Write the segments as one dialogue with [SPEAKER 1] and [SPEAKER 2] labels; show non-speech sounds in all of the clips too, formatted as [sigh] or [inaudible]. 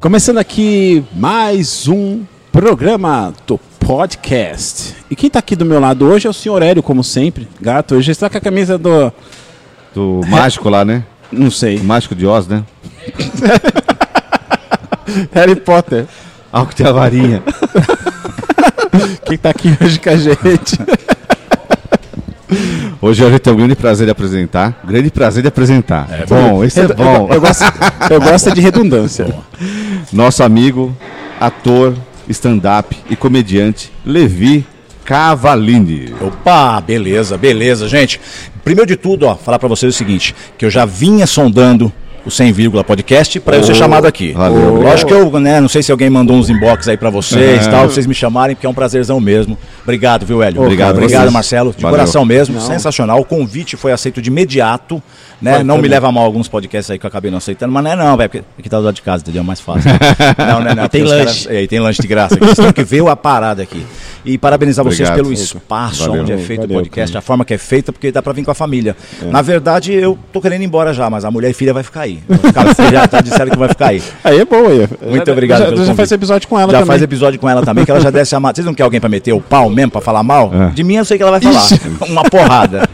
[SPEAKER 1] Começando aqui mais um programa do podcast. E quem tá aqui do meu lado hoje é o senhor Hélio, como sempre. Gato, hoje está com a camisa do.
[SPEAKER 2] Do mágico lá, né?
[SPEAKER 1] Não sei.
[SPEAKER 2] O mágico de Oz, né?
[SPEAKER 1] [laughs] Harry Potter.
[SPEAKER 2] Algo tem a varinha.
[SPEAKER 1] Quem tá aqui [laughs] hoje com a gente?
[SPEAKER 2] Hoje eu tenho um grande prazer de apresentar. Grande prazer de apresentar. É bom, esse é
[SPEAKER 1] Eu- eu-
[SPEAKER 2] bom.
[SPEAKER 1] Eu, gosto, eu gosto de redundância.
[SPEAKER 2] Nosso amigo, ator, stand-up e comediante, Levi Cavalini.
[SPEAKER 3] Opa, beleza, beleza, gente. Primeiro de tudo, ó, falar pra vocês o seguinte, que eu já vinha sondando o 100, vírgula podcast pra eu ser chamado aqui.
[SPEAKER 2] valeu,
[SPEAKER 3] Ô,
[SPEAKER 2] obrigado.
[SPEAKER 3] Lógico que eu, né, não sei se alguém mandou uns inbox aí pra vocês, tal, pra vocês me chamarem, porque é um prazerzão mesmo. Obrigado, viu, Hélio?
[SPEAKER 2] Obrigado,
[SPEAKER 3] obrigado,
[SPEAKER 2] vocês.
[SPEAKER 3] Marcelo. De
[SPEAKER 2] Valeu.
[SPEAKER 3] coração mesmo, sensacional. O convite foi aceito de imediato, né? não me leva a mal alguns podcasts aí que eu acabei não aceitando, mas não é não, velho, porque aqui tá do lado de casa, entendeu? É mais
[SPEAKER 2] [laughs]
[SPEAKER 3] fácil. não, não, é não. porque
[SPEAKER 4] Tem
[SPEAKER 3] os
[SPEAKER 4] lanche.
[SPEAKER 3] caras- é, e tem lanche de graça. aqui. Vocês têm que ver a parada aqui. E parabenizar vocês
[SPEAKER 2] Obrigado.
[SPEAKER 3] pelo espaço
[SPEAKER 2] Valeu.
[SPEAKER 3] onde é feito
[SPEAKER 1] Valeu, É.
[SPEAKER 3] o podcast, a forma que é feita, porque dá pra vir com a família. Na verdade, eu tô querendo ir embora já, mas a mulher e filha vai ficar aí. Vai ficar- [laughs] Vocês já tá- disseram que vai ficar aí.
[SPEAKER 1] Aí é boa. Aí.
[SPEAKER 3] Muito
[SPEAKER 1] Já-
[SPEAKER 3] obrigado
[SPEAKER 1] Já,
[SPEAKER 3] pelo
[SPEAKER 1] já
[SPEAKER 3] convite.
[SPEAKER 1] faz episódio com ela
[SPEAKER 3] já
[SPEAKER 1] também.
[SPEAKER 3] faz episódio com ela também, que ela já desce a mata. Vocês não querem alguém pra meter o pau mesmo, pra falar mal?
[SPEAKER 2] É.
[SPEAKER 3] De mim eu sei que ela vai falar. [laughs] Uma porrada.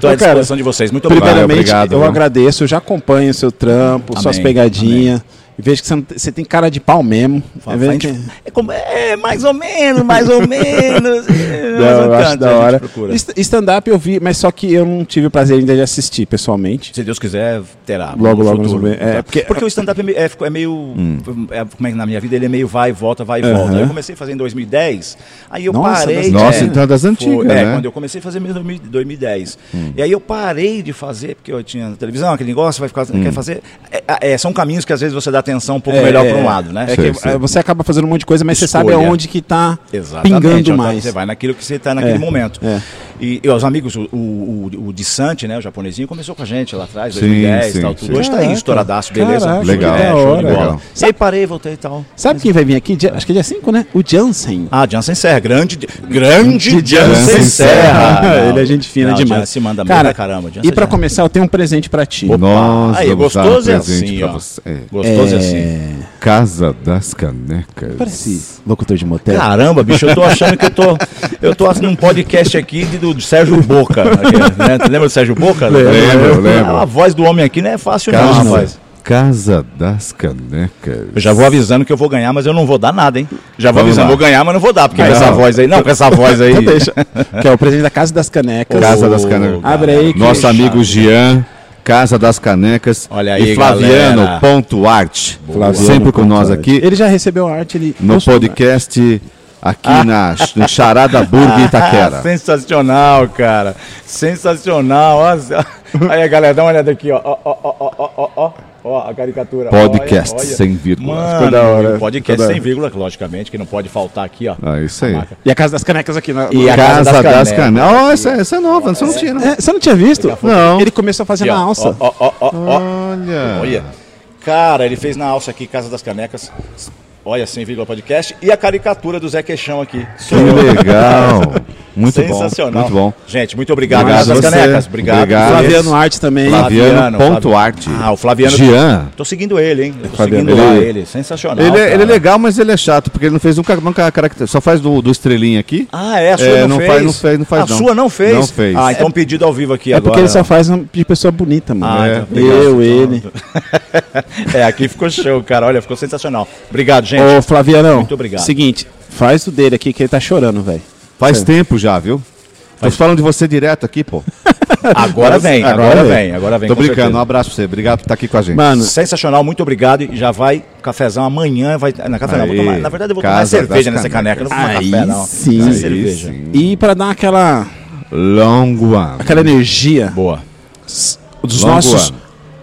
[SPEAKER 3] Tô à
[SPEAKER 1] Ô, cara,
[SPEAKER 3] disposição de vocês. Muito obrigado.
[SPEAKER 1] Primeiramente, é
[SPEAKER 2] obrigado,
[SPEAKER 1] eu
[SPEAKER 2] viu?
[SPEAKER 1] agradeço, eu já acompanho o seu trampo, suas
[SPEAKER 3] Amém,
[SPEAKER 1] pegadinhas. E vejo que você, não tem- você tem cara de pau mesmo.
[SPEAKER 3] Fa-
[SPEAKER 1] É verdade
[SPEAKER 3] fa-
[SPEAKER 1] que-
[SPEAKER 3] é, como- é, mais ou menos, mais
[SPEAKER 1] [laughs]
[SPEAKER 3] ou menos. É,
[SPEAKER 1] Não, eu
[SPEAKER 3] mas canto,
[SPEAKER 1] acho da
[SPEAKER 3] a gente
[SPEAKER 1] hora.
[SPEAKER 3] procura.
[SPEAKER 1] Est- Stand-up eu vi, mas só que eu não tive o prazer ainda de assistir pessoalmente.
[SPEAKER 3] Se Deus quiser, terá.
[SPEAKER 1] Logo,
[SPEAKER 3] no
[SPEAKER 1] logo nós
[SPEAKER 3] futuro.
[SPEAKER 1] vamos ver. É,
[SPEAKER 3] Tá.
[SPEAKER 1] porque- Hum.
[SPEAKER 3] porque, o stand-up é meio- é, é meio. é, como é que na minha vida ele é meio vai e volta, vai e volta. Eu comecei a fazer em 2010, aí eu
[SPEAKER 1] Nossa, das-
[SPEAKER 3] parei.
[SPEAKER 2] Nossa,
[SPEAKER 3] é,
[SPEAKER 2] então é das
[SPEAKER 3] foi-
[SPEAKER 2] antigas,
[SPEAKER 3] é,
[SPEAKER 2] né?
[SPEAKER 3] quando eu comecei a fazer mesmo em 2000 2010.
[SPEAKER 1] Hum.
[SPEAKER 3] E aí eu parei de fazer, porque eu tinha televisão, aquele negócio, vai ficar. Quer fazer. é, é, são caminhos que às vezes você dá atenção um pouco melhor para um lado, né?
[SPEAKER 1] Hum. É
[SPEAKER 2] Sei,
[SPEAKER 1] que
[SPEAKER 2] sei.
[SPEAKER 1] eh, você acaba fazendo um monte de coisa, mas você sabe
[SPEAKER 3] Escolha.
[SPEAKER 1] aonde que tá
[SPEAKER 3] Exatamente.
[SPEAKER 1] pingando
[SPEAKER 3] ó, tá-
[SPEAKER 1] mais.
[SPEAKER 3] Você vai naquilo que você está naquele
[SPEAKER 1] É,
[SPEAKER 3] momento.
[SPEAKER 1] é.
[SPEAKER 3] E, e os amigos, o, o, o Dissante, né, o japonesinho, começou com a gente lá atrás,
[SPEAKER 2] Sim,
[SPEAKER 3] 2010
[SPEAKER 2] sim,
[SPEAKER 3] e tal. Tudo.
[SPEAKER 2] sim.
[SPEAKER 3] Hoje está aí,
[SPEAKER 1] Caraca.
[SPEAKER 3] estouradaço, beleza.
[SPEAKER 1] Caraca,
[SPEAKER 3] Show de
[SPEAKER 2] Legal.
[SPEAKER 3] ideia, show de
[SPEAKER 2] Legal.
[SPEAKER 3] bola. E aí parei, voltei e tal.
[SPEAKER 1] Sabe quem vai vir aqui? Dia- acho que é dia 5, né? O Jansen.
[SPEAKER 3] Ah, Jansen Serra, grande, grande Jansen
[SPEAKER 2] Jansen
[SPEAKER 3] Serra. Não,
[SPEAKER 1] [laughs] Ele é gente fina
[SPEAKER 3] não,
[SPEAKER 1] demais.
[SPEAKER 3] Jansen manda bem
[SPEAKER 1] Cara,
[SPEAKER 3] pra caramba. é Jansen
[SPEAKER 1] e pra
[SPEAKER 3] já-
[SPEAKER 1] começar, eu tenho um presente pra ti.
[SPEAKER 2] Nós
[SPEAKER 3] Aí,
[SPEAKER 2] vamos dar um
[SPEAKER 3] gostoso é
[SPEAKER 2] presente
[SPEAKER 3] assim,
[SPEAKER 2] pra
[SPEAKER 3] ó.
[SPEAKER 2] você. É.
[SPEAKER 3] Gostoso assim.
[SPEAKER 1] É.
[SPEAKER 2] Casa das Canecas.
[SPEAKER 1] Parece locutor de motel.
[SPEAKER 3] Caramba, bicho, eu tô achando que eu tô. Eu tô num podcast aqui de, do Sérgio Boca. Né? Tu lembra do Sérgio Boca?
[SPEAKER 2] Lembro, lembro.
[SPEAKER 3] Ah, A voz do homem aqui não é fácil, não,
[SPEAKER 2] Casa,
[SPEAKER 3] rapaz.
[SPEAKER 2] Casa das Canecas.
[SPEAKER 3] Eu já vou avisando que eu vou ganhar, mas eu não vou dar nada, hein? Já vou
[SPEAKER 2] Vamos
[SPEAKER 3] avisando,
[SPEAKER 2] lá.
[SPEAKER 3] vou ganhar, mas não vou dar, porque
[SPEAKER 2] Vai
[SPEAKER 3] com
[SPEAKER 2] lá.
[SPEAKER 3] essa voz aí. Não, com essa voz
[SPEAKER 2] [laughs]
[SPEAKER 3] aí.
[SPEAKER 1] Deixa. que é o presente da Casa das Canecas.
[SPEAKER 2] Casa das
[SPEAKER 3] Ô,
[SPEAKER 2] Canecas.
[SPEAKER 1] Abre aí. que-
[SPEAKER 2] Nosso amigo Jean, Casa das Canecas.
[SPEAKER 3] Olha aí,
[SPEAKER 2] E Flaviano
[SPEAKER 3] galera.
[SPEAKER 2] ponto arte.
[SPEAKER 1] Flaviano
[SPEAKER 2] Sempre com nós aqui
[SPEAKER 1] Ele já recebeu a arte, ele...
[SPEAKER 2] no
[SPEAKER 1] gostou, né?
[SPEAKER 2] podcast,
[SPEAKER 1] Ah.
[SPEAKER 2] aqui na, no Charada Burger
[SPEAKER 3] Ah,
[SPEAKER 2] Itaquera.
[SPEAKER 3] [laughs] sensacional, cara. Sensacional. Olha- Aí, galera, dá uma olhada aqui, ó. Ó, ó, ó, ó, ó, ó, ó. Ó, a caricatura.
[SPEAKER 2] Podcast
[SPEAKER 3] Olha, olha.
[SPEAKER 2] sem vírgulas.
[SPEAKER 3] Mano,
[SPEAKER 2] Ficou da hora,
[SPEAKER 3] e o podcast
[SPEAKER 2] ficou da
[SPEAKER 3] sem vírgula, logicamente, que não pode faltar aqui, ó.
[SPEAKER 2] Ah, isso aí.
[SPEAKER 3] Marca.
[SPEAKER 1] E a Casa das Canecas aqui. Na,
[SPEAKER 3] E a
[SPEAKER 2] Casa,
[SPEAKER 3] Casa das
[SPEAKER 2] das
[SPEAKER 3] Canecas.
[SPEAKER 2] Canecas. Ó, essa, essa é nova, você não tinha, não.
[SPEAKER 1] É, você não tinha visto?
[SPEAKER 2] Não.
[SPEAKER 1] Ele começou a fazer
[SPEAKER 3] Aqui,
[SPEAKER 1] na
[SPEAKER 3] ó.
[SPEAKER 1] alça.
[SPEAKER 3] Ó, ó, ó, ó, ó.
[SPEAKER 2] Olha.
[SPEAKER 3] Olha. Cara, ele fez na alça aqui, Casa das Canecas. Olha, sem vírgula podcast. E a caricatura do Zé Queixão aqui.
[SPEAKER 2] Que legal. Muito bom.
[SPEAKER 3] Sensacional.
[SPEAKER 2] Muito bom.
[SPEAKER 3] Gente, muito obrigado.
[SPEAKER 2] Obrigado
[SPEAKER 3] Casa das
[SPEAKER 2] você.
[SPEAKER 3] Canecas. Obrigado.
[SPEAKER 2] Obrigado.
[SPEAKER 1] Flaviano Tá Arte também.
[SPEAKER 3] Flaviano.
[SPEAKER 2] Flaviano ponto
[SPEAKER 3] Flavi-
[SPEAKER 2] arte.
[SPEAKER 3] Ah, o Flaviano.
[SPEAKER 2] Jean.
[SPEAKER 3] Tô seguindo ele, hein? Eu Tô
[SPEAKER 2] Fabiano,
[SPEAKER 3] seguindo lá
[SPEAKER 2] ele-
[SPEAKER 3] ele. Sensacional.
[SPEAKER 2] Ele é,
[SPEAKER 3] cara.
[SPEAKER 2] ele é legal, mas ele é chato, porque ele não fez nunca, nunca caracter. Só faz do, do estrelinha aqui.
[SPEAKER 3] Ah, é? A sua
[SPEAKER 2] É,
[SPEAKER 3] não,
[SPEAKER 2] não
[SPEAKER 3] fez?
[SPEAKER 2] faz- não fez- não faz,
[SPEAKER 3] A
[SPEAKER 2] não.
[SPEAKER 3] sua não fez?
[SPEAKER 2] Não fez.
[SPEAKER 3] Ah, então pedido ao vivo aqui
[SPEAKER 1] É
[SPEAKER 3] agora.
[SPEAKER 1] porque ele só faz um- de pessoa bonita, mano.
[SPEAKER 3] Ah,
[SPEAKER 1] É.
[SPEAKER 3] então, obrigado.
[SPEAKER 1] Eu, ele.
[SPEAKER 3] É, aqui ficou show, cara. Olha, ficou sensacional. Obrigado, gente.
[SPEAKER 1] Ô, Flavianão.
[SPEAKER 3] Muito obrigado.
[SPEAKER 1] Seguinte, faz o dele aqui que ele tá chorando, velho.
[SPEAKER 2] Faz tempo já, viu? Tô falando de você direto aqui, pô.
[SPEAKER 3] Agora vem, agora, vem, agora vem.
[SPEAKER 2] Tô
[SPEAKER 3] com
[SPEAKER 2] brincando, um
[SPEAKER 3] certeza.
[SPEAKER 2] abraço pra você. Obrigado por estar aqui com a gente.
[SPEAKER 1] Mano,
[SPEAKER 3] Sensacional, muito obrigado. E já vai cafezão amanhã. Vai... Na café não, vou
[SPEAKER 2] Aí,
[SPEAKER 3] tomar. Na verdade, eu vou tomar
[SPEAKER 2] Casa
[SPEAKER 3] cerveja
[SPEAKER 2] das
[SPEAKER 3] nessa caneca. Não vou tomar
[SPEAKER 1] Aí
[SPEAKER 3] café, não.
[SPEAKER 1] sim.
[SPEAKER 3] Essa é
[SPEAKER 1] Aí
[SPEAKER 3] cerveja.
[SPEAKER 1] e pra dar aquela,
[SPEAKER 2] Longo ano.
[SPEAKER 1] aquela energia
[SPEAKER 3] Boa.
[SPEAKER 1] dos
[SPEAKER 2] Long
[SPEAKER 1] nossos
[SPEAKER 2] One.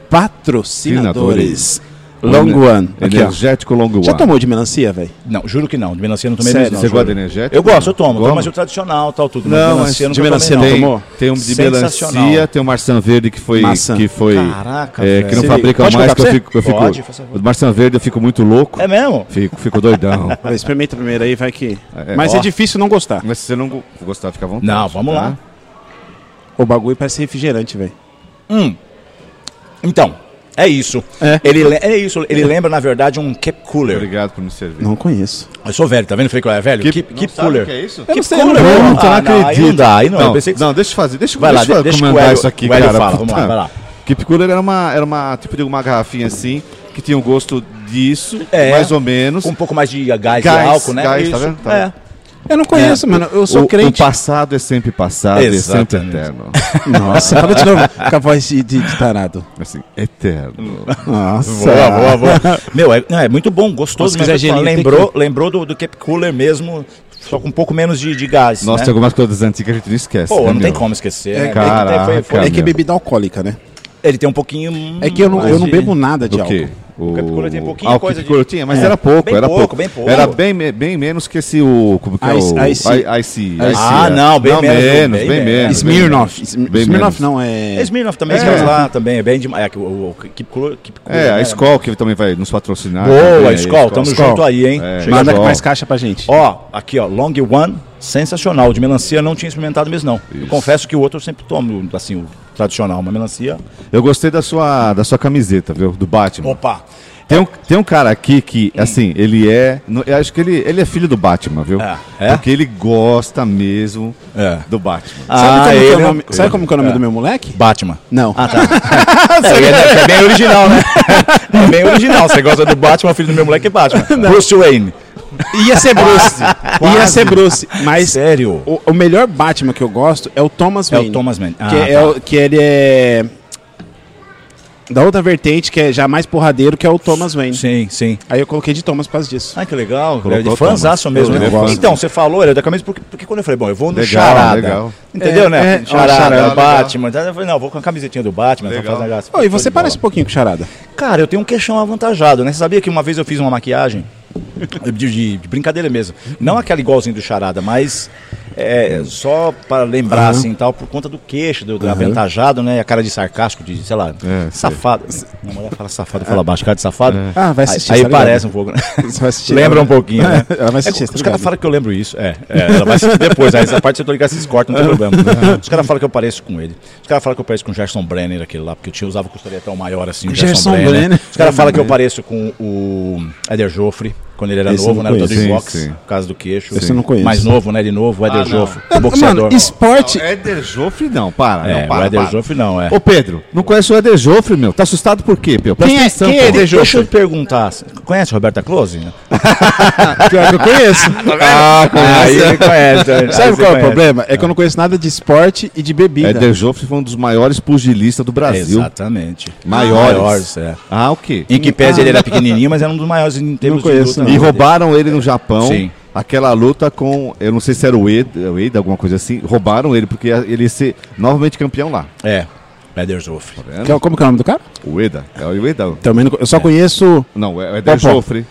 [SPEAKER 1] patrocinadores.
[SPEAKER 2] Patrocinadores.
[SPEAKER 1] Long One. Aqui, ó.
[SPEAKER 2] Energético longo
[SPEAKER 1] Já
[SPEAKER 2] ano.
[SPEAKER 1] tomou de melancia, velho?
[SPEAKER 3] Não, juro que não. De melancia eu não tomei
[SPEAKER 1] Sério?
[SPEAKER 3] mesmo. não,
[SPEAKER 2] Você gosta
[SPEAKER 3] juro.
[SPEAKER 2] de energético?
[SPEAKER 3] Eu gosto, eu tomo.
[SPEAKER 2] Toma.
[SPEAKER 3] tomo mas o tradicional, tal, tudo. mas
[SPEAKER 2] Não, mas
[SPEAKER 3] eu
[SPEAKER 1] de
[SPEAKER 3] nunca tomei,
[SPEAKER 1] melancia
[SPEAKER 3] não.
[SPEAKER 1] não
[SPEAKER 2] tem,
[SPEAKER 1] tomou?
[SPEAKER 2] tem um de
[SPEAKER 3] Sensacional.
[SPEAKER 2] melancia, tem um maçã verde que foi.
[SPEAKER 1] Maçã.
[SPEAKER 2] Que foi
[SPEAKER 3] Caraca,
[SPEAKER 2] é,
[SPEAKER 3] velho.
[SPEAKER 2] que não
[SPEAKER 1] Se liga.
[SPEAKER 2] fabrica
[SPEAKER 1] Pode
[SPEAKER 2] mais,
[SPEAKER 1] colocar
[SPEAKER 2] que eu
[SPEAKER 1] pra
[SPEAKER 2] fico. Eu fico
[SPEAKER 3] Pode, por favor.
[SPEAKER 2] o maçã verde eu fico muito louco.
[SPEAKER 3] É mesmo?
[SPEAKER 2] Fico, fico
[SPEAKER 3] [laughs]
[SPEAKER 2] doidão.
[SPEAKER 1] Vai, Experimenta primeiro aí, vai que...
[SPEAKER 2] É,
[SPEAKER 1] Mas
[SPEAKER 3] ó.
[SPEAKER 1] é difícil não gostar.
[SPEAKER 2] mas se você não go- gostar, fica à vontade.
[SPEAKER 3] Não, vamos
[SPEAKER 2] tá?
[SPEAKER 3] lá.
[SPEAKER 1] O bagulho parece refrigerante, velho.
[SPEAKER 3] Então, É isso.
[SPEAKER 1] É.
[SPEAKER 3] Ele, le- é isso. Ele lembra, na verdade, um Keep Cooler.
[SPEAKER 2] Obrigado por me servir.
[SPEAKER 1] Não conheço.
[SPEAKER 3] Eu sou velho, tá vendo? Eu Falei que eu era velho. Keep,
[SPEAKER 2] não
[SPEAKER 3] keep
[SPEAKER 2] sabe
[SPEAKER 3] Cooler.
[SPEAKER 2] o que é isso?
[SPEAKER 1] Eu não
[SPEAKER 3] Keep
[SPEAKER 1] sei, eu
[SPEAKER 3] Cooler,
[SPEAKER 1] não
[SPEAKER 3] pô.
[SPEAKER 1] pergunto,
[SPEAKER 3] Ah,
[SPEAKER 1] não
[SPEAKER 3] Aí não dá, aí não.
[SPEAKER 2] Não,
[SPEAKER 3] Eu pensei que
[SPEAKER 2] não, deixa eu fazer. Deixa,
[SPEAKER 3] Vai lá,
[SPEAKER 2] deixa eu
[SPEAKER 3] deixa que o
[SPEAKER 2] comentar
[SPEAKER 3] Hélio-
[SPEAKER 2] isso aqui,
[SPEAKER 3] o Hélio
[SPEAKER 2] cara.
[SPEAKER 3] fala, vamos lá,
[SPEAKER 2] Puta.
[SPEAKER 3] vai lá.
[SPEAKER 2] Keep Cooler era uma, era uma tipo de uma garrafinha assim, que tinha um gosto disso,
[SPEAKER 3] É.
[SPEAKER 2] mais ou menos.
[SPEAKER 3] com um pouco mais de gás, e
[SPEAKER 2] Gás,
[SPEAKER 3] álcool, né?
[SPEAKER 2] gás,
[SPEAKER 3] isso.
[SPEAKER 2] tá vendo? Tá
[SPEAKER 3] É.
[SPEAKER 1] Eu não conheço, mano. Eu sou
[SPEAKER 2] o,
[SPEAKER 1] crente.
[SPEAKER 2] O passado é sempre passado, é sempre
[SPEAKER 3] Exatamente.
[SPEAKER 2] eterno.
[SPEAKER 1] [laughs] Nossa, fala de novo. Com a voz de, de, de tarado.
[SPEAKER 2] Assim, eterno.
[SPEAKER 1] Nossa.
[SPEAKER 3] boa, boa. [laughs] Meu, é, não, é muito bom, gostoso.
[SPEAKER 1] Se
[SPEAKER 3] mas
[SPEAKER 1] quiser
[SPEAKER 3] eu te falo,
[SPEAKER 1] gelinho, tem
[SPEAKER 3] lembrou lembrou do, do Cap Cooler mesmo, só com um pouco menos de, de gás.
[SPEAKER 2] Nossa, tem
[SPEAKER 3] né?
[SPEAKER 2] algumas coisas antigas que a gente não esquece.
[SPEAKER 3] Pô,
[SPEAKER 2] né,
[SPEAKER 3] não
[SPEAKER 2] meu?
[SPEAKER 3] tem como esquecer. né?
[SPEAKER 2] caraca,
[SPEAKER 3] Tem que ter- foi- foi-
[SPEAKER 1] É que é
[SPEAKER 2] meu.
[SPEAKER 1] bebida alcoólica, né?
[SPEAKER 3] Ele tem um pouquinho.
[SPEAKER 1] É que eu não,
[SPEAKER 3] mais
[SPEAKER 1] eu não
[SPEAKER 3] de-
[SPEAKER 1] bebo nada de
[SPEAKER 2] Do que?
[SPEAKER 1] álcool.
[SPEAKER 2] O
[SPEAKER 3] Capicula tem pouquinha
[SPEAKER 2] Ah, o
[SPEAKER 3] coisa
[SPEAKER 2] Capicula
[SPEAKER 3] de-
[SPEAKER 2] tinha, mas
[SPEAKER 3] É.
[SPEAKER 2] era pouco,
[SPEAKER 3] Bem
[SPEAKER 2] era
[SPEAKER 3] pouco,
[SPEAKER 2] pouco,
[SPEAKER 3] bem pouco.
[SPEAKER 2] Era bem, me- bem menos que esse o como que é
[SPEAKER 1] Ice-
[SPEAKER 2] o
[SPEAKER 1] Ice-
[SPEAKER 2] I- Ice.
[SPEAKER 3] Ah, não, bem menos,
[SPEAKER 2] menos, bem
[SPEAKER 3] bem
[SPEAKER 2] menos.
[SPEAKER 3] menos.
[SPEAKER 2] bem
[SPEAKER 1] Smirnoff.
[SPEAKER 2] menos.
[SPEAKER 1] Sm-
[SPEAKER 2] É Bem
[SPEAKER 1] Smirnoff
[SPEAKER 2] menos.
[SPEAKER 1] não, é...
[SPEAKER 3] É Smirnoff também,
[SPEAKER 2] É.
[SPEAKER 3] é. lá também, é bem demais. É, que o, o Keep Cooler. Keep Cooler,
[SPEAKER 2] É,
[SPEAKER 3] né?
[SPEAKER 2] a Skol que também vai nos patrocinar. também,
[SPEAKER 3] Boa,
[SPEAKER 2] a
[SPEAKER 3] Skol, tamo
[SPEAKER 1] Skol.
[SPEAKER 3] junto aí, hein?
[SPEAKER 2] É.
[SPEAKER 3] Chega
[SPEAKER 1] Manda
[SPEAKER 2] Skol.
[SPEAKER 1] mais caixa pra gente.
[SPEAKER 3] Ó, aqui ó, Long One, sensacional. De melancia eu não tinha experimentado mesmo, não. Eu confesso que o outro eu sempre tomo, assim, o tradicional, uma melancia.
[SPEAKER 2] Eu gostei da sua, da sua camiseta, viu? Do Batman.
[SPEAKER 3] Opa! Hum.
[SPEAKER 2] Tem um, tem um cara aqui que, assim, ele é. no- Eu acho que ele, ele é filho do Batman, viu?
[SPEAKER 3] É. É?
[SPEAKER 2] Porque ele gosta mesmo
[SPEAKER 3] É.
[SPEAKER 2] do Batman.
[SPEAKER 1] Sabe, como, que é o nome,
[SPEAKER 3] é-
[SPEAKER 1] sabe como que é o nome do meu moleque? [laughs] Ah,
[SPEAKER 3] Batman.
[SPEAKER 1] Não.
[SPEAKER 3] É, é- é bem original, né? [laughs] É bem original. Você gosta do Batman, o filho do meu moleque é Batman.
[SPEAKER 1] [laughs]
[SPEAKER 3] Bruce Wayne.
[SPEAKER 1] Ia ser Bruce. Ia ser Bruce. Mas
[SPEAKER 3] Sério?
[SPEAKER 1] o, o melhor Batman que eu gosto é o Thomas
[SPEAKER 3] É o
[SPEAKER 1] Wayne.
[SPEAKER 3] Thomas Wayne. Ah,
[SPEAKER 1] que, é
[SPEAKER 3] tá.
[SPEAKER 1] o- que ele é... Da outra vertente, que é já mais porradeiro, que é o Thomas Wayne.
[SPEAKER 3] Sim, sim.
[SPEAKER 1] Aí eu coloquei de Thomas por causa disso.
[SPEAKER 3] Ah, que legal.
[SPEAKER 2] Colocou
[SPEAKER 3] é de
[SPEAKER 2] o
[SPEAKER 3] fãzaço
[SPEAKER 2] Thomas.
[SPEAKER 3] mesmo,
[SPEAKER 2] Eu
[SPEAKER 3] né?
[SPEAKER 2] gosto.
[SPEAKER 3] Então, você falou, era da camisa, porque, porque quando eu falei, bom, eu vou no
[SPEAKER 2] Legal,
[SPEAKER 3] charada.
[SPEAKER 2] legal.
[SPEAKER 3] Entendeu,
[SPEAKER 1] É,
[SPEAKER 3] né?
[SPEAKER 1] é,
[SPEAKER 3] charada,
[SPEAKER 2] charada,
[SPEAKER 3] o Batman. Eu falei, não, eu vou com a camisetinha do Batman.
[SPEAKER 2] Legal.
[SPEAKER 3] Legal.
[SPEAKER 1] Ô,
[SPEAKER 3] Faz
[SPEAKER 1] e você parece um pouquinho com charada.
[SPEAKER 3] Cara, eu tenho um queixão avantajado, né? Você sabia que uma vez eu fiz uma maquiagem? [laughs] De, de- de brincadeira mesmo. Não aquela igualzinho do Charada, mas é, só para lembrar, assim, tal, por conta do queixo, do, do avantajado, né? A cara de sarcástico, de, sei lá,
[SPEAKER 2] É, sei.
[SPEAKER 3] safado. Minha mulher fala safado, fala baixo, cara de safado.
[SPEAKER 1] Ah, vai assistir,
[SPEAKER 3] Aí,
[SPEAKER 1] tá
[SPEAKER 3] aí
[SPEAKER 1] ligado.
[SPEAKER 3] parece um pouco, né?
[SPEAKER 1] Você vai assistir.
[SPEAKER 3] Lembra um
[SPEAKER 1] [laughs]
[SPEAKER 3] pouquinho, né?
[SPEAKER 1] Ela vai assistir,
[SPEAKER 3] É,
[SPEAKER 1] tá
[SPEAKER 3] os
[SPEAKER 1] ligado?
[SPEAKER 3] caras falam que eu lembro isso. É, é, ela vai assistir depois. Aí essa parte eu tô ligado, vocês cortam, não
[SPEAKER 1] É.
[SPEAKER 3] tem
[SPEAKER 1] [laughs]
[SPEAKER 3] problema. Os caras falam que eu pareço com ele. Os caras falam que eu pareço com o Gerson Brenner, aquele lá, porque eu tinha usava costura tão maior assim. o
[SPEAKER 1] Gerson Brenner.
[SPEAKER 3] Os caras falam que eu pareço com o Eder Joffre, quando ele era
[SPEAKER 1] Esse eu
[SPEAKER 3] novo,
[SPEAKER 1] não
[SPEAKER 3] né? Era todo
[SPEAKER 1] conheço.
[SPEAKER 3] em
[SPEAKER 2] Sim,
[SPEAKER 3] box,
[SPEAKER 2] sim.
[SPEAKER 3] por causa do queixo.
[SPEAKER 1] Esse eu não conheço.
[SPEAKER 3] Mais novo, né? Ele novo, o Eder
[SPEAKER 2] Ah, não.
[SPEAKER 3] Joffre, o boxeador.
[SPEAKER 1] [laughs] Mano, esporte...
[SPEAKER 2] Não, Éder Joffre não, para.
[SPEAKER 3] é,
[SPEAKER 2] não, para,
[SPEAKER 3] o Eder
[SPEAKER 2] para.
[SPEAKER 3] Joffre não, é.
[SPEAKER 2] Ô Pedro, não conhece o Éder Joffre, meu? Tá assustado por quê, Pedro? Presta
[SPEAKER 1] Quem é-
[SPEAKER 2] atenção,
[SPEAKER 1] quem é
[SPEAKER 2] pô.
[SPEAKER 1] Éder Joffre?
[SPEAKER 3] Deixa eu perguntar, você conhece a Roberta Close?
[SPEAKER 1] Pior que eu conheço.
[SPEAKER 2] Ah, conhece.
[SPEAKER 3] conhece. [laughs] aí
[SPEAKER 1] Sabe
[SPEAKER 3] você
[SPEAKER 1] qual é o
[SPEAKER 3] conhece.
[SPEAKER 1] problema? É que eu não conheço nada de esporte e de bebida.
[SPEAKER 2] Éder Joffre foi um dos maiores pugilistas do Brasil. Ah,
[SPEAKER 3] Exatamente.
[SPEAKER 2] Maiores.
[SPEAKER 3] Maiores, é.
[SPEAKER 2] Ah, o quê?
[SPEAKER 3] Em que pese ele era pequenininho, mas era um dos maiores em termos
[SPEAKER 1] Não conheço,
[SPEAKER 3] de né?
[SPEAKER 1] não.
[SPEAKER 2] E roubaram ele no Japão.
[SPEAKER 3] Sim.
[SPEAKER 2] Aquela luta com, eu não sei se era o Eda, o Eda, alguma coisa assim. Roubaram ele porque ele ia ser novamente campeão lá.
[SPEAKER 3] É, Eder Joffre.
[SPEAKER 1] Que é o- como que é o nome do cara?
[SPEAKER 2] O Eda. É o Eda.
[SPEAKER 1] Também não co- eu só conheço.
[SPEAKER 2] Não, é o Eder
[SPEAKER 1] Popó.
[SPEAKER 2] Joffre.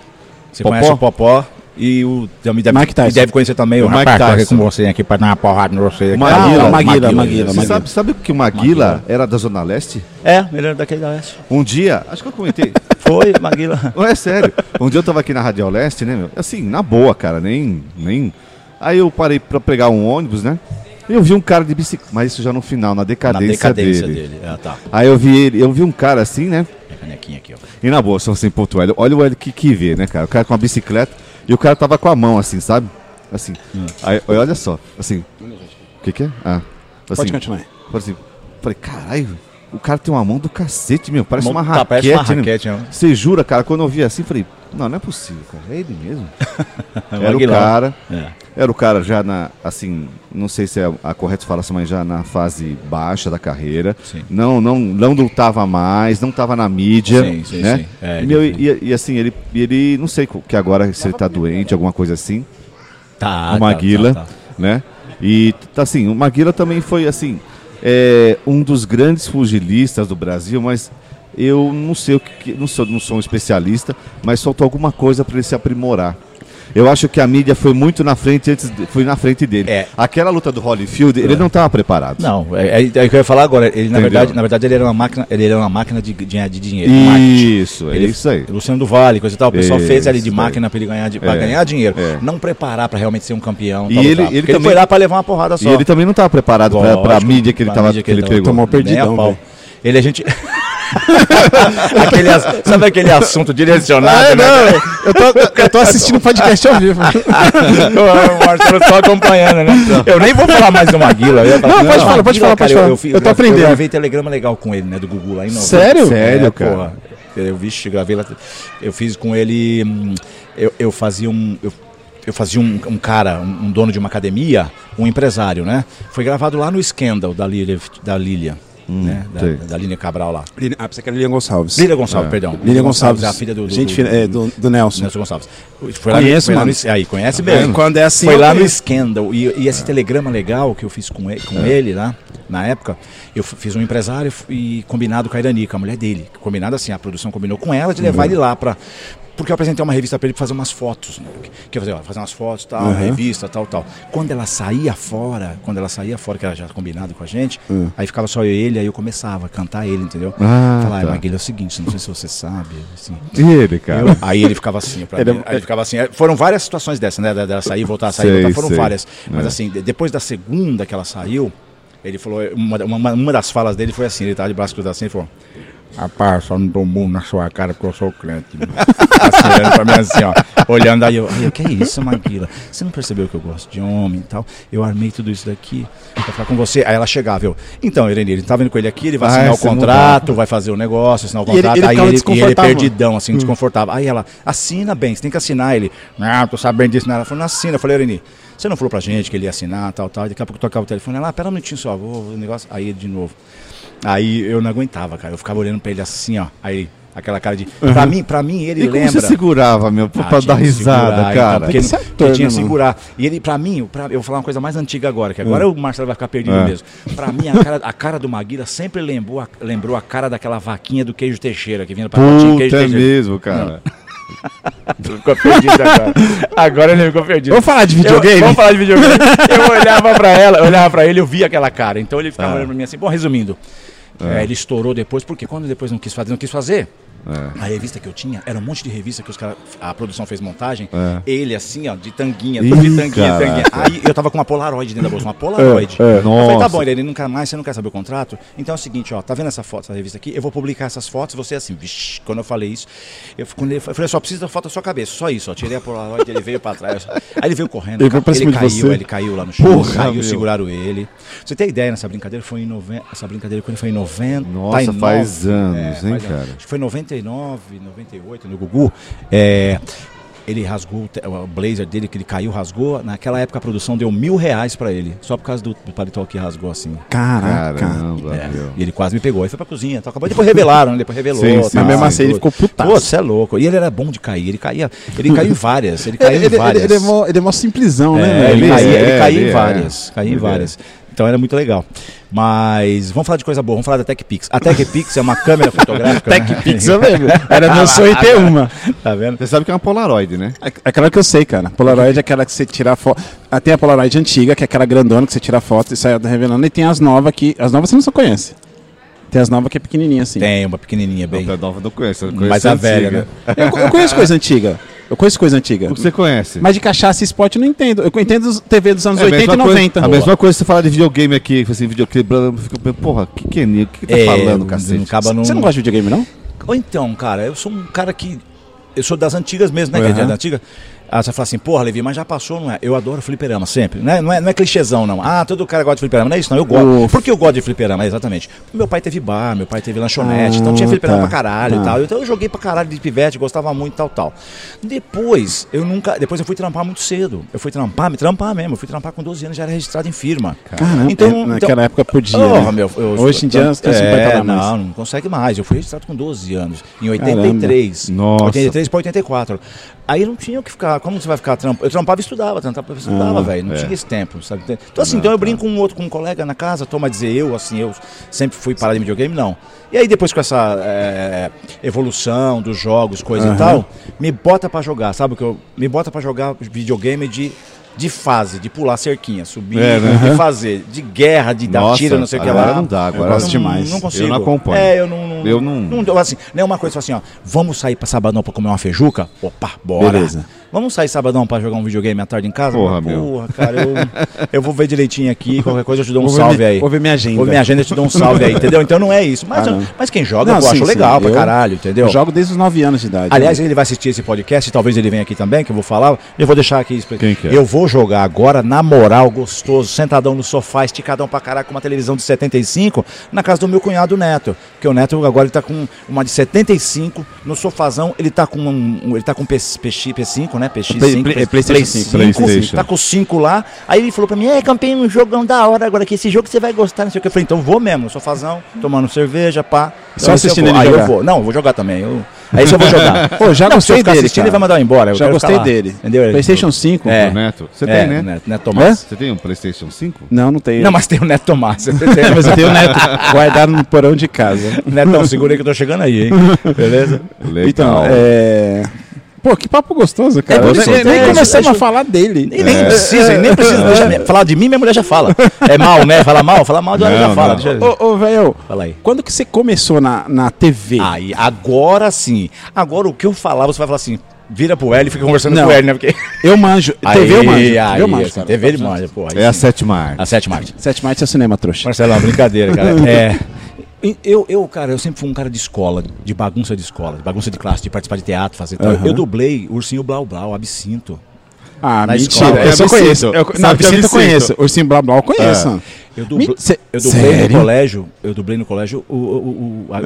[SPEAKER 3] Você
[SPEAKER 2] Popó?
[SPEAKER 3] conhece o Popó e o... Deve, deve,
[SPEAKER 1] Mike Tyson.
[SPEAKER 3] E deve conhecer também o,
[SPEAKER 2] O Mike
[SPEAKER 3] rapaz que tá aqui
[SPEAKER 2] Tyson.
[SPEAKER 3] com você aqui pra dar uma porrada no você.
[SPEAKER 2] Maguila.
[SPEAKER 3] Ah,
[SPEAKER 1] Maguila,
[SPEAKER 3] o
[SPEAKER 1] Maguila,
[SPEAKER 2] Você
[SPEAKER 1] Maguila.
[SPEAKER 2] sabe, sabe que o Maguila, era da Zona Leste?
[SPEAKER 3] É, ele era daquele da Leste.
[SPEAKER 2] Um dia, acho que eu comentei.
[SPEAKER 3] Foi,
[SPEAKER 2] [laughs]
[SPEAKER 3] Maguila.
[SPEAKER 2] não é sério. Um dia eu tava aqui na Radial Leste, né, meu? Assim, na boa, cara, nem. nem... Aí eu parei pra pegar um ônibus, né? E eu vi um cara de bicicleta. Mas isso já no final, na
[SPEAKER 3] Na
[SPEAKER 2] decadência,
[SPEAKER 3] decadência
[SPEAKER 2] dele.
[SPEAKER 3] dele. Ah, tá.
[SPEAKER 2] Aí eu vi ele, eu vi um cara assim, né?
[SPEAKER 3] Minha canequinha aqui, ó.
[SPEAKER 2] E na boa, são assim, ponto L. Olha o L que, que vê, né, cara? O cara com uma bicicleta e o cara tava com a mão, assim, sabe? Assim.
[SPEAKER 3] Hum.
[SPEAKER 2] Aí, aí olha só, assim. O que, que é? Ah. Assim,
[SPEAKER 1] Pode continuar.
[SPEAKER 2] por exemplo, falei, caralho, o cara tem uma mão do cacete, meu. Parece uma
[SPEAKER 3] Mão- tá,
[SPEAKER 2] raquete.
[SPEAKER 3] parece uma
[SPEAKER 2] né?
[SPEAKER 3] raquete, né?
[SPEAKER 2] Você jura, cara? Quando eu vi assim, falei, não, não é possível, cara. É ele mesmo. Era o
[SPEAKER 3] Maguilão.
[SPEAKER 2] cara.
[SPEAKER 3] um É.
[SPEAKER 2] Era o cara já na, assim, não sei se é a correta falação, mas já na fase baixa da carreira.
[SPEAKER 3] Sim.
[SPEAKER 2] Não, não, não lutava mais, não tava na mídia,
[SPEAKER 3] Sim, sim,
[SPEAKER 2] né?
[SPEAKER 3] sim. É,
[SPEAKER 2] Meu, e, e- e assim, ele, e ele, não sei co- que agora, se ele tá doente, alguma coisa assim,
[SPEAKER 3] Tá,
[SPEAKER 2] o Maguila, né? E, tá assim, o Maguila também foi, assim, é, um dos grandes fugilistas do Brasil, mas eu não sei o que, que- não sou, não sou um especialista, mas faltou alguma coisa para ele se aprimorar. Eu acho que a mídia foi muito na frente antes, de- foi na frente dele.
[SPEAKER 3] É.
[SPEAKER 2] Aquela luta do Holyfield, ele não estava preparado.
[SPEAKER 3] Não, é, é, é o que eu ia falar agora. Ele,
[SPEAKER 2] Entendeu?
[SPEAKER 3] na, verdade, na verdade, ele era uma máquina, ele era uma máquina de, ganhar de dinheiro. marketing.
[SPEAKER 2] Isso, é
[SPEAKER 3] um Ele-
[SPEAKER 2] isso aí.
[SPEAKER 3] Luciano do Vale, coisa e tal. O pessoal fez ali de
[SPEAKER 2] Isso,
[SPEAKER 3] máquina pra ele ganhar, de, pra
[SPEAKER 2] É,
[SPEAKER 3] ganhar dinheiro.
[SPEAKER 2] é.
[SPEAKER 3] Não preparar pra realmente ser um campeão.
[SPEAKER 2] E
[SPEAKER 3] tal,
[SPEAKER 2] ele-
[SPEAKER 3] tal.
[SPEAKER 2] ele
[SPEAKER 3] Porque
[SPEAKER 2] também-
[SPEAKER 3] foi lá pra levar uma porrada
[SPEAKER 2] E
[SPEAKER 3] só.
[SPEAKER 2] ele também não estava preparado para a
[SPEAKER 3] Lógico,
[SPEAKER 2] mídia que ele,
[SPEAKER 3] pra
[SPEAKER 2] tava,
[SPEAKER 3] mídia
[SPEAKER 2] que ele
[SPEAKER 3] tava- um
[SPEAKER 2] pegou.
[SPEAKER 1] Tomou
[SPEAKER 3] Nem a
[SPEAKER 1] perdidão,
[SPEAKER 3] pau.
[SPEAKER 1] velho.
[SPEAKER 3] Né, Ele a gente. [laughs] Aquele ass- sabe
[SPEAKER 2] [laughs]
[SPEAKER 3] aquele assunto
[SPEAKER 2] É,
[SPEAKER 3] direcionado,
[SPEAKER 1] Ah,
[SPEAKER 3] né?
[SPEAKER 1] não, eu tô, eu tô assistindo o podcast ao vivo.
[SPEAKER 3] [laughs] o Marcelo só acompanhando, né? Eu nem vou falar mais do Maguila. eu ia falar- assim,
[SPEAKER 1] Não, pode falar, pode falar, pode falar.
[SPEAKER 3] Eu, fi-
[SPEAKER 1] Eu tô
[SPEAKER 3] Eu
[SPEAKER 1] aprendendo.
[SPEAKER 3] gravei um telegrama legal com ele, né? Do Gugu lá em Nova
[SPEAKER 1] Sério?
[SPEAKER 2] Sério,
[SPEAKER 3] é,
[SPEAKER 2] cara.
[SPEAKER 3] porra. Eu vixe, gravei lá. Eu fiz com ele. hum, Eu, eu fazia um. Eu, eu fazia um, um cara, um, um dono de uma academia, um empresário, né? Foi gravado lá no Scandal da Lilia, da Lilia né? Da,
[SPEAKER 2] Hum, sei.
[SPEAKER 3] da Lília Cabral lá.
[SPEAKER 1] Ah, você quer Lilian Gonçalves.
[SPEAKER 3] Lília Gonçalves, perdão.
[SPEAKER 1] Lilian Gonçalves.
[SPEAKER 3] é a filha do, do-
[SPEAKER 1] Gente,
[SPEAKER 3] do-
[SPEAKER 1] fina- é, do, do Nelson.
[SPEAKER 3] Nelson Gonçalves. Foi lá-
[SPEAKER 1] Conheço,
[SPEAKER 3] foi lá no-
[SPEAKER 1] mano.
[SPEAKER 3] Aí, conhece
[SPEAKER 2] Tá
[SPEAKER 1] É,
[SPEAKER 3] bem.
[SPEAKER 1] quando é assim,
[SPEAKER 3] Foi
[SPEAKER 1] eu
[SPEAKER 3] lá no
[SPEAKER 1] conheço.
[SPEAKER 3] Scandal. E, e esse telegrama legal que eu fiz com ele, com ele lá, na época, eu f- fiz um empresário e combinado com a Irani, com a mulher dele. Combinado assim, a produção combinou com ela de levar ele lá pra. Porque eu apresentei uma revista pra ele pra fazer umas fotos. Né? Que eu fazia, ó, fazer umas fotos, tal,
[SPEAKER 1] Uhum.
[SPEAKER 3] revista, tal, tal. Quando ela saía fora, quando ela saía fora, que era já combinado com a gente, aí ficava só eu e ele, aí eu começava a cantar ele, entendeu?
[SPEAKER 2] Ah,
[SPEAKER 3] Falar,
[SPEAKER 2] tá.
[SPEAKER 3] Maguila, é o seguinte, não sei se você sabe, assim,
[SPEAKER 2] E ele, cara.
[SPEAKER 3] eu- aí ele ficava assim, pra
[SPEAKER 1] Ele-
[SPEAKER 3] mim. Aí ele ficava assim. É, Foram várias situações dessa, né? Dela sair, voltar, sair,
[SPEAKER 2] Sei,
[SPEAKER 3] voltar. Foram
[SPEAKER 2] sei.
[SPEAKER 3] várias. Mas
[SPEAKER 2] É.
[SPEAKER 3] assim, de- depois da segunda que ela saiu, ele falou. Uma, uma, uma das falas dele foi assim: ele tava de braço cruzado assim, ele falou. Rapaz, só não dou um murro na sua cara porque eu sou crente. né?" [laughs] assim, olhando pra mim assim, ó. Olhando aí, eu, "Ai, que é isso, Maguila? Você não percebeu que eu gosto de homem e tal? Eu armei tudo isso daqui pra falar com você. Aí ela chegava, eu, então, Irene, ele tá vendo com ele aqui, ele vai
[SPEAKER 2] Ah,
[SPEAKER 3] assinar o
[SPEAKER 2] você não
[SPEAKER 3] contrato, vai fazer o negócio, assinar o
[SPEAKER 1] E ele-
[SPEAKER 3] contrato.
[SPEAKER 1] ele
[SPEAKER 3] aí
[SPEAKER 1] ficava
[SPEAKER 3] ele, e ele
[SPEAKER 1] desconfortável.
[SPEAKER 3] perdi, doidão,
[SPEAKER 2] Hum.
[SPEAKER 3] assim, desconfortável. Aí ela, assina bem, você tem que assinar ele. Não, tô sabendo disso. Não. Ela falou, não assina. Eu falei, Irene, você não falou pra gente que ele ia assinar, tal, tal. E daqui a pouco tocava o telefone. Ela, ah, pera um minutinho só, vou, vou- o negócio. Aí ele de novo. Aí eu não aguentava, cara. Eu ficava olhando pra ele assim, ó. Aí, aquela cara de. Pra mim, pra mim, ele
[SPEAKER 2] Uhum. E como
[SPEAKER 3] lembra.
[SPEAKER 2] você segurava, meu, pra,
[SPEAKER 3] Ah,
[SPEAKER 2] pra
[SPEAKER 3] tinha
[SPEAKER 2] dar
[SPEAKER 3] que
[SPEAKER 2] risada,
[SPEAKER 3] segurar, então,
[SPEAKER 2] cara?
[SPEAKER 3] porque
[SPEAKER 1] Tem que
[SPEAKER 3] não-
[SPEAKER 1] ser ator,
[SPEAKER 3] eu tinha
[SPEAKER 1] né,
[SPEAKER 3] que
[SPEAKER 1] mano?
[SPEAKER 3] segurar. E ele, pra mim, pra- eu vou falar uma coisa mais antiga agora, que agora o Marcelo vai ficar perdido
[SPEAKER 2] Hum. É.
[SPEAKER 3] mesmo. Pra mim, a cara, a cara do Maguila sempre lembrou a, lembrou a cara daquela vaquinha do queijo Teixeira, que vinha no pacotinho de queijo
[SPEAKER 2] Puta, é
[SPEAKER 3] Teixeira.
[SPEAKER 2] mesmo,
[SPEAKER 3] [laughs]
[SPEAKER 2] cara.
[SPEAKER 3] Tu Ficou perdido agora. [laughs] Agora ele ficou perdido.
[SPEAKER 1] Vamos falar de videogame?
[SPEAKER 3] Eu, vamos falar de videogame. Eu olhava pra ela, eu olhava pra ele, eu via aquela cara. Então ele ficava olhando pra mim assim. Bom, resumindo. é, ele estourou depois, porque quando depois não quis fazer, não quis fazer. A revista que eu tinha era um monte de revista que os cara, a produção fez montagem.
[SPEAKER 2] É.
[SPEAKER 3] Ele assim, ó, de tanguinha, tudo
[SPEAKER 2] Ih,
[SPEAKER 3] de tanguinha,
[SPEAKER 2] caraca.
[SPEAKER 3] tanguinha. Aí eu tava com uma Polaroid dentro da bolsa, uma Polaroid.
[SPEAKER 2] é.
[SPEAKER 3] Eu falei,
[SPEAKER 2] Nossa.
[SPEAKER 3] tá bom, ele nunca mais, você não quer saber o contrato? Então é o seguinte, ó, tá vendo essa foto, essa revista aqui? Eu vou publicar essas fotos, você assim, vixi, quando eu falei isso, eu, quando ele- eu falei, só precisa da foto da sua cabeça, só isso, ó, tirei a polaroid, ele veio pra trás, [laughs] aí ele veio correndo,
[SPEAKER 1] Ele veio pra cima de
[SPEAKER 3] caiu,
[SPEAKER 1] você.
[SPEAKER 3] ele caiu lá no chão,
[SPEAKER 2] Porra,
[SPEAKER 3] caiu,
[SPEAKER 2] meu.
[SPEAKER 3] seguraram ele. Você tem ideia, nessa brincadeira foi em 90, essa brincadeira com ele foi Tá em 90,
[SPEAKER 2] Nossa, faz anos, hein, cara?
[SPEAKER 3] Acho que foi em 99, 98, no né, Gugu, é... Ele rasgou o te- o blazer dele, que ele caiu, rasgou. Naquela época a produção deu mil reais pra ele, só por causa do do paletó que rasgou assim. É,
[SPEAKER 1] Caraca.
[SPEAKER 2] Caramba, meu.
[SPEAKER 3] E ele quase me pegou. Aí foi pra cozinha. Tal. Acabou, depois revelaram, né? depois revelou.
[SPEAKER 2] Sim, sim.
[SPEAKER 3] tal,
[SPEAKER 2] Mas mesmo
[SPEAKER 1] assim, ele
[SPEAKER 3] tudo.
[SPEAKER 1] ficou putaço.
[SPEAKER 3] Pô, você é louco. E ele era bom de cair. Ele caía, ele caiu em várias. Ele caiu
[SPEAKER 1] Ele,
[SPEAKER 3] em
[SPEAKER 1] ele-
[SPEAKER 3] várias.
[SPEAKER 1] ele é mó, ele é mó simplesão, né?
[SPEAKER 3] É,
[SPEAKER 1] velho?
[SPEAKER 3] ele,
[SPEAKER 2] ele
[SPEAKER 3] caía,
[SPEAKER 2] é,
[SPEAKER 3] ele caía
[SPEAKER 2] ele
[SPEAKER 3] em
[SPEAKER 2] é.
[SPEAKER 3] várias. Caía em
[SPEAKER 2] Ele é.
[SPEAKER 3] várias. Então era muito legal. Mas vamos falar de coisa boa. Vamos falar da TechPix. A TechPix é
[SPEAKER 2] [laughs]
[SPEAKER 3] uma câmera fotográfica. né?
[SPEAKER 1] TechPix, eu lembro. Era meu sonho ter uma.
[SPEAKER 3] [laughs] Tá vendo?
[SPEAKER 2] Você sabe que é uma Polaroid, né?
[SPEAKER 1] É Aquela que eu sei, cara. Polaroid é aquela que você tira foto. Ah, Tem a Polaroid antiga, que é aquela grandona que você tira foto e sai revelando. E tem as novas que. As novas você não só conhece. Tem as novas que é pequenininha assim.
[SPEAKER 3] Tem uma pequenininha bem.
[SPEAKER 2] Não, nova eu não conheço. eu conheço
[SPEAKER 3] Mas a
[SPEAKER 2] antiga.
[SPEAKER 3] velha, né?
[SPEAKER 1] Eu, co- eu conheço coisa antiga. Eu conheço coisa antiga.
[SPEAKER 2] O que você conhece?
[SPEAKER 1] Mas de cachaça e esporte eu não entendo. Eu entendo os TV dos anos
[SPEAKER 2] É a
[SPEAKER 1] 80 e
[SPEAKER 2] mesma coisa-
[SPEAKER 1] 90.
[SPEAKER 2] A mesma coisa que você falar de videogame aqui, que assim, videogame, blá, blá, blá, fica, porra, o que que é nisso? O que que tá
[SPEAKER 3] É,
[SPEAKER 2] falando, cacete?
[SPEAKER 3] não acaba
[SPEAKER 1] Você não gosta de videogame, não?
[SPEAKER 3] Ou então, cara, eu sou um cara que. Eu sou das antigas mesmo, né? Que é
[SPEAKER 1] Aham.
[SPEAKER 3] da antiga. Ah, você fala assim, porra, Levi, mas já passou, não é? Eu adoro fliperama sempre. Não é, não é, não é clichêzão, não. Ah, todo cara gosta de fliperama. Não é isso, não. Eu gosto.
[SPEAKER 1] Ufa.
[SPEAKER 3] Por que eu gosto de fliperama? É, exatamente. Meu pai teve bar, meu pai teve lanchonete,
[SPEAKER 1] Ah,
[SPEAKER 3] então tinha fliperama
[SPEAKER 1] tá,
[SPEAKER 3] pra caralho
[SPEAKER 1] tá.
[SPEAKER 3] e tal. Então eu joguei pra caralho de pivete, gostava muito tal, tal. Depois, eu nunca. Depois eu fui trampar muito cedo. Eu fui trampar, me trampar mesmo. Eu fui trampar com 12 anos, já era registrado em firma. Então,
[SPEAKER 1] Caramba, é, naquela época podia,
[SPEAKER 3] Porra,
[SPEAKER 1] né?
[SPEAKER 3] meu, eu-
[SPEAKER 1] Hoje em dia as crianças não podem
[SPEAKER 3] é,
[SPEAKER 1] trabalhar mais.
[SPEAKER 3] não, não consegue mais. Eu fui registrado com 12 anos, em 83.
[SPEAKER 2] Caramba. Nossa.
[SPEAKER 3] 83 para 84. Aí não tinha o que ficar. Como você vai ficar trampando? Eu trampava e estudava, trampava e estudava,
[SPEAKER 1] Ah, tá.
[SPEAKER 3] velho. Não
[SPEAKER 2] é.
[SPEAKER 3] tinha esse tempo, sabe? Então, assim, então eu brinco com um outro, com um colega na casa, toma dizer eu, assim, eu sempre fui parar de videogame, não. E aí depois com essa é, evolução dos jogos, coisa e tal, me bota pra jogar, sabe? o Que eu, me bota pra jogar videogame de de fase, de pular cerquinha, subir,
[SPEAKER 2] É, né?
[SPEAKER 3] de fazer, de guerra, de dar
[SPEAKER 2] Nossa,
[SPEAKER 3] tiro, não sei o que
[SPEAKER 2] agora
[SPEAKER 3] lá.
[SPEAKER 2] não dá, agora
[SPEAKER 3] eu
[SPEAKER 2] não-
[SPEAKER 3] gosto demais. Não consigo.
[SPEAKER 2] eu não acompanho.
[SPEAKER 3] É, eu não. não
[SPEAKER 2] Eu não-
[SPEAKER 3] não assim, não é uma coisa assim, ó. Vamos sair pra sabadão pra comer uma feijuca? Opa, bora.
[SPEAKER 1] Beleza.
[SPEAKER 3] Vamos sair sabadão pra jogar um videogame à tarde em casa?
[SPEAKER 2] Porra, meu.
[SPEAKER 3] Porra, cara,
[SPEAKER 2] [laughs]
[SPEAKER 3] eu, eu vou ver direitinho aqui. Qualquer coisa eu te dou um
[SPEAKER 1] Vou ver
[SPEAKER 3] salve
[SPEAKER 1] minha-
[SPEAKER 3] aí.
[SPEAKER 1] vou ver minha agenda.
[SPEAKER 3] Vou ver minha agenda e te dou um salve aí, entendeu? Então não é isso. Mas,
[SPEAKER 1] Ah, não.
[SPEAKER 3] mas quem joga,
[SPEAKER 1] Não,
[SPEAKER 3] pô,
[SPEAKER 1] sim,
[SPEAKER 3] acho
[SPEAKER 1] sim,
[SPEAKER 3] legal pra
[SPEAKER 1] eu-
[SPEAKER 3] caralho, entendeu?
[SPEAKER 1] Eu jogo desde os 9 anos de idade.
[SPEAKER 3] Aliás, ele vai assistir esse podcast, talvez ele venha aqui também, que eu vou falar. Eu vou deixar aqui explicado.
[SPEAKER 2] Quem que é?
[SPEAKER 3] Eu vou jogar agora, na moral, gostoso, sentadão no sofá, esticadão pra caraca, com uma televisão de 75, na casa do meu cunhado Neto. Porque o Neto agora ele tá com uma de 75, no sofazão, ele tá com um, um- ele tá com P, P5, né? PX5,
[SPEAKER 1] Play- Play-
[SPEAKER 3] P-
[SPEAKER 1] PlayStation
[SPEAKER 3] Play
[SPEAKER 1] 5,
[SPEAKER 2] PlayStation.
[SPEAKER 3] Tá com 5 lá. Aí ele falou pra mim, é, campeão, um jogão da hora agora, que esse jogo você vai gostar, não sei o que. Eu falei, então vou mesmo, no sofazão, tomando cerveja, pá.
[SPEAKER 1] Só
[SPEAKER 3] Então, esse eu
[SPEAKER 1] assistindo
[SPEAKER 3] vou.
[SPEAKER 1] ele
[SPEAKER 3] Aí eu
[SPEAKER 1] jogar.
[SPEAKER 3] vou. Não, eu vou jogar também. Eu... Aí [laughs] se eu vou jogar.
[SPEAKER 1] Pô, já
[SPEAKER 3] não, se
[SPEAKER 1] gostei
[SPEAKER 3] eu ficar
[SPEAKER 1] dele,
[SPEAKER 3] assistindo,
[SPEAKER 1] cara.
[SPEAKER 3] ele vai mandar eu embora. Eu
[SPEAKER 1] já
[SPEAKER 3] quero
[SPEAKER 1] gostei
[SPEAKER 3] ficar lá.
[SPEAKER 1] dele.
[SPEAKER 3] Entendeu?
[SPEAKER 1] PlayStation 5.
[SPEAKER 3] É.
[SPEAKER 2] O Neto. Você
[SPEAKER 3] é,
[SPEAKER 2] tem, né?
[SPEAKER 3] Neto, Neto Tomás.
[SPEAKER 2] Você tem um PlayStation 5?
[SPEAKER 1] Não, não tenho.
[SPEAKER 3] Não, mas tem o Neto [laughs] Tomás.
[SPEAKER 1] Mas eu tenho o neto [laughs] guardado no porão de casa.
[SPEAKER 3] Netão, segura aí que eu tô chegando aí, hein? Beleza?
[SPEAKER 2] Legal.
[SPEAKER 1] Então, é. Pô, que papo gostoso, cara.
[SPEAKER 2] É,
[SPEAKER 1] Eu
[SPEAKER 2] gostoso.
[SPEAKER 1] nem, nem
[SPEAKER 2] É,
[SPEAKER 1] começamos
[SPEAKER 3] isso-
[SPEAKER 1] a falar dele.
[SPEAKER 3] E nem precisa, nem precisa deixa minha- falar de mim, minha mulher já fala. É mal, né? Fala mal, fala mal, ela já
[SPEAKER 2] Não,
[SPEAKER 3] fala.
[SPEAKER 2] não.
[SPEAKER 3] Deixa eu-
[SPEAKER 1] Ô, ô, velho,
[SPEAKER 3] Fala aí. Ah.
[SPEAKER 1] quando que você começou na, na TV?
[SPEAKER 3] Aí, agora sim. Agora o que eu falar, você vai falar assim, vira pro Hélio e fica conversando
[SPEAKER 1] Não.
[SPEAKER 3] com o Hélio, né? Porque... é
[SPEAKER 1] Eu manjo. TV eu manjo.
[SPEAKER 3] [laughs] Aí,
[SPEAKER 1] TV eu
[SPEAKER 3] aí,
[SPEAKER 1] manjo,
[SPEAKER 3] assim,
[SPEAKER 1] cara.
[SPEAKER 3] TV ele manja, pô. aí
[SPEAKER 2] É a
[SPEAKER 3] sim.
[SPEAKER 2] sétima arte.
[SPEAKER 3] a sete Marte.
[SPEAKER 1] Sete mais é cinema, trouxa.
[SPEAKER 3] Marcelão, brincadeira, [laughs] cara. É. Eu, eu, cara, eu sempre fui um cara de escola, de bagunça de escola, de bagunça de classe, de participar de teatro, fazer tal.
[SPEAKER 1] Aham.
[SPEAKER 3] Eu dublei Ursinho Blau Blau, Absinto.
[SPEAKER 1] Ah,
[SPEAKER 3] Na
[SPEAKER 1] mentira.
[SPEAKER 3] escola.
[SPEAKER 1] Eu
[SPEAKER 2] É
[SPEAKER 1] só
[SPEAKER 2] absinto.
[SPEAKER 1] conheço. Eu, não,
[SPEAKER 2] Sabe que é
[SPEAKER 1] absinto eu
[SPEAKER 2] absinto.
[SPEAKER 1] conheço. Ursinho Blá
[SPEAKER 3] Ah.
[SPEAKER 1] Blá eu conheço.
[SPEAKER 3] Eu, dubl-
[SPEAKER 1] Me- cê-
[SPEAKER 3] eu dublei
[SPEAKER 1] sério?
[SPEAKER 3] no colégio, eu dublei no colégio o, o, o, a-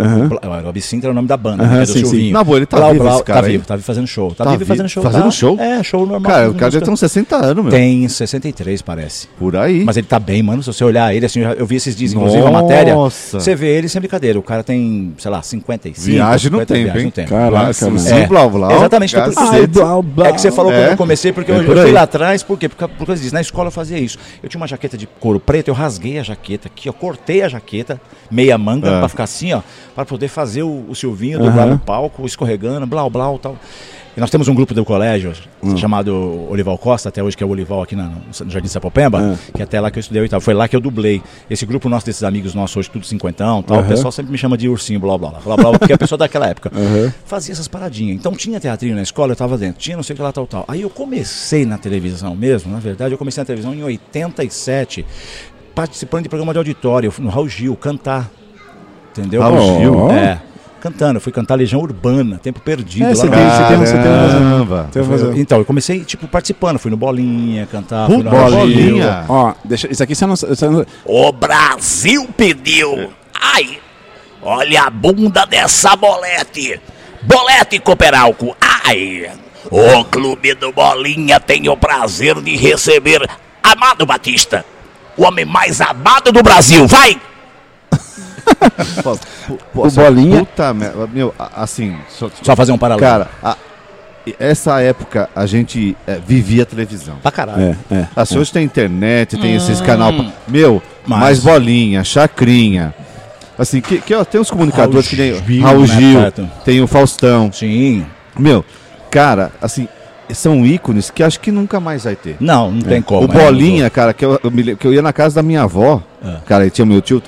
[SPEAKER 3] o- o Absinto era o nome da banda,
[SPEAKER 1] Aham,
[SPEAKER 3] né, do
[SPEAKER 1] sim, sim.
[SPEAKER 3] Silvinho.
[SPEAKER 2] Na boa, ele tá vivo esse cara
[SPEAKER 3] tá
[SPEAKER 2] aí.
[SPEAKER 3] vivo, tá vivo fazendo show. Tá,
[SPEAKER 2] Tá
[SPEAKER 3] vivo e
[SPEAKER 2] vivo,
[SPEAKER 3] fazendo show.
[SPEAKER 2] fazendo
[SPEAKER 3] tá?
[SPEAKER 2] show?
[SPEAKER 3] É, show normal.
[SPEAKER 2] Cara, o
[SPEAKER 3] fazendo
[SPEAKER 2] cara deve ter
[SPEAKER 3] música.
[SPEAKER 2] uns 60 anos, meu.
[SPEAKER 3] Tem 63, parece.
[SPEAKER 2] Por aí.
[SPEAKER 3] Mas ele tá bem, mano. Se você olhar ele, assim, eu já- eu vi esses dias, inclusive, a matéria.
[SPEAKER 2] Nossa.
[SPEAKER 3] Você vê ele sem brincadeira. O cara tem, sei lá, 55.
[SPEAKER 2] Viagem no
[SPEAKER 3] 50
[SPEAKER 2] tempo,
[SPEAKER 3] viagem
[SPEAKER 2] hein?
[SPEAKER 3] no tempo.
[SPEAKER 1] Cara, Caraca,
[SPEAKER 2] Sim,
[SPEAKER 1] mano.
[SPEAKER 2] sim,
[SPEAKER 3] É.
[SPEAKER 2] Blau, Blau.
[SPEAKER 3] Exatamente, tô por-
[SPEAKER 2] Cacete.
[SPEAKER 1] Ai, Blau Blau.
[SPEAKER 3] É que você falou quando
[SPEAKER 2] É.
[SPEAKER 3] eu comecei, porque
[SPEAKER 2] É
[SPEAKER 3] eu,
[SPEAKER 2] por
[SPEAKER 3] eu
[SPEAKER 2] aí.
[SPEAKER 3] fui lá atrás, por quê? Porque por causa disso, na escola eu fazia isso. Eu tinha uma jaqueta de couro preto, eu rasguei a jaqueta aqui, ó, cortei a jaqueta, meia manga,
[SPEAKER 2] Ah.
[SPEAKER 3] pra ficar assim, ó, pra poder fazer o, o Silvinho dobrar
[SPEAKER 1] Aham.
[SPEAKER 3] no palco, escorregando, blá, blá, tal. E nós temos um grupo do colégio
[SPEAKER 2] Hum.
[SPEAKER 3] chamado Olival Costa, até hoje que é o Olival aqui na- no Jardim Sapopemba,
[SPEAKER 2] É.
[SPEAKER 3] que é até lá que eu estudei e tal. Foi lá que eu dublei. Esse grupo nosso, desses amigos nossos hoje, tudo cinquentão tal.
[SPEAKER 1] Aham.
[SPEAKER 3] O pessoal sempre me chama de ursinho, blá, blá, blá, blá, blá, porque é a pessoa
[SPEAKER 1] [laughs]
[SPEAKER 3] daquela época. Fazia essas paradinhas. Então tinha teatrinho na escola, eu tava dentro. Tinha não sei o que lá, tal, tal. Aí eu comecei na televisão mesmo, na verdade, eu comecei na televisão em 87, participando de programa de auditório, eu fui no Raul Gil, cantar. Entendeu?
[SPEAKER 2] Raul
[SPEAKER 1] Gil?
[SPEAKER 3] É. Cantando, eu fui cantar Legião Urbana, Tempo Perdido.
[SPEAKER 1] É,
[SPEAKER 3] lá
[SPEAKER 1] você
[SPEAKER 3] no
[SPEAKER 1] tem- você tem- você tem razão.
[SPEAKER 2] Caramba.
[SPEAKER 1] Você vai
[SPEAKER 3] eu-
[SPEAKER 1] fazer-
[SPEAKER 3] então, eu comecei, tipo, participando. Fui no Bolinha cantar.
[SPEAKER 2] Pô,
[SPEAKER 3] fui no
[SPEAKER 2] Bolinha.
[SPEAKER 3] Bolinha.
[SPEAKER 1] Ó, deixa, isso aqui você não, você não-
[SPEAKER 4] O Brasil
[SPEAKER 2] É.
[SPEAKER 4] pediu. Ai, olha a bunda dessa bolete. Bolete Cooperalco. Ai, o Clube do Bolinha tem o prazer de receber Amado Batista, o homem mais amado do Brasil. Vai!
[SPEAKER 2] Pô, pô, pô,
[SPEAKER 1] O
[SPEAKER 2] só-
[SPEAKER 1] Bolinha.
[SPEAKER 2] Puta merda. Meu, a- assim, só,
[SPEAKER 3] Só fazer um paralelo.
[SPEAKER 2] Cara, a- essa época a gente é, vivia televisão.
[SPEAKER 3] pra caralho.
[SPEAKER 1] É, é.
[SPEAKER 2] Assim,
[SPEAKER 3] Hum.
[SPEAKER 2] hoje tem internet, tem esses canal. pra- Meu,
[SPEAKER 3] Mas-
[SPEAKER 2] mais bolinha, chacrinha. Assim, que, que, ó, tem os comunicadores
[SPEAKER 3] Raul
[SPEAKER 2] que tem
[SPEAKER 3] Gil,
[SPEAKER 2] Raul
[SPEAKER 3] né,
[SPEAKER 2] Gil,
[SPEAKER 3] Tato?
[SPEAKER 2] tem o Faustão.
[SPEAKER 3] Sim.
[SPEAKER 2] Meu, cara, assim, são ícones que acho que nunca mais vai ter.
[SPEAKER 3] Não, não tem como.
[SPEAKER 2] É.
[SPEAKER 3] né,
[SPEAKER 2] o Bolinha, cara, que eu, eu me lembro que eu ia na casa da minha avó,
[SPEAKER 3] Ah.
[SPEAKER 2] cara, e tinha meu tio.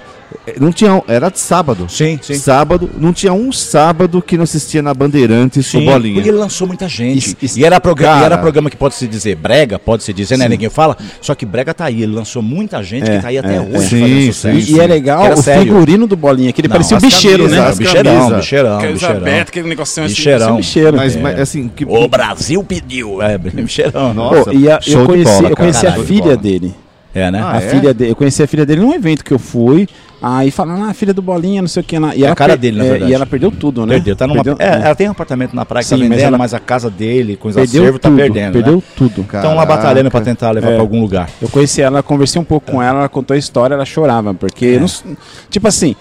[SPEAKER 2] eh, Não tinha, era de sábado.
[SPEAKER 3] Sim, sim.
[SPEAKER 2] Sábado, não tinha um sábado que não assistia na Bandeirantes
[SPEAKER 3] Sim,
[SPEAKER 2] o Bolinha.
[SPEAKER 3] porque ele lançou muita gente.
[SPEAKER 1] Isso, isso.
[SPEAKER 3] e, era programa,
[SPEAKER 2] Cara.
[SPEAKER 3] e era programa que pode se dizer brega, pode se dizer, né? Ninguém fala. Só que brega tá aí. Ele lançou muita gente
[SPEAKER 1] É,
[SPEAKER 3] que tá aí até
[SPEAKER 1] é,
[SPEAKER 3] hoje
[SPEAKER 2] é.
[SPEAKER 3] fazendo
[SPEAKER 2] Sim,
[SPEAKER 1] E,
[SPEAKER 3] sucesso.
[SPEAKER 2] sim,
[SPEAKER 1] e é legal
[SPEAKER 3] Tá, Era
[SPEAKER 1] o
[SPEAKER 3] sério.
[SPEAKER 1] figurino do Bolinha, que ele
[SPEAKER 3] Não,
[SPEAKER 1] parecia um
[SPEAKER 2] as
[SPEAKER 1] bicheiro,
[SPEAKER 2] camisas,
[SPEAKER 1] né?
[SPEAKER 2] as
[SPEAKER 3] Bicheirão,
[SPEAKER 2] camisa.
[SPEAKER 3] bicheirão,
[SPEAKER 1] Camisa
[SPEAKER 3] bicheirão.
[SPEAKER 1] aberta, aquele negocinho assim,
[SPEAKER 3] Bicheirão.
[SPEAKER 1] parecia um bicheiro.
[SPEAKER 2] Mas,
[SPEAKER 1] É.
[SPEAKER 2] mas, assim, que.
[SPEAKER 4] O Brasil pediu.
[SPEAKER 3] É, [laughs] bicheirão.
[SPEAKER 2] Nossa.
[SPEAKER 1] Pô, e a-
[SPEAKER 2] show
[SPEAKER 1] eu
[SPEAKER 2] de
[SPEAKER 1] conheci,
[SPEAKER 2] bola,
[SPEAKER 1] eu conheci a
[SPEAKER 2] caralho.
[SPEAKER 1] filha
[SPEAKER 2] Show de bola.
[SPEAKER 1] dele.
[SPEAKER 3] É, né?
[SPEAKER 2] Ah,
[SPEAKER 1] a
[SPEAKER 2] é?
[SPEAKER 1] filha dele, eu conheci a filha dele num evento que eu fui. Aí falando, ah, filha do Bolinha, não sei o que. na- E ela
[SPEAKER 3] cara
[SPEAKER 1] per-
[SPEAKER 3] dele, na
[SPEAKER 1] é,
[SPEAKER 3] verdade.
[SPEAKER 1] E ela perdeu tudo, né?
[SPEAKER 3] Perdeu, tá numa.
[SPEAKER 1] Perdeu,
[SPEAKER 3] é,
[SPEAKER 1] é,
[SPEAKER 3] Ela tem um apartamento na praia que
[SPEAKER 1] Sim,
[SPEAKER 3] tá
[SPEAKER 1] mas
[SPEAKER 3] vendendo,
[SPEAKER 1] ela-
[SPEAKER 3] mas, a casa dele, com os
[SPEAKER 1] perdeu
[SPEAKER 3] acervos, tá
[SPEAKER 1] tudo,
[SPEAKER 3] perdendo.
[SPEAKER 1] Perdeu
[SPEAKER 3] né?
[SPEAKER 1] tudo.
[SPEAKER 3] Então lá batalhando pra tentar levar
[SPEAKER 1] É.
[SPEAKER 3] pra algum lugar. É.
[SPEAKER 1] Eu conheci ela, conversei um pouco com ela, ela contou a história, ela chorava, porque. não s- tipo assim,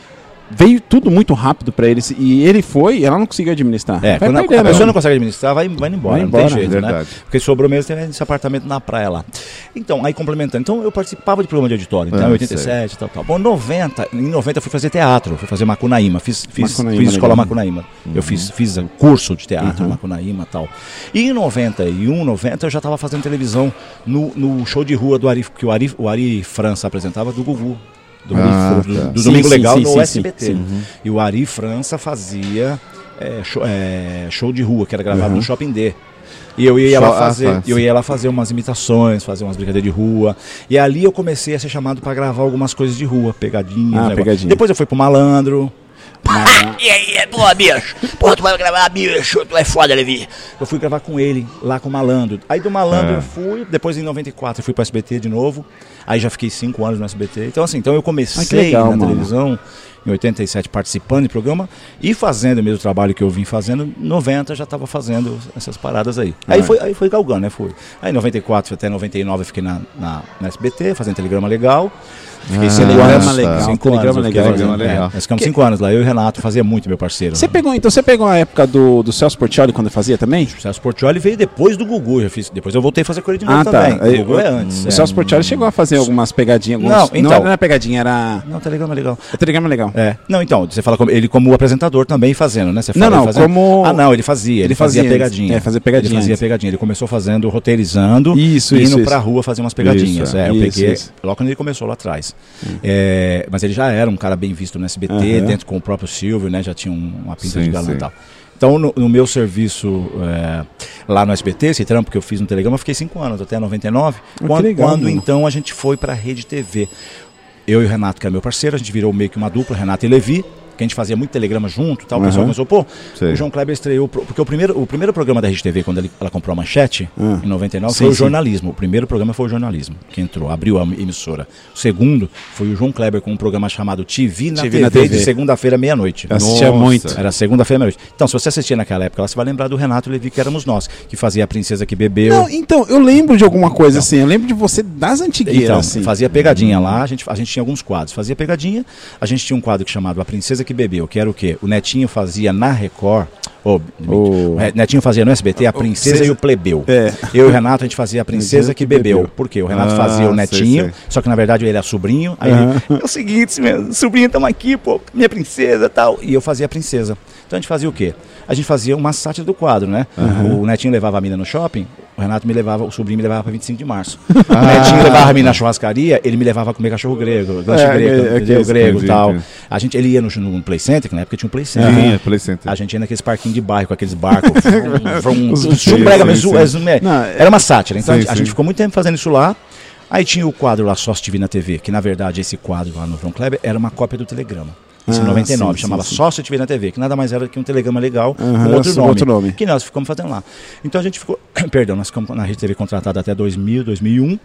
[SPEAKER 1] veio tudo muito rápido pra ele. E ele foi, ela não conseguiu administrar.
[SPEAKER 3] É,
[SPEAKER 1] Vai
[SPEAKER 3] quando a,
[SPEAKER 1] perder,
[SPEAKER 3] a
[SPEAKER 1] né?
[SPEAKER 3] pessoa não consegue administrar, vai, vai embora,
[SPEAKER 1] Vai
[SPEAKER 3] não
[SPEAKER 1] embora,
[SPEAKER 3] tem jeito, né?
[SPEAKER 2] verdade.
[SPEAKER 3] Porque sobrou mesmo tem esse apartamento na praia lá. Então, aí complementando, então eu participava de programa de auditório, então,
[SPEAKER 2] Ah,
[SPEAKER 3] em 87 e tal, tal. Bom, em 90, em 90 eu fui fazer teatro, fui fazer Macunaíma, fiz, fiz,
[SPEAKER 1] Macunaíma,
[SPEAKER 3] fiz escola
[SPEAKER 1] legal. Uhum.
[SPEAKER 3] Macunaíma. Eu fiz, fiz um curso de teatro Macunaíma e tal. E em 91, 90 eu já estava fazendo televisão no, no show de rua do Ari, que o Ari, o Ari França apresentava, do Gugu. Do,
[SPEAKER 2] Ah,
[SPEAKER 3] do-
[SPEAKER 2] tá.
[SPEAKER 3] do
[SPEAKER 1] Sim,
[SPEAKER 3] Domingo
[SPEAKER 1] sim,
[SPEAKER 3] Legal
[SPEAKER 1] sim,
[SPEAKER 3] no
[SPEAKER 1] sim,
[SPEAKER 3] SBT.
[SPEAKER 1] sim.
[SPEAKER 3] Uhum. E o Ari França fazia é, show, é, show de rua, que era gravado no Shopping D. E eu ia,
[SPEAKER 2] Só-
[SPEAKER 3] lá
[SPEAKER 2] Uhum. ah,
[SPEAKER 3] fazer,
[SPEAKER 2] tá,
[SPEAKER 3] eu
[SPEAKER 2] sim.
[SPEAKER 3] ia lá fazer umas imitações, fazer umas brincadeiras de rua. E ali eu comecei a ser chamado para gravar algumas coisas de rua, pegadinhas.
[SPEAKER 1] Ah,
[SPEAKER 3] negócio.
[SPEAKER 1] pegadinha.
[SPEAKER 3] Depois eu fui pro Malandro.
[SPEAKER 4] [laughs] E aí, é, pô, bicho. Pô, tu vai gravar, bicho. Tu é foda, Levi.
[SPEAKER 3] Eu fui gravar com ele, lá com o Malandro. Aí do Malandro
[SPEAKER 2] É.
[SPEAKER 3] eu fui, depois em 94 eu fui pro SBT de novo. Aí já fiquei cinco anos no SBT. Então assim, então eu
[SPEAKER 1] Ah, que
[SPEAKER 3] comecei
[SPEAKER 1] legal,
[SPEAKER 3] na
[SPEAKER 1] mano.
[SPEAKER 3] televisão em 87 participando de programa e fazendo o mesmo trabalho que eu vim fazendo. Em 90 já estava fazendo essas paradas aí.
[SPEAKER 1] É.
[SPEAKER 3] Aí, foi, aí foi galgando, né? Foi. Aí em 94 até 99 eu fiquei na, na, na SBT fazendo Telegrama Legal. Fiquei
[SPEAKER 2] Ah,
[SPEAKER 3] cinco
[SPEAKER 2] Telegrama
[SPEAKER 3] anos.
[SPEAKER 2] Legal,
[SPEAKER 3] Cinco
[SPEAKER 1] Telegrama
[SPEAKER 3] anos. eu fiquei
[SPEAKER 1] Legal,
[SPEAKER 3] fazendo,
[SPEAKER 2] Telegrama
[SPEAKER 3] é.
[SPEAKER 2] Legal.
[SPEAKER 3] nós ficamos cinco anos lá. Eu e o Renato fazia muito, meu parceiro. né?
[SPEAKER 1] Você pegou, então, você pegou a época do, do Celso Portioli quando fazia também?
[SPEAKER 3] O Celso Portioli veio depois do Gugu, eu fiz. Depois eu voltei a fazer corrida de novo
[SPEAKER 1] Ah, tá.
[SPEAKER 3] também. O
[SPEAKER 1] Aí,
[SPEAKER 3] Gugu é antes.
[SPEAKER 1] O
[SPEAKER 3] é.
[SPEAKER 1] Celso Portioli chegou a fazer algumas pegadinhas. alguns-
[SPEAKER 3] Não,
[SPEAKER 1] não
[SPEAKER 3] então-
[SPEAKER 1] era pegadinha, era...
[SPEAKER 3] Não, Telegrama é legal.
[SPEAKER 1] O telegrama é legal.
[SPEAKER 3] É. Não, então, você fala como- ele como apresentador também fazendo, né? Você fala
[SPEAKER 1] Não,
[SPEAKER 3] ele
[SPEAKER 1] não,
[SPEAKER 3] fazendo-
[SPEAKER 1] como-
[SPEAKER 3] Ah, não, ele fazia.
[SPEAKER 1] Ele
[SPEAKER 3] Ele fazia,
[SPEAKER 1] fazia,
[SPEAKER 3] pegadinha.
[SPEAKER 1] é, fazia pegadinha
[SPEAKER 3] Ele fazia
[SPEAKER 1] antes.
[SPEAKER 3] pegadinha. Ele começou fazendo, roteirizando,
[SPEAKER 1] Isso,
[SPEAKER 3] e
[SPEAKER 1] isso,
[SPEAKER 3] indo
[SPEAKER 1] isso.
[SPEAKER 3] pra rua fazer umas pegadinhas.
[SPEAKER 1] Isso,
[SPEAKER 3] é, eu
[SPEAKER 1] isso,
[SPEAKER 3] peguei
[SPEAKER 1] isso. Hum.
[SPEAKER 3] logo quando ele começou lá atrás. É, mas ele já era um cara bem visto no SBT,
[SPEAKER 1] Aham.
[SPEAKER 3] dentro com o próprio Silvio, né? Já tinha um- uma pinta de
[SPEAKER 2] Sim,
[SPEAKER 3] galã
[SPEAKER 2] sim.
[SPEAKER 3] e tal. Então, no, no meu serviço é, lá no SBT, esse trampo que eu fiz no Telegrama, eu fiquei cinco anos, até 99.
[SPEAKER 1] Ah, que
[SPEAKER 3] quando,
[SPEAKER 1] legal,
[SPEAKER 3] quando,
[SPEAKER 1] mano.
[SPEAKER 3] então a gente foi pra Rede TV. Eu e o Renato, que era meu parceiro, a gente virou meio que uma dupla, Renato e Levi, que a gente fazia muito telegrama junto, e tal. O pessoal
[SPEAKER 1] Aham.
[SPEAKER 3] começou, pô,
[SPEAKER 2] Sei.
[SPEAKER 3] o João Kleber estreou, pro- porque o primeiro, o primeiro programa da Rede TV, quando ele- ela comprou a manchete, em 99,
[SPEAKER 1] Ah. Sim,
[SPEAKER 3] foi o
[SPEAKER 1] sim.
[SPEAKER 3] jornalismo. O primeiro programa foi o jornalismo, que entrou, abriu a emissora. O segundo foi o João Kleber com um programa chamado TV na,
[SPEAKER 1] TV
[SPEAKER 3] TV,
[SPEAKER 1] na
[SPEAKER 3] de
[SPEAKER 1] TV.
[SPEAKER 3] segunda-feira à meia-noite.
[SPEAKER 1] Eu assistia
[SPEAKER 2] Nossa.
[SPEAKER 1] muito.
[SPEAKER 3] Era segunda-feira à meia-noite. Então, se você assistia naquela época, você vai lembrar do Renato e Levi, que éramos nós, que fazia a princesa que bebeu.
[SPEAKER 1] Não, então, eu lembro de alguma coisa assim. Eu lembro de você das antigueiras,
[SPEAKER 3] Então,
[SPEAKER 1] assim.
[SPEAKER 3] fazia pegadinha lá, a gente, a gente tinha alguns quadros. Fazia pegadinha, a gente tinha um quadro que chamava A Princesa que Bebeu, que era o quê? O Netinho fazia na Record. ô,
[SPEAKER 1] O-
[SPEAKER 3] o Netinho fazia no SBT A Princesa
[SPEAKER 1] Princesa-
[SPEAKER 3] e o Plebeu.
[SPEAKER 1] É.
[SPEAKER 3] Eu e o Renato, a gente fazia A Princesa que Bebeu. Por quê? O Renato
[SPEAKER 2] Ah,
[SPEAKER 3] fazia o
[SPEAKER 2] sei,
[SPEAKER 3] Netinho,
[SPEAKER 2] sei.
[SPEAKER 3] só que na verdade ele era sobrinho. Aí ele, é o seguinte, meu sobrinho, estamos aqui, pô, minha princesa e tal. E eu fazia a princesa. Então a gente fazia o quê? A gente fazia uma sátira do quadro, né? O Netinho levava a mina no shopping, o Renato me levava, o sobrinho me levava para 25
[SPEAKER 1] [laughs]
[SPEAKER 3] de março.
[SPEAKER 1] Ah.
[SPEAKER 3] O Netinho levava a mina na churrascaria, ele me levava a comer cachorro grego, lanche
[SPEAKER 1] É,
[SPEAKER 3] grego,
[SPEAKER 1] é, é
[SPEAKER 3] entendeu?
[SPEAKER 1] que-
[SPEAKER 3] grego e
[SPEAKER 2] entendi,
[SPEAKER 3] tal.
[SPEAKER 2] entendi.
[SPEAKER 3] A gente, ele ia no, no Play Center, que na época tinha um Play Center.
[SPEAKER 2] Sim,
[SPEAKER 3] né?
[SPEAKER 2] é Play Center.
[SPEAKER 3] A gente ia naqueles parquinhos de bairro, com aqueles barcos.
[SPEAKER 1] [laughs]
[SPEAKER 3] vrum, vrum,
[SPEAKER 2] Os
[SPEAKER 3] zum,
[SPEAKER 2] bichinhos,
[SPEAKER 3] brega, mas
[SPEAKER 2] sim,
[SPEAKER 3] zu-
[SPEAKER 2] sim.
[SPEAKER 3] é, zum- é.
[SPEAKER 1] Não, é-
[SPEAKER 3] Era uma sátira. Então a
[SPEAKER 2] Sim,
[SPEAKER 3] gente- a
[SPEAKER 2] sim.
[SPEAKER 3] gente ficou muito tempo fazendo isso lá. Aí tinha o quadro lá, Só Se Te Vi na TV, que na verdade esse quadro lá no João Kleber era uma cópia do Telegrama. Isso em
[SPEAKER 1] Ah,
[SPEAKER 3] 99,
[SPEAKER 1] sim,
[SPEAKER 3] chamava
[SPEAKER 1] sim, sim.
[SPEAKER 3] Só Se Te Vi na TV, que nada mais era que um telegrama legal
[SPEAKER 1] Aham,
[SPEAKER 3] com outro
[SPEAKER 1] com
[SPEAKER 3] nome,
[SPEAKER 1] outro nome.
[SPEAKER 3] Que nós ficamos fazendo lá. Então a gente ficou, [clears throat] perdão, nós ficamos na Rede TV contratada até 2000, 2001.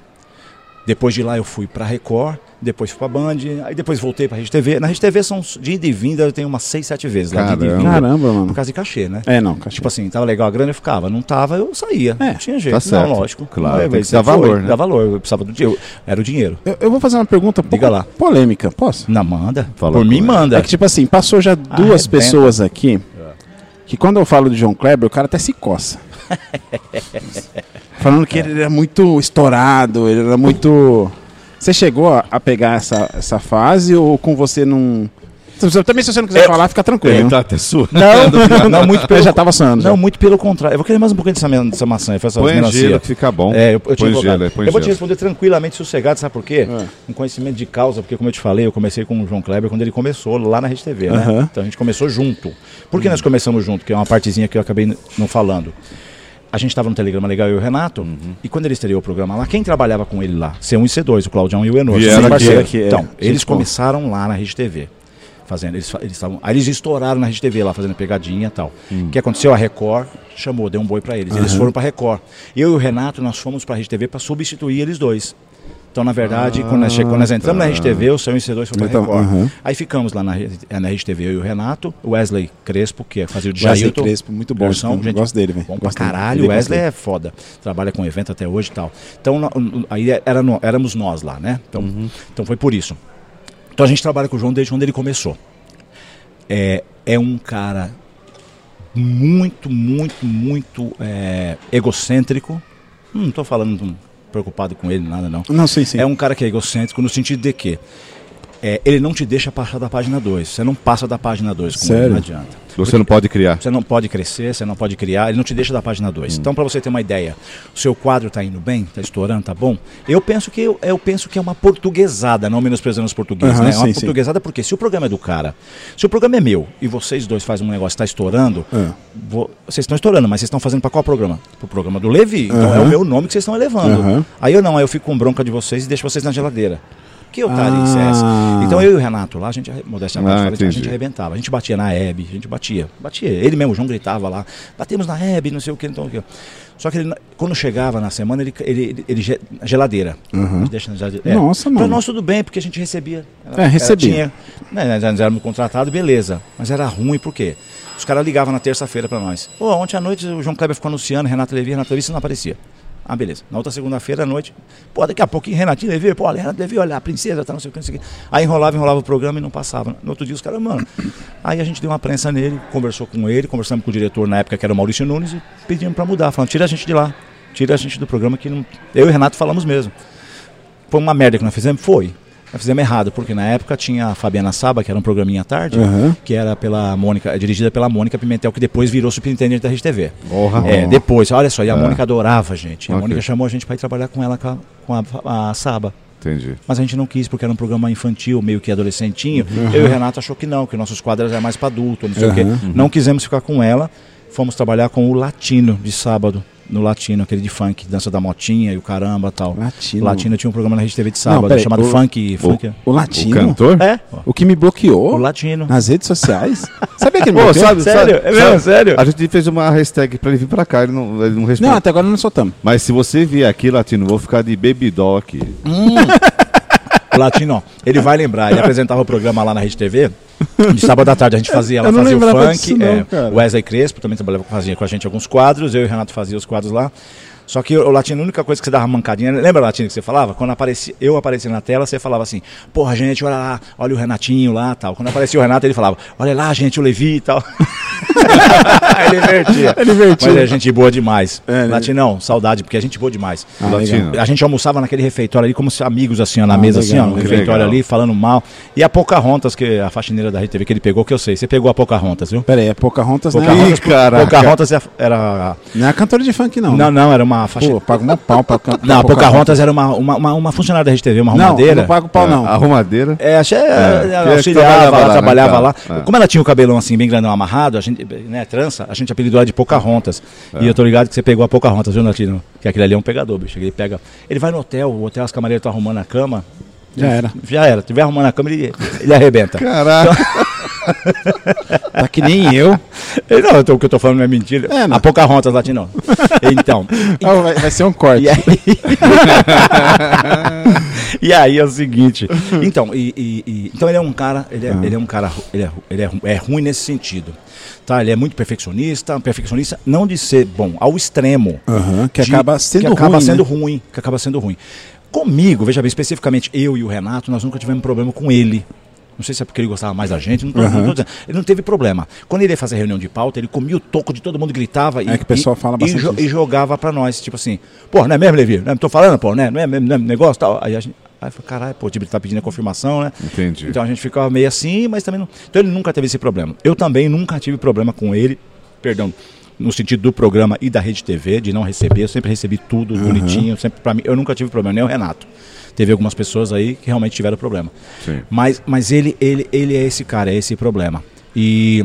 [SPEAKER 3] Depois de lá eu fui pra Record, depois fui pra Band, aí depois voltei pra Rede TV. Na Rede TV são de ida e vinda, eu tenho umas 6, 7 vezes lá de ida e
[SPEAKER 2] Caramba.
[SPEAKER 3] vinda.
[SPEAKER 1] Caramba, mano.
[SPEAKER 3] Por causa de cachê, né?
[SPEAKER 1] É, não, cachê.
[SPEAKER 3] Tipo assim, tava legal a grana, eu ficava. Não tava, eu saía.
[SPEAKER 1] É,
[SPEAKER 3] não tinha jeito.
[SPEAKER 2] tá certo.
[SPEAKER 3] Não, lógico.
[SPEAKER 2] Claro,
[SPEAKER 3] Não,
[SPEAKER 2] tem
[SPEAKER 3] mas
[SPEAKER 2] que dar
[SPEAKER 3] foi,
[SPEAKER 2] valor, né?
[SPEAKER 3] Dá valor. Eu precisava do dinheiro. Era o dinheiro.
[SPEAKER 1] Eu, eu vou fazer uma pergunta um pouco
[SPEAKER 3] Diga lá.
[SPEAKER 1] polêmica, posso?
[SPEAKER 3] Na manda.
[SPEAKER 2] Fala
[SPEAKER 3] por
[SPEAKER 2] com
[SPEAKER 3] mim,
[SPEAKER 2] ele.
[SPEAKER 3] manda.
[SPEAKER 1] É que, tipo assim, passou já duas
[SPEAKER 3] Ah, Arrebenta. É.
[SPEAKER 1] pessoas aqui que quando eu falo de João Kleber, o cara até se coça. Falando
[SPEAKER 3] É.
[SPEAKER 1] que ele era muito estourado, ele era muito. Você chegou a, a pegar essa, essa fase ou com você não. Também se você não quiser
[SPEAKER 3] Eu-
[SPEAKER 1] falar, fica tranquilo. viu?
[SPEAKER 2] tá até suando.
[SPEAKER 1] Não, [laughs] não, não, muito pelo...
[SPEAKER 3] Eu
[SPEAKER 1] já
[SPEAKER 3] já
[SPEAKER 1] tava
[SPEAKER 3] tava
[SPEAKER 1] sonando.
[SPEAKER 3] Não, muito pelo contrário. Eu vou querer mais um pouquinho dessa, men- dessa maçã. Essa
[SPEAKER 2] Põe gelo que fica bom.
[SPEAKER 3] É, eu, eu, tinha
[SPEAKER 2] Põe
[SPEAKER 3] colocado.
[SPEAKER 2] gelo, é, põe
[SPEAKER 3] eu vou te
[SPEAKER 2] gelo. É.
[SPEAKER 3] responder tranquilamente, sossegado, sabe por quê? Um conhecimento de causa, porque como eu te falei, eu comecei com o João Kleber quando ele começou lá na Rede TV, né?
[SPEAKER 1] Aham.
[SPEAKER 3] Então a gente começou junto. Por que nós começamos junto? Que é uma partezinha que eu acabei n- não falando. A gente estava no Telegrama Legal, eu e o Renato, e quando ele estreou o programa lá, quem trabalhava com ele lá? C1 e C2, o Claudião e o Enor.
[SPEAKER 2] Vieram
[SPEAKER 3] são
[SPEAKER 2] aqui,
[SPEAKER 3] parceiros.
[SPEAKER 1] aqui, é.
[SPEAKER 3] Então,
[SPEAKER 1] Gente,
[SPEAKER 3] eles
[SPEAKER 1] bom.
[SPEAKER 3] começaram lá na Rede TV. Fazendo, eles fa- eles estavam. aí eles estouraram na Rede TV lá, fazendo pegadinha e tal. O
[SPEAKER 1] Hum.
[SPEAKER 3] que aconteceu? A Record chamou, deu um boi pra eles. Eles foram pra Record. Eu e o Renato, nós fomos pra Rede TV pra substituir eles dois. Então, na verdade, quando, nós, che- quando nós entramos na Rede TV, o São e o C2 foi pra
[SPEAKER 1] Ah, tá. Então,
[SPEAKER 3] Record.
[SPEAKER 1] aham.
[SPEAKER 3] Aí ficamos lá na, Rede- eh, na Rede TV, eu e o Renato, o Wesley Crespo, que fazia o
[SPEAKER 1] Wesley
[SPEAKER 3] Jailton.
[SPEAKER 1] Crespo, muito bom,
[SPEAKER 3] Versão,
[SPEAKER 1] eu gosto dele, velho.
[SPEAKER 3] Bom pra
[SPEAKER 1] Gosto dele.
[SPEAKER 3] caralho,
[SPEAKER 1] Ele
[SPEAKER 3] o
[SPEAKER 1] é
[SPEAKER 3] Wesley
[SPEAKER 1] gostoso.
[SPEAKER 3] é foda. Trabalha com evento até hoje e tal. Então, no- no- aí era, no-
[SPEAKER 1] Uhum.
[SPEAKER 3] éramos nós lá, né? Então, então foi por isso. Então a gente trabalha com o João desde quando ele começou. é, é um cara muito, muito, muito é, egocêntrico. Hum, Não estou falando preocupado com ele, nada não.
[SPEAKER 1] Não, sim, sim.
[SPEAKER 3] É um cara que é egocêntrico no sentido de que é, ele não te deixa passar da página 2. Você não passa da página 2 com
[SPEAKER 1] Sério?
[SPEAKER 3] ele, não
[SPEAKER 2] [laughs]
[SPEAKER 3] adianta.
[SPEAKER 2] Você não pode
[SPEAKER 1] É.
[SPEAKER 2] criar.
[SPEAKER 3] Você não pode crescer, você não pode criar, ele não te deixa da página
[SPEAKER 1] Hum.
[SPEAKER 3] 2. Então, para você ter uma ideia, o seu quadro está indo bem, está estourando, tá bom? Eu penso que eu, eu penso que é uma portuguesada, não menosprezando os portugueses,
[SPEAKER 1] Aham,
[SPEAKER 3] né? É uma
[SPEAKER 1] sim, sim.
[SPEAKER 3] portuguesada porque se o programa é do cara, se o programa é meu e vocês dois fazem um negócio que está estourando,
[SPEAKER 1] É.
[SPEAKER 3] vo- vocês estão estourando, mas vocês estão fazendo para qual programa? Para o programa do Levi, então é o
[SPEAKER 1] Aham.
[SPEAKER 3] meu nome que vocês estão elevando.
[SPEAKER 1] Aham.
[SPEAKER 3] Aí eu não, aí eu fico com bronca de vocês e deixo vocês na geladeira. Que otarice é essa?
[SPEAKER 1] Ah.
[SPEAKER 3] Então eu e o Renato lá, a gente, arre- modéstia à parte,
[SPEAKER 2] Ah,
[SPEAKER 3] fala isso, a gente
[SPEAKER 2] entendi.
[SPEAKER 3] arrebentava. A gente batia na Hebe, a gente batia. Batia. Ele mesmo, o João gritava lá, batemos na Hebe, não sei o que, então o que. Só que ele, na- quando chegava na semana, ele, ele, ele, ele ge- na geladeira. A gente deixa na geladeira.
[SPEAKER 1] Nossa,
[SPEAKER 3] Pra
[SPEAKER 1] mano.
[SPEAKER 3] nós tudo bem, porque a gente recebia. Ela-
[SPEAKER 1] É, recebia.
[SPEAKER 3] Ela tinha, né, nós éramos contratados, beleza. Mas era ruim, por quê? Os caras ligavam na terça-feira pra nós. Pô, ontem à noite o João Kleber ficou anunciando, Renato Levi, Renato Levi, você não aparecia. Ah, beleza. Na outra segunda-feira à noite, pô, daqui a pouquinho Renatinho Levi, pô, olha, Renato Levi, olha, a princesa, tá, não sei o que, não sei o que. Aí enrolava, enrolava o programa e não passava. No outro dia os caras, mano. Aí a gente deu uma prensa nele, conversou com ele, conversamos com o diretor na época, que era o Maurício Nunes, e pedimos pra mudar. Falando, tira a gente de lá, tira a gente do programa que não. Eu e o Renato falamos mesmo. Foi uma merda que nós fizemos? Foi. Nós fizemos errado, porque na época tinha a Fabiana Saba, que era um programinha à tarde,
[SPEAKER 1] Aham.
[SPEAKER 3] que era pela Mônica, é dirigida pela Mônica Pimentel, que depois virou superintendente da RedeTV.
[SPEAKER 2] Porra. Ah.
[SPEAKER 3] É, depois, olha só, e a Mônica adorava a gente. A
[SPEAKER 2] Ok.
[SPEAKER 3] Mônica chamou a gente para ir trabalhar com ela, com a, com a- a Saba.
[SPEAKER 2] Entendi.
[SPEAKER 3] Mas a gente não quis, porque era um programa infantil, meio que adolescentinho. Eu e o Renato achou que não, que nossos quadros eram mais para adulto, não sei o quê. Não quisemos ficar com ela. Fomos trabalhar com o Latino, de sábado. No Latino, aquele de funk, dança da motinha e o caramba tal.
[SPEAKER 1] Latino.
[SPEAKER 3] O Latino tinha um programa na Rede TV de sábado,
[SPEAKER 1] Não, peraí,
[SPEAKER 3] chamado
[SPEAKER 1] o-
[SPEAKER 3] Funk. funk.
[SPEAKER 1] O
[SPEAKER 2] O
[SPEAKER 1] latino.
[SPEAKER 2] cantor?
[SPEAKER 3] É,
[SPEAKER 1] O que me bloqueou
[SPEAKER 3] o Latino.
[SPEAKER 1] nas redes
[SPEAKER 3] [laughs]
[SPEAKER 1] sociais. Sabia que ele
[SPEAKER 2] Pô,
[SPEAKER 1] bloqueou?
[SPEAKER 2] sabe,
[SPEAKER 3] Sério?
[SPEAKER 2] sabe-
[SPEAKER 3] É mesmo?
[SPEAKER 2] sabe-
[SPEAKER 3] Sério?
[SPEAKER 2] A gente fez uma hashtag pra ele vir pra cá, ele não, ele não
[SPEAKER 1] Não,
[SPEAKER 2] respondeu.
[SPEAKER 1] até agora não soltamos.
[SPEAKER 2] Mas se você vier aqui, Latino, vou ficar de baby doll aqui.
[SPEAKER 3] O Latino, ó, ele vai lembrar, ele apresentava o programa lá na Rede TV. De sábado à tarde a gente fazia, ela
[SPEAKER 1] Eu não
[SPEAKER 3] fazia o
[SPEAKER 1] lembrava
[SPEAKER 3] funk,
[SPEAKER 1] disso não,
[SPEAKER 3] é,
[SPEAKER 1] cara.
[SPEAKER 3] o Wesley Crespo também trabalhava, fazia com a gente alguns quadros, eu e o Renato fazia os quadros lá. Só que o Latino, a única coisa que você dava mancadinha, lembra Latino que você falava? Quando aparecia, eu aparecia na tela, você falava assim, porra, gente, olha lá, olha o Renatinho lá tal. Quando aparecia o Renato, ele falava, olha lá, gente, o Levi e tal. [laughs] ele invertia.
[SPEAKER 1] Ele invertia.
[SPEAKER 3] Mas é gente boa demais.
[SPEAKER 1] É, ele-
[SPEAKER 3] Latinão, saudade, porque é gente boa demais.
[SPEAKER 2] Latino.
[SPEAKER 3] A gente almoçava naquele refeitório ali, como se amigos, assim, ó, na
[SPEAKER 1] Ah,
[SPEAKER 3] mesa,
[SPEAKER 1] legal,
[SPEAKER 3] assim, ó, no
[SPEAKER 1] legal.
[SPEAKER 3] refeitório
[SPEAKER 2] Legal.
[SPEAKER 3] ali, falando mal. E a Pocahontas, que é a faxineira da RTV que ele pegou, que eu sei. Você pegou a Pocahontas, viu?
[SPEAKER 1] Pera aí, é Pocahontas, né?
[SPEAKER 3] Pocahontas,
[SPEAKER 2] Ih, caraca.
[SPEAKER 3] Pocahontas é a- era.
[SPEAKER 1] Não é cantora de funk, não.
[SPEAKER 3] Não, não, era uma
[SPEAKER 1] Pô,
[SPEAKER 3] faxineira.
[SPEAKER 1] paga um pau pra can- pra
[SPEAKER 3] Não, a Pocahontas era uma, uma, uma, uma funcionária da RTV, uma É,
[SPEAKER 1] Não, eu
[SPEAKER 3] arrumadeira.
[SPEAKER 1] não pago pau, não.
[SPEAKER 2] Arrumadeira.
[SPEAKER 3] É, achei,
[SPEAKER 2] que
[SPEAKER 3] ela
[SPEAKER 2] trabalhava
[SPEAKER 3] auxiliava, ela
[SPEAKER 2] lá, né,
[SPEAKER 3] trabalhava
[SPEAKER 2] cara?
[SPEAKER 3] lá.
[SPEAKER 2] É.
[SPEAKER 3] Como ela tinha o cabelão assim, bem grandão, amarrado, a gente, né, trança, a gente apelidou ela de Pocahontas.
[SPEAKER 2] É.
[SPEAKER 3] E eu tô ligado que você pegou a Pocahontas, viu, Natino? Que aquele ali é um pegador, bicho. Ele pega. Ele vai no hotel, o hotel, as camareiras estão arrumando a cama.
[SPEAKER 1] Já era.
[SPEAKER 3] Já era, tiver arrumando a cama, ele, ele arrebenta.
[SPEAKER 2] Caraca.
[SPEAKER 1] Tá que nem eu.
[SPEAKER 3] Ele, não, eu tô- o que eu tô falando não é mentira.
[SPEAKER 1] É, não.
[SPEAKER 3] a
[SPEAKER 2] [laughs]
[SPEAKER 3] Pocahontas, Latino. [laughs] Então,
[SPEAKER 1] Ah, vai, vai ser um [laughs] corte.
[SPEAKER 3] E aí... [laughs] e aí é o
[SPEAKER 1] [laughs]
[SPEAKER 3] seguinte. Então, e- e- e- então ele é um cara, ele é,
[SPEAKER 1] Ah.
[SPEAKER 3] ele é um cara, ru- ele, é, ru- ele é, ru- é ruim nesse sentido. Tá, ele é muito perfeccionista, perfeccionista não de ser bom, ao extremo.
[SPEAKER 1] Aham, que
[SPEAKER 3] de-
[SPEAKER 1] acaba sendo
[SPEAKER 3] que acaba
[SPEAKER 1] ruim,
[SPEAKER 3] sendo
[SPEAKER 1] né?
[SPEAKER 3] ruim, que acaba sendo ruim. Comigo, veja bem, especificamente eu e o Renato, nós nunca tivemos problema com ele. Não sei se é porque ele gostava mais da gente, não tô, não tô dizendo. Ele não teve problema. Quando ele ia fazer reunião de pauta, ele comia o toco de todo mundo, gritava e,
[SPEAKER 1] É que o pessoal
[SPEAKER 3] e-
[SPEAKER 1] fala
[SPEAKER 3] e
[SPEAKER 1] bastante
[SPEAKER 3] jo-
[SPEAKER 1] isso.
[SPEAKER 3] e jogava pra nós, tipo assim, pô, não é mesmo, Levi? Não é- tô falando, pô, né? Não é mesmo, não é mesmo negócio tal. Aí a gente. Aí foi, caralho, pô, tipo, ele tá pedindo a confirmação, né?
[SPEAKER 2] Entendi.
[SPEAKER 3] Então a gente ficava meio assim, mas também não. Então ele nunca teve esse problema. Eu também nunca tive problema com ele, perdão, no sentido do programa e da Rede TV, de não receber. Eu sempre recebi tudo
[SPEAKER 2] Uhum.
[SPEAKER 3] bonitinho, sempre para mim. Eu nunca tive problema, nem o Renato. Teve algumas pessoas aí que realmente tiveram problema.
[SPEAKER 2] Sim.
[SPEAKER 3] Mas, mas ele, ele, ele é esse cara, é esse problema. E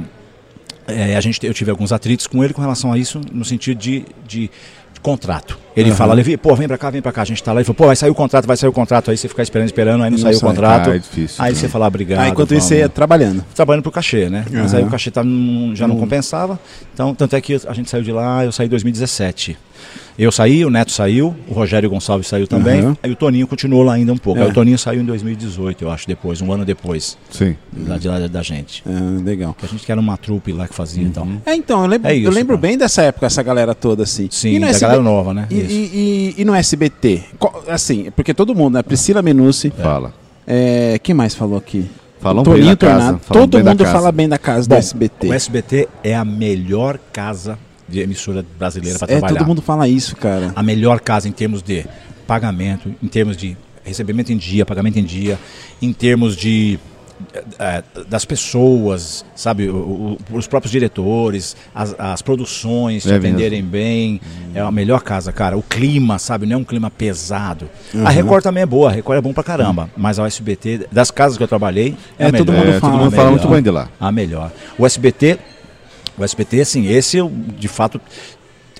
[SPEAKER 3] é, a gente, eu tive alguns atritos com ele com relação a isso, no sentido de, de, de contrato. Ele fala, Levi, pô, vem pra cá, vem pra cá. A gente tá lá e fala, pô, vai sair o contrato, vai sair o contrato. Aí você fica esperando, esperando, aí não,
[SPEAKER 1] Não
[SPEAKER 3] saiu o
[SPEAKER 1] sai,
[SPEAKER 3] contrato.
[SPEAKER 2] cara, é difícil,
[SPEAKER 3] aí
[SPEAKER 2] né?
[SPEAKER 3] você fala, obrigado.
[SPEAKER 1] Aí, ah, enquanto isso, você
[SPEAKER 3] vamos."
[SPEAKER 1] ia trabalhando.
[SPEAKER 3] Trabalhando pro cachê, né? Mas aí
[SPEAKER 1] Aham.
[SPEAKER 3] o cachê tá, num- já não compensava. Então, tanto é que a gente saiu de lá, eu saí em 2017. Eu saí, o Neto saiu, o Rogério Gonçalves saiu também.
[SPEAKER 1] Aham.
[SPEAKER 3] Aí o Toninho continuou lá ainda um pouco.
[SPEAKER 1] É.
[SPEAKER 3] Aí o Toninho saiu em 2018, eu acho, depois, um ano depois
[SPEAKER 2] Sim.
[SPEAKER 3] da, de lá da gente.
[SPEAKER 1] Ah, legal.
[SPEAKER 3] A gente que era uma trupe lá que fazia e tal.
[SPEAKER 1] É, então, eu lembro,
[SPEAKER 3] É isso,
[SPEAKER 1] eu lembro
[SPEAKER 3] cara.
[SPEAKER 1] bem dessa época, essa galera toda, assim.
[SPEAKER 3] Sim,
[SPEAKER 1] no
[SPEAKER 3] da galera nova, né?
[SPEAKER 1] E,
[SPEAKER 3] Isso.
[SPEAKER 1] e- e- e no SBT? Qual- assim, porque todo mundo, né? Priscila Menucci.
[SPEAKER 2] Fala.
[SPEAKER 1] É, quem mais falou aqui?
[SPEAKER 2] Falam bem
[SPEAKER 1] Toninho
[SPEAKER 2] da casa.
[SPEAKER 1] Tornado.
[SPEAKER 2] falam
[SPEAKER 1] Todo
[SPEAKER 2] bem da
[SPEAKER 1] mundo
[SPEAKER 2] casa.
[SPEAKER 1] fala bem da casa do
[SPEAKER 3] Bom,
[SPEAKER 1] SBT.
[SPEAKER 3] O SBT é a melhor casa de emissora brasileira para
[SPEAKER 1] É,
[SPEAKER 3] trabalhar.
[SPEAKER 1] todo mundo fala isso, cara.
[SPEAKER 3] a melhor casa em termos de pagamento, em termos de recebimento em dia, pagamento em dia, em termos de eh, eh, das pessoas, sabe, o- o- os próprios diretores, as, as produções se
[SPEAKER 2] É mesmo.
[SPEAKER 3] atenderem bem, é a melhor casa, cara. O clima, sabe, não é um clima pesado. A Record também é boa, a Record é bom pra caramba, mas a SBT das casas que eu trabalhei é, a
[SPEAKER 1] É, todo
[SPEAKER 3] melhor.
[SPEAKER 1] mundo
[SPEAKER 2] É,
[SPEAKER 1] fala.
[SPEAKER 2] todo mundo fala
[SPEAKER 3] Melhor.
[SPEAKER 2] muito bem de lá.
[SPEAKER 3] A melhor. O SBT, o SBT, assim, esse eu, de fato,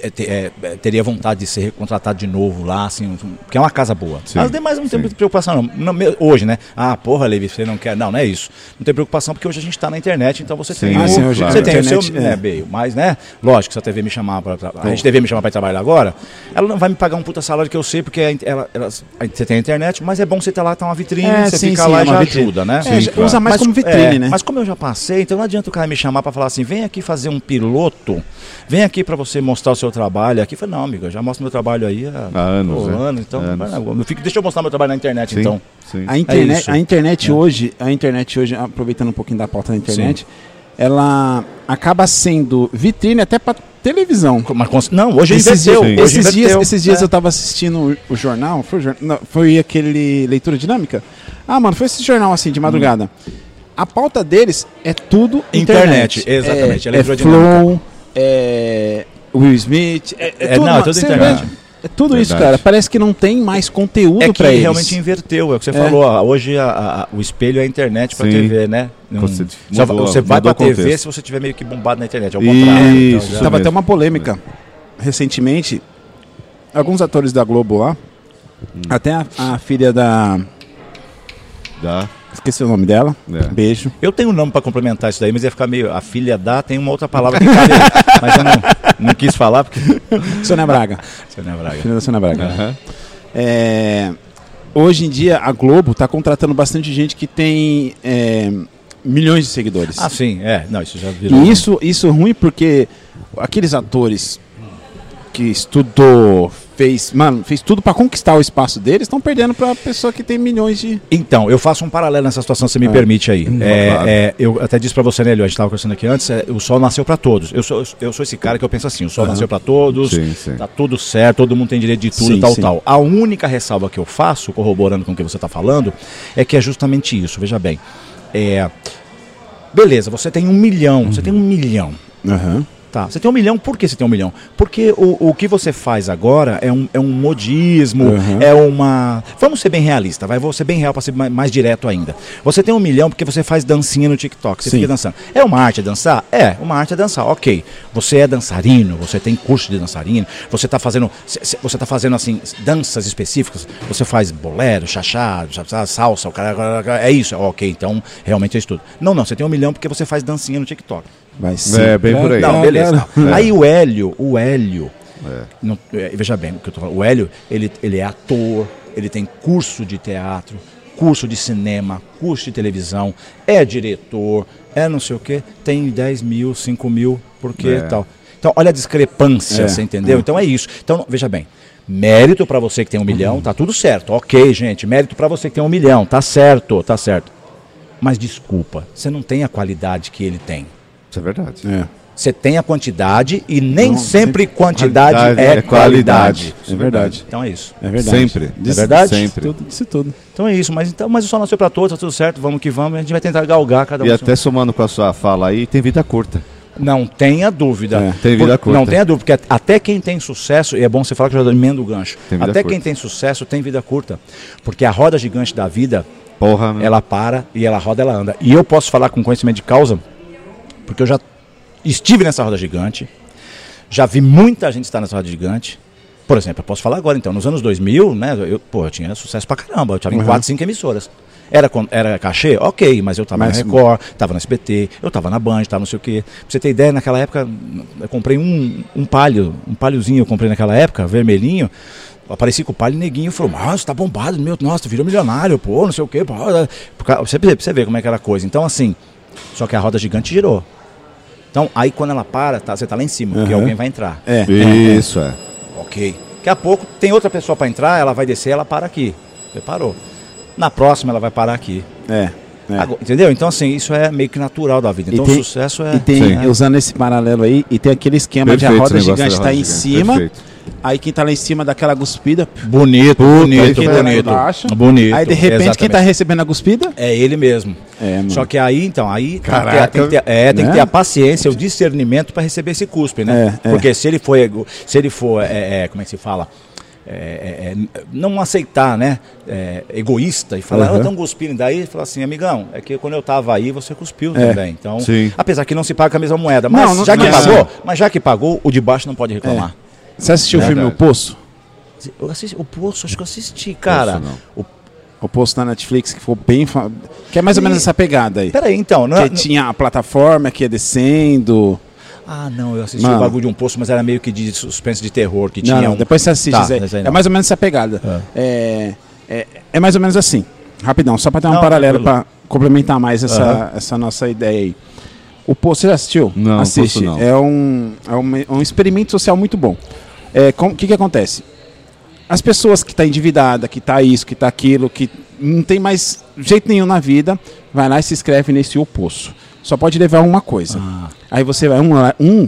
[SPEAKER 3] é, te- é, é, teria vontade de ser contratado de novo lá, assim, porque é uma casa boa.
[SPEAKER 2] Sim,
[SPEAKER 3] As demais não tem
[SPEAKER 2] sim.
[SPEAKER 3] muita preocupação, não. Não, me- Hoje, né? Ah, porra, Levi, você não quer. Não, não é isso. Não tem preocupação, porque hoje a gente está na internet, então você tem.
[SPEAKER 2] Sim,
[SPEAKER 3] o-
[SPEAKER 2] Ah, sim, hoje
[SPEAKER 3] você
[SPEAKER 2] a
[SPEAKER 3] tem o seu
[SPEAKER 1] internet, é.
[SPEAKER 3] né, meio. Mas, né? Lógico, se a TV me chamar para A gente devia me chamar para trabalhar agora, ela não vai me pagar um puta salário que eu sei, porque a in- ela, ela- a- você tem a internet, mas é bom você ter lá, tá uma vitrine,
[SPEAKER 1] É,
[SPEAKER 3] você
[SPEAKER 1] sim,
[SPEAKER 3] fica
[SPEAKER 1] sim,
[SPEAKER 3] lá
[SPEAKER 1] é
[SPEAKER 3] e
[SPEAKER 1] uma
[SPEAKER 3] já
[SPEAKER 1] vitrine.
[SPEAKER 3] ajuda, né?
[SPEAKER 1] É, já- usa mais como vitrine, né?
[SPEAKER 3] Mas como eu já passei, então não adianta o cara me chamar para falar assim, vem aqui fazer um piloto, vem aqui para você mostrar o seu trabalho aqui. Eu falei, não, amigo, eu já mostro meu trabalho aí há,
[SPEAKER 2] Há anos, né?
[SPEAKER 3] anos, então,
[SPEAKER 2] Anos.
[SPEAKER 3] eu fico- deixa eu mostrar meu trabalho na internet,
[SPEAKER 2] Sim,
[SPEAKER 3] então.
[SPEAKER 2] sim.
[SPEAKER 1] A internet,
[SPEAKER 3] isso. É.
[SPEAKER 1] a internet hoje, a internet hoje, aproveitando um pouquinho da pauta da internet, ela acaba sendo vitrine até para televisão.
[SPEAKER 3] Mas, cons- não, hoje
[SPEAKER 1] Esses,
[SPEAKER 3] inverteu.
[SPEAKER 1] dias,
[SPEAKER 2] Sim.
[SPEAKER 3] hoje
[SPEAKER 1] esses, dias,
[SPEAKER 3] inverteu,
[SPEAKER 1] esses dias
[SPEAKER 3] né?
[SPEAKER 1] eu tava assistindo o, o jornal, foi, o jor- não, foi aquele Leitura Dinâmica? Ah, mano, foi esse jornal assim,
[SPEAKER 3] Hum.
[SPEAKER 1] de madrugada. A pauta deles é tudo internet.
[SPEAKER 3] Internet, exatamente,
[SPEAKER 1] É,
[SPEAKER 3] é
[SPEAKER 1] é
[SPEAKER 3] Leitura
[SPEAKER 1] Flow, é Will Smith, é, é
[SPEAKER 3] É,
[SPEAKER 1] tudo,
[SPEAKER 3] não, é
[SPEAKER 1] mano,
[SPEAKER 3] tudo
[SPEAKER 1] você
[SPEAKER 3] internet.
[SPEAKER 1] vê? É tudo isso,
[SPEAKER 2] Verdade.
[SPEAKER 1] cara. Parece que não tem mais conteúdo
[SPEAKER 3] É que
[SPEAKER 1] pra eles.
[SPEAKER 3] realmente inverteu, é o que você falou. ó, Hoje a- a- a- o espelho é a internet pra
[SPEAKER 2] Sim.
[SPEAKER 3] TV, né? Não-
[SPEAKER 2] Você
[SPEAKER 3] só-
[SPEAKER 2] mudou-
[SPEAKER 3] você vai
[SPEAKER 2] mudou
[SPEAKER 3] pra
[SPEAKER 2] o
[SPEAKER 3] TV
[SPEAKER 2] contexto.
[SPEAKER 3] se você tiver meio que bombado na internet. Ao contrário.
[SPEAKER 2] Isso.
[SPEAKER 3] então, já-
[SPEAKER 1] Tava
[SPEAKER 2] mesmo.
[SPEAKER 1] até uma polêmica recentemente. Alguns atores da Globo lá,
[SPEAKER 2] Hum.
[SPEAKER 1] até a, a filha da.
[SPEAKER 2] Dá.
[SPEAKER 1] Esqueci o nome dela.
[SPEAKER 2] É.
[SPEAKER 1] Beijo.
[SPEAKER 3] Eu tenho um nome pra complementar isso daí, mas ia ficar meio. A filha dá tem uma outra palavra que cabe,
[SPEAKER 1] [laughs]
[SPEAKER 3] mas eu não, não quis falar porque. [laughs]
[SPEAKER 1] Sônia
[SPEAKER 2] [laughs]
[SPEAKER 1] Braga.
[SPEAKER 3] Você não é Braga.
[SPEAKER 1] Filha da Sônia Braga. É, hoje em dia, a Globo tá contratando bastante gente que tem é, milhões de seguidores.
[SPEAKER 3] Ah, sim, é. Não, isso já virou.
[SPEAKER 1] E isso, isso é ruim porque aqueles atores que estudou, fez, mano, fez tudo pra conquistar o espaço deles, estão perdendo pra pessoa que tem milhões de.
[SPEAKER 3] Então, eu faço um paralelo nessa situação, se me
[SPEAKER 1] Ah.
[SPEAKER 3] permite aí.
[SPEAKER 1] Hum,
[SPEAKER 3] É, é, eu até disse pra você, né, Elio, a gente estava conversando aqui antes, é, o sol nasceu pra todos. Eu sou, eu sou esse cara que eu penso assim, o sol nasceu pra todos,
[SPEAKER 2] Sim, sim.
[SPEAKER 3] tá tudo certo, todo mundo tem direito de tudo,
[SPEAKER 1] Sim,
[SPEAKER 3] tal,
[SPEAKER 1] sim.
[SPEAKER 3] tal. A única ressalva que eu faço, corroborando com o que você tá falando, é que é justamente isso, veja bem. É, beleza, você tem um milhão, você tem um milhão.
[SPEAKER 1] Aham.
[SPEAKER 3] Tá, você tem um milhão, por que você tem um milhão? Porque o, o que você faz agora é um, é um modismo,
[SPEAKER 1] Uhum.
[SPEAKER 3] é uma. Vamos ser bem realista, vai, vou ser bem real para ser mais, mais direto ainda. Você tem um milhão porque você faz dancinha no TikTok, você
[SPEAKER 1] Sim.
[SPEAKER 3] fica dançando. É uma arte dançar? É, uma arte é dançar, ok. Você é dançarino, você tem curso de dançarino, você tá fazendo. se- se- Você tá fazendo assim, danças específicas, você faz bolero, chachá, chachá, salsa, o cara. É isso, ok, então realmente eu estudo. Não, não, você tem um milhão porque você faz dancinha no TikTok.
[SPEAKER 1] Vai sim.
[SPEAKER 2] É, bem por aí.
[SPEAKER 3] Não,
[SPEAKER 2] Não,
[SPEAKER 3] beleza.
[SPEAKER 2] não.
[SPEAKER 3] Aí o Hélio, o Hélio. não- é, veja bem o que eu tô falando. O Hélio, ele, ele é ator, ele tem curso de teatro, curso de cinema, curso de televisão, é diretor, é não sei o quê, tem 10 mil, 5 mil, por quê
[SPEAKER 2] É.
[SPEAKER 3] tal. Então, olha a discrepância,
[SPEAKER 1] É,
[SPEAKER 3] você entendeu? Então é isso. Então, veja bem. Mérito pra você que tem um
[SPEAKER 2] Uhum.
[SPEAKER 3] milhão, tá tudo certo. Ok, gente. Mérito pra você que tem um milhão, tá certo, tá certo. Mas desculpa, você não tem a qualidade que ele tem.
[SPEAKER 2] Isso é verdade.
[SPEAKER 1] É.
[SPEAKER 3] Você tem a quantidade e nem
[SPEAKER 1] Não,
[SPEAKER 3] sempre
[SPEAKER 1] sempre
[SPEAKER 3] quantidade
[SPEAKER 2] qualidade
[SPEAKER 3] é
[SPEAKER 2] é
[SPEAKER 3] qualidade.
[SPEAKER 2] qualidade.
[SPEAKER 1] É verdade.
[SPEAKER 3] Então é isso.
[SPEAKER 1] É verdade.
[SPEAKER 2] Sempre.
[SPEAKER 1] Disse,
[SPEAKER 2] É verdade?
[SPEAKER 1] Sempre. Tudo, disse tudo.
[SPEAKER 3] Então é isso, mas então, mas o sol nasceu pra todos, tá tudo certo, vamos que vamos, a gente vai tentar galgar cada um.
[SPEAKER 2] E
[SPEAKER 3] seu-
[SPEAKER 2] até somando com a sua fala aí, tem vida curta.
[SPEAKER 3] Não tenha dúvida.
[SPEAKER 1] É,
[SPEAKER 2] tem vida curta.
[SPEAKER 3] Não tenha dúvida, porque at- até quem tem sucesso, e é bom você falar que eu já emendo o gancho.
[SPEAKER 2] Tem vida
[SPEAKER 3] Até quem
[SPEAKER 2] curta.
[SPEAKER 3] tem sucesso tem vida curta, porque a roda gigante da vida,
[SPEAKER 2] Porra, né?
[SPEAKER 3] ela para e ela roda, ela anda. E eu posso falar com conhecimento de causa, porque eu já estive nessa roda gigante, já vi muita gente estar nessa roda gigante. Por exemplo, eu posso falar agora então, nos anos 2000, né, eu, pô, eu tinha sucesso pra caramba, eu tava em 4, 5 emissoras. Era, con- era cachê? Ok, mas eu tava
[SPEAKER 1] Mas-
[SPEAKER 3] na Record, tava na SBT, eu tava na Band, tava não sei o quê. Pra você ter ideia, naquela época eu comprei um, um palio, um paliozinho eu comprei naquela época, vermelhinho. Eu Apareci com o palio neguinho e falou, nossa, tá bombado, meu, nossa, tu virou milionário, pô, não sei o quê. Pô. Pra você, pra você ver como é que era a coisa. Então, assim, só que a roda gigante girou. Então, aí quando ela para, tá, você tá lá em cima, porque
[SPEAKER 1] Uhum.
[SPEAKER 3] alguém vai entrar.
[SPEAKER 1] É.
[SPEAKER 2] Isso, é.
[SPEAKER 3] Ok. Daqui a pouco tem outra pessoa para entrar, ela vai descer, ela para aqui. Você parou. Na próxima ela vai parar aqui.
[SPEAKER 1] É.
[SPEAKER 3] Agora, entendeu? Então, assim, isso é meio que natural da vida. Então,
[SPEAKER 1] tem-
[SPEAKER 3] o sucesso é.
[SPEAKER 1] E tem,
[SPEAKER 3] é-
[SPEAKER 1] usando esse paralelo aí, e tem aquele esquema de
[SPEAKER 2] Perfeito
[SPEAKER 1] a roda
[SPEAKER 2] esse negócio
[SPEAKER 1] gigante está
[SPEAKER 2] da roda
[SPEAKER 1] em
[SPEAKER 2] gigante,
[SPEAKER 1] cima,
[SPEAKER 2] perfeito.
[SPEAKER 1] aí quem tá lá em cima dá aquela cuspida,
[SPEAKER 3] Bonito, bonito,
[SPEAKER 1] que pariu, acho.
[SPEAKER 3] bonito. Bonito.
[SPEAKER 1] aí de repente quem
[SPEAKER 3] Exatamente.
[SPEAKER 1] tá recebendo a cuspida,
[SPEAKER 3] É ele mesmo.
[SPEAKER 1] É, mano.
[SPEAKER 3] Só que aí, então, aí
[SPEAKER 2] Caraca,
[SPEAKER 3] tem, que ter, é, tem
[SPEAKER 1] né?
[SPEAKER 3] que ter a paciência, o discernimento para receber esse cuspe, né?
[SPEAKER 1] É, é.
[SPEAKER 3] Porque se ele for, ego- se ele for, é, é, como é que se fala? É, é, é, não aceitar, né? É, egoísta e falar,
[SPEAKER 1] Aham.
[SPEAKER 3] ah, estão cuspindo. Daí fala assim, amigão, é que quando eu tava aí, você cuspiu também. Então,
[SPEAKER 2] Sim.
[SPEAKER 3] apesar que não se paga a mesma moeda. Mas
[SPEAKER 1] É, Não, não-
[SPEAKER 3] já que
[SPEAKER 1] não,
[SPEAKER 3] pagou,
[SPEAKER 1] não.
[SPEAKER 3] mas já que pagou, o de baixo não pode reclamar.
[SPEAKER 1] você assistiu o filme O
[SPEAKER 2] Verdade.
[SPEAKER 1] Poço? É.
[SPEAKER 3] Eu assisti, o poço, acho que eu assisti, cara.
[SPEAKER 2] não.
[SPEAKER 3] O,
[SPEAKER 1] O Poço na Netflix, que foi bem... fa- Que é mais ou menos essa pegada aí.
[SPEAKER 3] peraí, então, não
[SPEAKER 2] Ah,
[SPEAKER 1] Que
[SPEAKER 3] é,
[SPEAKER 1] tinha a plataforma que ia descendo...
[SPEAKER 3] Ah, não, eu assisti
[SPEAKER 1] Mano.
[SPEAKER 3] o bagulho de um poço, mas era meio que de suspense de terror que
[SPEAKER 1] Não,
[SPEAKER 3] tinha.
[SPEAKER 1] não,
[SPEAKER 3] um...
[SPEAKER 1] depois você assiste.
[SPEAKER 3] Tá,
[SPEAKER 1] Zé.
[SPEAKER 3] mas aí
[SPEAKER 1] É
[SPEAKER 3] não.
[SPEAKER 1] mais ou menos essa pegada. É, é, é mais ou menos assim. Rapidão, só para ter um
[SPEAKER 3] Não,
[SPEAKER 1] paralelo
[SPEAKER 3] tranquilo.
[SPEAKER 1] para complementar mais essa, essa nossa ideia aí. O Poço, você já assistiu?
[SPEAKER 2] Não, o
[SPEAKER 1] Assiste.
[SPEAKER 2] Poço não.
[SPEAKER 1] É, um, é um, é um experimento social muito bom. É, com- O que, que acontece? As pessoas que tá endividada, que tá isso, que tá aquilo, que não tem mais jeito nenhum na vida, vai lá e se inscreve nesse O Poço. Só pode levar uma coisa.
[SPEAKER 2] Ah.
[SPEAKER 1] Aí você vai, um, lá- um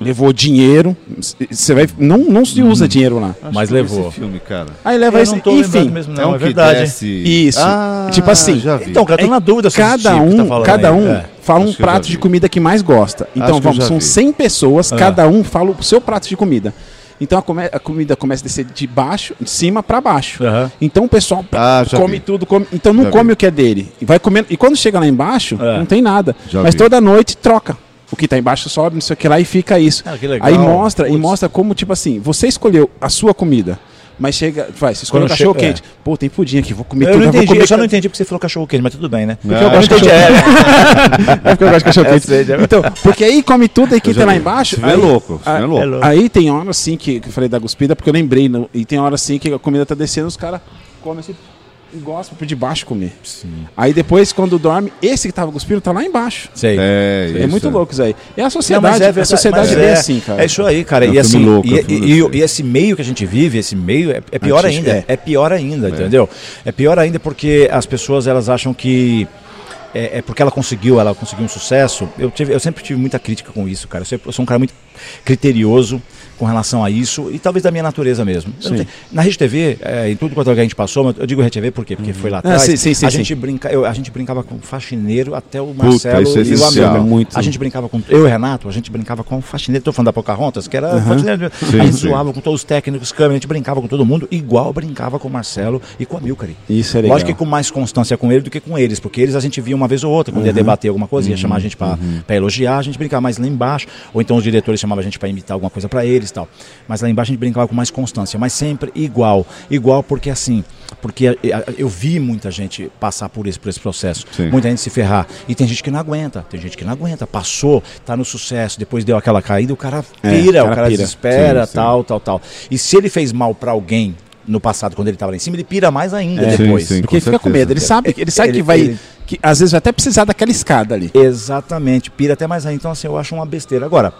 [SPEAKER 1] levou dinheiro, c- você vai, não, não se
[SPEAKER 2] Uhum.
[SPEAKER 1] usa dinheiro lá.
[SPEAKER 2] Acho
[SPEAKER 3] Mas
[SPEAKER 2] que eu vi
[SPEAKER 3] levou.
[SPEAKER 2] Esse filme, cara.
[SPEAKER 1] Aí leva
[SPEAKER 3] Eu
[SPEAKER 1] esse,
[SPEAKER 3] não tô
[SPEAKER 1] enfim.
[SPEAKER 3] lembrando mesmo,
[SPEAKER 2] é
[SPEAKER 3] não,
[SPEAKER 2] um
[SPEAKER 3] é,
[SPEAKER 2] que
[SPEAKER 3] verdade.
[SPEAKER 2] desce-
[SPEAKER 1] Isso.
[SPEAKER 2] Ah,
[SPEAKER 1] Tipo assim,
[SPEAKER 2] já vi.
[SPEAKER 3] Então, cara, eu tô na dúvida se eu assisti
[SPEAKER 1] Cada
[SPEAKER 3] o que
[SPEAKER 1] um,
[SPEAKER 3] tá falando
[SPEAKER 1] cada
[SPEAKER 3] aí.
[SPEAKER 1] um
[SPEAKER 3] É.
[SPEAKER 1] fala um
[SPEAKER 2] Acho que eu já
[SPEAKER 1] prato de
[SPEAKER 2] vi.
[SPEAKER 1] comida que mais gosta.
[SPEAKER 2] Acho
[SPEAKER 1] Então
[SPEAKER 2] que eu
[SPEAKER 1] vamos,
[SPEAKER 2] já
[SPEAKER 1] são
[SPEAKER 2] vi. Ah.
[SPEAKER 1] 100 pessoas, cada um fala o seu prato de comida. Então a, come- a comida começa a descer de baixo, de cima para baixo.
[SPEAKER 3] Aham.
[SPEAKER 1] Então o pessoal
[SPEAKER 2] Ah, já
[SPEAKER 1] come
[SPEAKER 2] vi.
[SPEAKER 1] tudo, come, então não
[SPEAKER 2] Já
[SPEAKER 1] come
[SPEAKER 2] vi.
[SPEAKER 1] o que é dele. E vai comendo, e quando chega lá embaixo,
[SPEAKER 3] É.
[SPEAKER 1] não tem nada.
[SPEAKER 2] Já
[SPEAKER 1] Mas
[SPEAKER 2] vi.
[SPEAKER 1] toda noite troca. O que tá embaixo sobe, não sei o que lá e fica isso.
[SPEAKER 3] Ah, que legal.
[SPEAKER 1] Aí mostra, e
[SPEAKER 3] Putz.
[SPEAKER 1] mostra como tipo assim, você escolheu a sua comida. Mas chega, vai, você escolheu um
[SPEAKER 3] Quando
[SPEAKER 1] cachorro
[SPEAKER 3] che- é.
[SPEAKER 1] quente. Pô, tem pudim aqui, vou comer
[SPEAKER 3] Eu
[SPEAKER 1] tudo.
[SPEAKER 3] não
[SPEAKER 1] Então, vou
[SPEAKER 3] entendi,
[SPEAKER 1] comer
[SPEAKER 3] eu só não
[SPEAKER 1] ca-
[SPEAKER 3] entendi porque você falou cachorro quente, mas tudo bem, né?
[SPEAKER 2] eu
[SPEAKER 3] não
[SPEAKER 2] gosto de
[SPEAKER 3] entendi, é,
[SPEAKER 1] [laughs] É porque eu gosto de cachorro quente. Então, porque aí come tudo e quem
[SPEAKER 2] já
[SPEAKER 1] tá lá
[SPEAKER 2] vi.
[SPEAKER 1] embaixo.
[SPEAKER 2] Esse
[SPEAKER 1] Aí,
[SPEAKER 2] filme é louco, esse
[SPEAKER 1] a-
[SPEAKER 2] filme é louco.
[SPEAKER 1] Aí tem hora assim que, que eu falei da guspida, porque eu lembrei. no- e tem hora assim que a comida tá descendo, os caras comem assim e gostam por debaixo comer. Aí depois, quando dorme, esse que tava cuspindo tá lá embaixo.
[SPEAKER 3] Sei.
[SPEAKER 2] É,
[SPEAKER 1] É
[SPEAKER 2] isso,
[SPEAKER 1] muito
[SPEAKER 2] é.
[SPEAKER 1] louco isso aí. É a
[SPEAKER 3] Não,
[SPEAKER 1] sociedade.
[SPEAKER 3] mas é
[SPEAKER 1] a
[SPEAKER 3] verdade,
[SPEAKER 1] sociedade
[SPEAKER 3] mas
[SPEAKER 1] é, assim, cara.
[SPEAKER 3] É isso aí, cara.
[SPEAKER 2] É um
[SPEAKER 3] e assim,
[SPEAKER 2] filme louco, é um
[SPEAKER 3] e,
[SPEAKER 2] filme
[SPEAKER 3] e-
[SPEAKER 2] louco.
[SPEAKER 3] e esse meio que a gente vive, esse meio é, é pior
[SPEAKER 1] Artístico,
[SPEAKER 3] ainda.
[SPEAKER 1] é.
[SPEAKER 3] É. pior ainda, entendeu? É pior ainda porque as pessoas elas acham que é, é porque ela conseguiu, ela conseguiu um sucesso. Eu, tive, eu sempre tive muita crítica com isso, cara. Eu, sempre- eu sou um cara muito criterioso com relação a isso e talvez da minha natureza mesmo. Eu não
[SPEAKER 1] Sim.
[SPEAKER 3] tenho- na Rede TV, é, em tudo quanto lugar a gente passou, mas eu digo Rede TV por quê? Porque
[SPEAKER 2] Uhum.
[SPEAKER 3] foi lá
[SPEAKER 1] Ah,
[SPEAKER 3] atrás.
[SPEAKER 1] sim, sim, sim,
[SPEAKER 3] a,
[SPEAKER 1] sim.
[SPEAKER 3] Gente brinca, eu- a gente brincava com o faxineiro até o Marcelo
[SPEAKER 2] isso é
[SPEAKER 3] e o
[SPEAKER 2] essencial.
[SPEAKER 3] Amilcar.
[SPEAKER 1] Muito.
[SPEAKER 3] A gente brincava com. Eu e o Renato, a gente brincava com o faxineiro. Tô falando da Pocahontas, que era faxineiro.
[SPEAKER 2] Sim,
[SPEAKER 3] a gente
[SPEAKER 2] sim.
[SPEAKER 3] zoava com todos os técnicos, câmera, a gente brincava com todo mundo, igual brincava com o Marcelo e com a Milcari.
[SPEAKER 1] Isso é legal.
[SPEAKER 3] Lógico que com mais constância com ele do que com eles, porque eles a gente via uma vez ou outra,
[SPEAKER 2] Uhum.
[SPEAKER 3] quando ia debater alguma coisa, ia chamar a gente pra pra elogiar, a gente brincava mais lá embaixo, ou então os diretores chamavam a gente pra imitar alguma coisa pra eles e tal. Mas lá embaixo a gente brincava com mais constância, mas sempre igual. Igual porque assim, porque a- a- eu vi muita gente passar por esse, por esse processo,
[SPEAKER 2] Sim.
[SPEAKER 3] muita gente se ferrar. E tem gente que não aguenta, tem gente que não aguenta, passou, tá no sucesso, depois deu aquela caída, o cara
[SPEAKER 1] É,
[SPEAKER 3] pira,
[SPEAKER 1] o
[SPEAKER 3] o
[SPEAKER 1] cara
[SPEAKER 3] cara,
[SPEAKER 1] pira.
[SPEAKER 3] desespera,
[SPEAKER 2] Sim, sim.
[SPEAKER 3] tal, tal, tal. E se ele fez mal pra alguém no passado, quando ele tava lá em cima, ele pira mais ainda
[SPEAKER 2] É.
[SPEAKER 3] depois.
[SPEAKER 2] Sim, sim.
[SPEAKER 1] Porque ele
[SPEAKER 2] com
[SPEAKER 1] fica com
[SPEAKER 2] certeza.
[SPEAKER 1] medo. Ele sabe, ele sabe
[SPEAKER 3] Ele-
[SPEAKER 1] que vai.
[SPEAKER 3] ele-
[SPEAKER 1] Que às vezes vai até precisar daquela escada ali.
[SPEAKER 3] Exatamente, pira até mais ainda. Então, assim, eu acho uma besteira. Agora,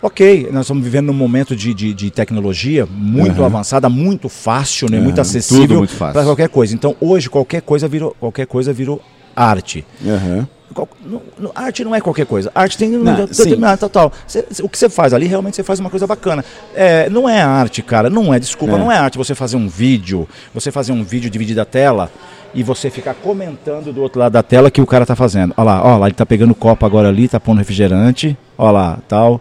[SPEAKER 3] ok, nós estamos vivendo num momento de, de, de tecnologia muito avançada, muito fácil, né? muito acessível
[SPEAKER 2] muito fácil.
[SPEAKER 3] para qualquer coisa. Então, hoje, qualquer coisa virou, qualquer coisa virou arte.
[SPEAKER 1] Aham.
[SPEAKER 3] Qual- não- não- arte não é qualquer coisa. Arte tem um
[SPEAKER 1] Não,
[SPEAKER 3] de-
[SPEAKER 1] sim.
[SPEAKER 3] determinado tal, tal. Cê- cê- o que você faz ali, realmente você faz uma coisa bacana. É, não é arte, cara. Não é, desculpa,
[SPEAKER 1] É.
[SPEAKER 3] não é arte você fazer um vídeo, você fazer um vídeo dividido da tela e você ficar comentando do outro lado da tela que o cara tá fazendo. Olha lá, ó lá, ele tá pegando copo agora ali, tá pondo refrigerante, ó lá, tal.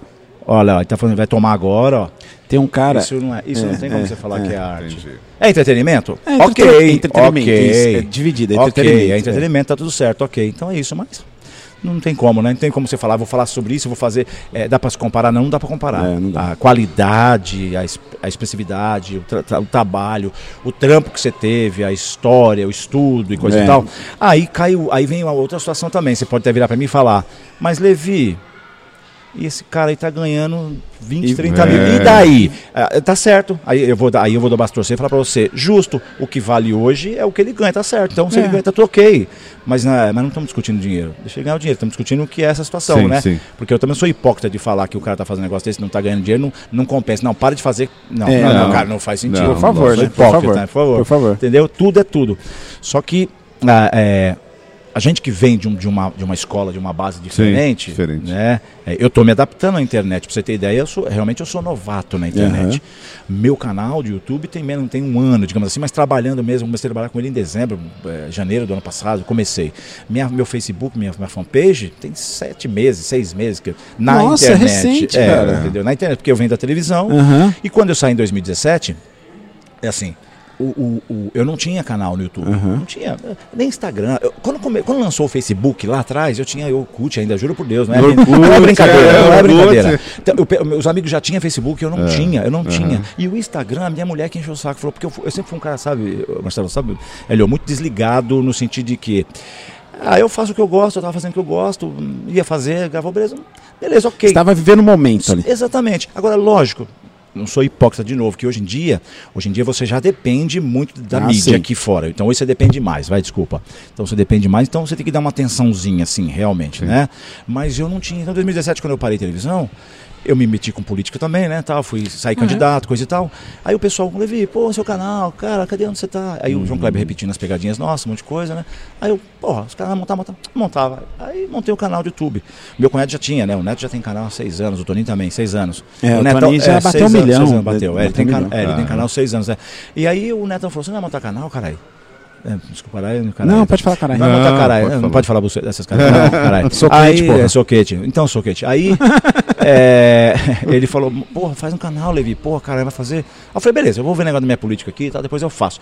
[SPEAKER 3] Olha, lá, ele tá falando, vai tomar agora, ó.
[SPEAKER 1] Tem um cara.
[SPEAKER 3] isso não é, isso não tem como você falar que é arte.
[SPEAKER 2] entendi.
[SPEAKER 3] É entretenimento?
[SPEAKER 1] É
[SPEAKER 3] ok,
[SPEAKER 1] entreten- é entretenimento,
[SPEAKER 3] ok.
[SPEAKER 1] isso, é dividido, é
[SPEAKER 3] Ok,
[SPEAKER 1] entretenimento,
[SPEAKER 3] é entretenimento, tá tudo certo, ok. Então é isso, mas não tem como, né? Não tem como você falar, vou falar sobre isso, vou fazer. é, dá pra se comparar? Não, não dá pra comparar.
[SPEAKER 1] É, não dá.
[SPEAKER 3] A qualidade, a, es- a expressividade, o, tra- tra- o trabalho, o trampo que você teve, a história, o estudo e coisa
[SPEAKER 1] É.
[SPEAKER 3] e tal. Aí caiu, aí vem uma outra situação também. Você pode até virar pra mim e falar, mas Levi. E esse cara aí tá ganhando 20,
[SPEAKER 1] E-
[SPEAKER 3] 30 mil.
[SPEAKER 2] É.
[SPEAKER 3] E daí? Ah, tá certo. Aí eu vou dar, aí eu vou dar bastorcer e falar pra você, justo, o que vale hoje é o que ele ganha, tá certo. Então se
[SPEAKER 1] É.
[SPEAKER 3] ele ganha, tá tudo ok. Mas, né, mas não estamos discutindo dinheiro. Deixa ele ganhar o dinheiro, estamos discutindo o que é essa situação,
[SPEAKER 2] Sim,
[SPEAKER 3] né?
[SPEAKER 2] sim.
[SPEAKER 3] Porque eu também sou hipócrita de falar que o cara tá fazendo negócio desse, não tá ganhando dinheiro, não, não compensa. Não, para de fazer. Não,
[SPEAKER 1] É,
[SPEAKER 3] não, não,
[SPEAKER 2] não.
[SPEAKER 3] cara, não faz sentido.
[SPEAKER 2] Não,
[SPEAKER 1] Por favor,
[SPEAKER 3] Sou
[SPEAKER 1] né? Por
[SPEAKER 3] hipócrita,
[SPEAKER 1] favor.
[SPEAKER 3] né? Por favor.
[SPEAKER 1] Por favor.
[SPEAKER 3] Entendeu? Tudo é tudo. Só que ah, é, a gente que vem de, um- de uma, de uma escola, de uma base diferente,
[SPEAKER 2] diferente.
[SPEAKER 3] né? É, Eu estou me adaptando à internet, para você ter ideia, eu sou, realmente eu sou novato na internet. Meu canal de YouTube tem menos, tem um ano, digamos assim, mas trabalhando mesmo, comecei a trabalhar com ele em dezembro, eh, janeiro do ano passado, comecei. Minha, meu Facebook, minha, minha fanpage, tem sete meses, seis meses, que eu- na
[SPEAKER 1] Nossa, é
[SPEAKER 3] internet.
[SPEAKER 1] recente, cara.
[SPEAKER 3] entendeu? Na internet, porque eu venho da televisão,
[SPEAKER 1] Aham.
[SPEAKER 3] e quando eu saí em 2017, é assim, o, o- o- eu não tinha canal no YouTube,
[SPEAKER 2] Uhum.
[SPEAKER 3] não tinha, nem Instagram. Eu- quando, come- quando lançou o Facebook lá atrás, eu tinha Orkut ainda, juro por Deus, não é,
[SPEAKER 2] Orkut,
[SPEAKER 3] não é brincadeira,
[SPEAKER 2] é,
[SPEAKER 3] não é
[SPEAKER 2] Orkut. É.
[SPEAKER 3] brincadeira. Então, eu pe- meus amigos já tinham Facebook, eu não tinha,
[SPEAKER 2] Uhum.
[SPEAKER 3] eu não tinha. E o Instagram, a minha mulher que encheu o saco, falou, porque eu, fu- eu sempre fui um cara, sabe, Marcelo, sabe, Helio, muito desligado no sentido de que... Ah, eu faço o que eu gosto, eu tava fazendo o que eu gosto, hum, ia fazer, gravou, beleza. Beleza, ok.
[SPEAKER 1] Estava vivendo o momento ali.
[SPEAKER 3] Exatamente. Agora, lógico, não sou hipócrita de novo, que hoje em dia, hoje em dia você já depende muito da
[SPEAKER 1] Ah,
[SPEAKER 3] mídia
[SPEAKER 1] sim.
[SPEAKER 3] aqui fora. Então hoje você depende mais, vai, desculpa. Então você depende mais, então você tem que dar uma atençãozinha, assim, realmente, né? Mas eu não tinha. Então, em 2017, quando eu parei televisão, eu me meti com política também, né? Tal, fui
[SPEAKER 1] É.
[SPEAKER 3] sair candidato, coisa e tal. Aí o pessoal, Levi, pô, seu canal, cara, cadê onde você tá? Aí o João
[SPEAKER 1] Uhum.
[SPEAKER 3] Kleber repetindo as pegadinhas nossas, um monte de coisa, né? Aí eu, porra, os caras montavam, montavam, montava. Aí montei o canal do YouTube. Meu cunhado já tinha, né? O Neto já tem canal há seis anos, o Toninho também, seis anos.
[SPEAKER 1] É, o
[SPEAKER 3] Netão-
[SPEAKER 1] Toninho já
[SPEAKER 3] seis
[SPEAKER 1] bateu um
[SPEAKER 3] anos,
[SPEAKER 1] milhão,
[SPEAKER 3] seis anos bateu.
[SPEAKER 1] bateu
[SPEAKER 3] É, ele, tem
[SPEAKER 1] um
[SPEAKER 3] cana-
[SPEAKER 1] milhão.
[SPEAKER 3] é, ele tem
[SPEAKER 2] Ah.
[SPEAKER 3] canal há seis anos. É. E aí o Netão falou: você não vai montar canal, caralho? É, desculpa, caralho, caralho.
[SPEAKER 1] Não, pode falar, caralho.
[SPEAKER 3] Vai montar
[SPEAKER 2] Não,
[SPEAKER 3] caralho.
[SPEAKER 2] pode
[SPEAKER 3] não
[SPEAKER 2] falar.
[SPEAKER 3] pode falar você, dessas caras.
[SPEAKER 1] [laughs]
[SPEAKER 3] Não, caralho.
[SPEAKER 1] Soquete,
[SPEAKER 3] Aí,
[SPEAKER 1] porra.
[SPEAKER 3] É, soquete. Então,
[SPEAKER 1] [laughs]
[SPEAKER 3] soquete. Aí é, ele falou, porra, faz um canal, Levi. Porra, cara, vai fazer. Aí eu falei, beleza, eu vou ver o negócio da minha política aqui e tal, depois eu faço.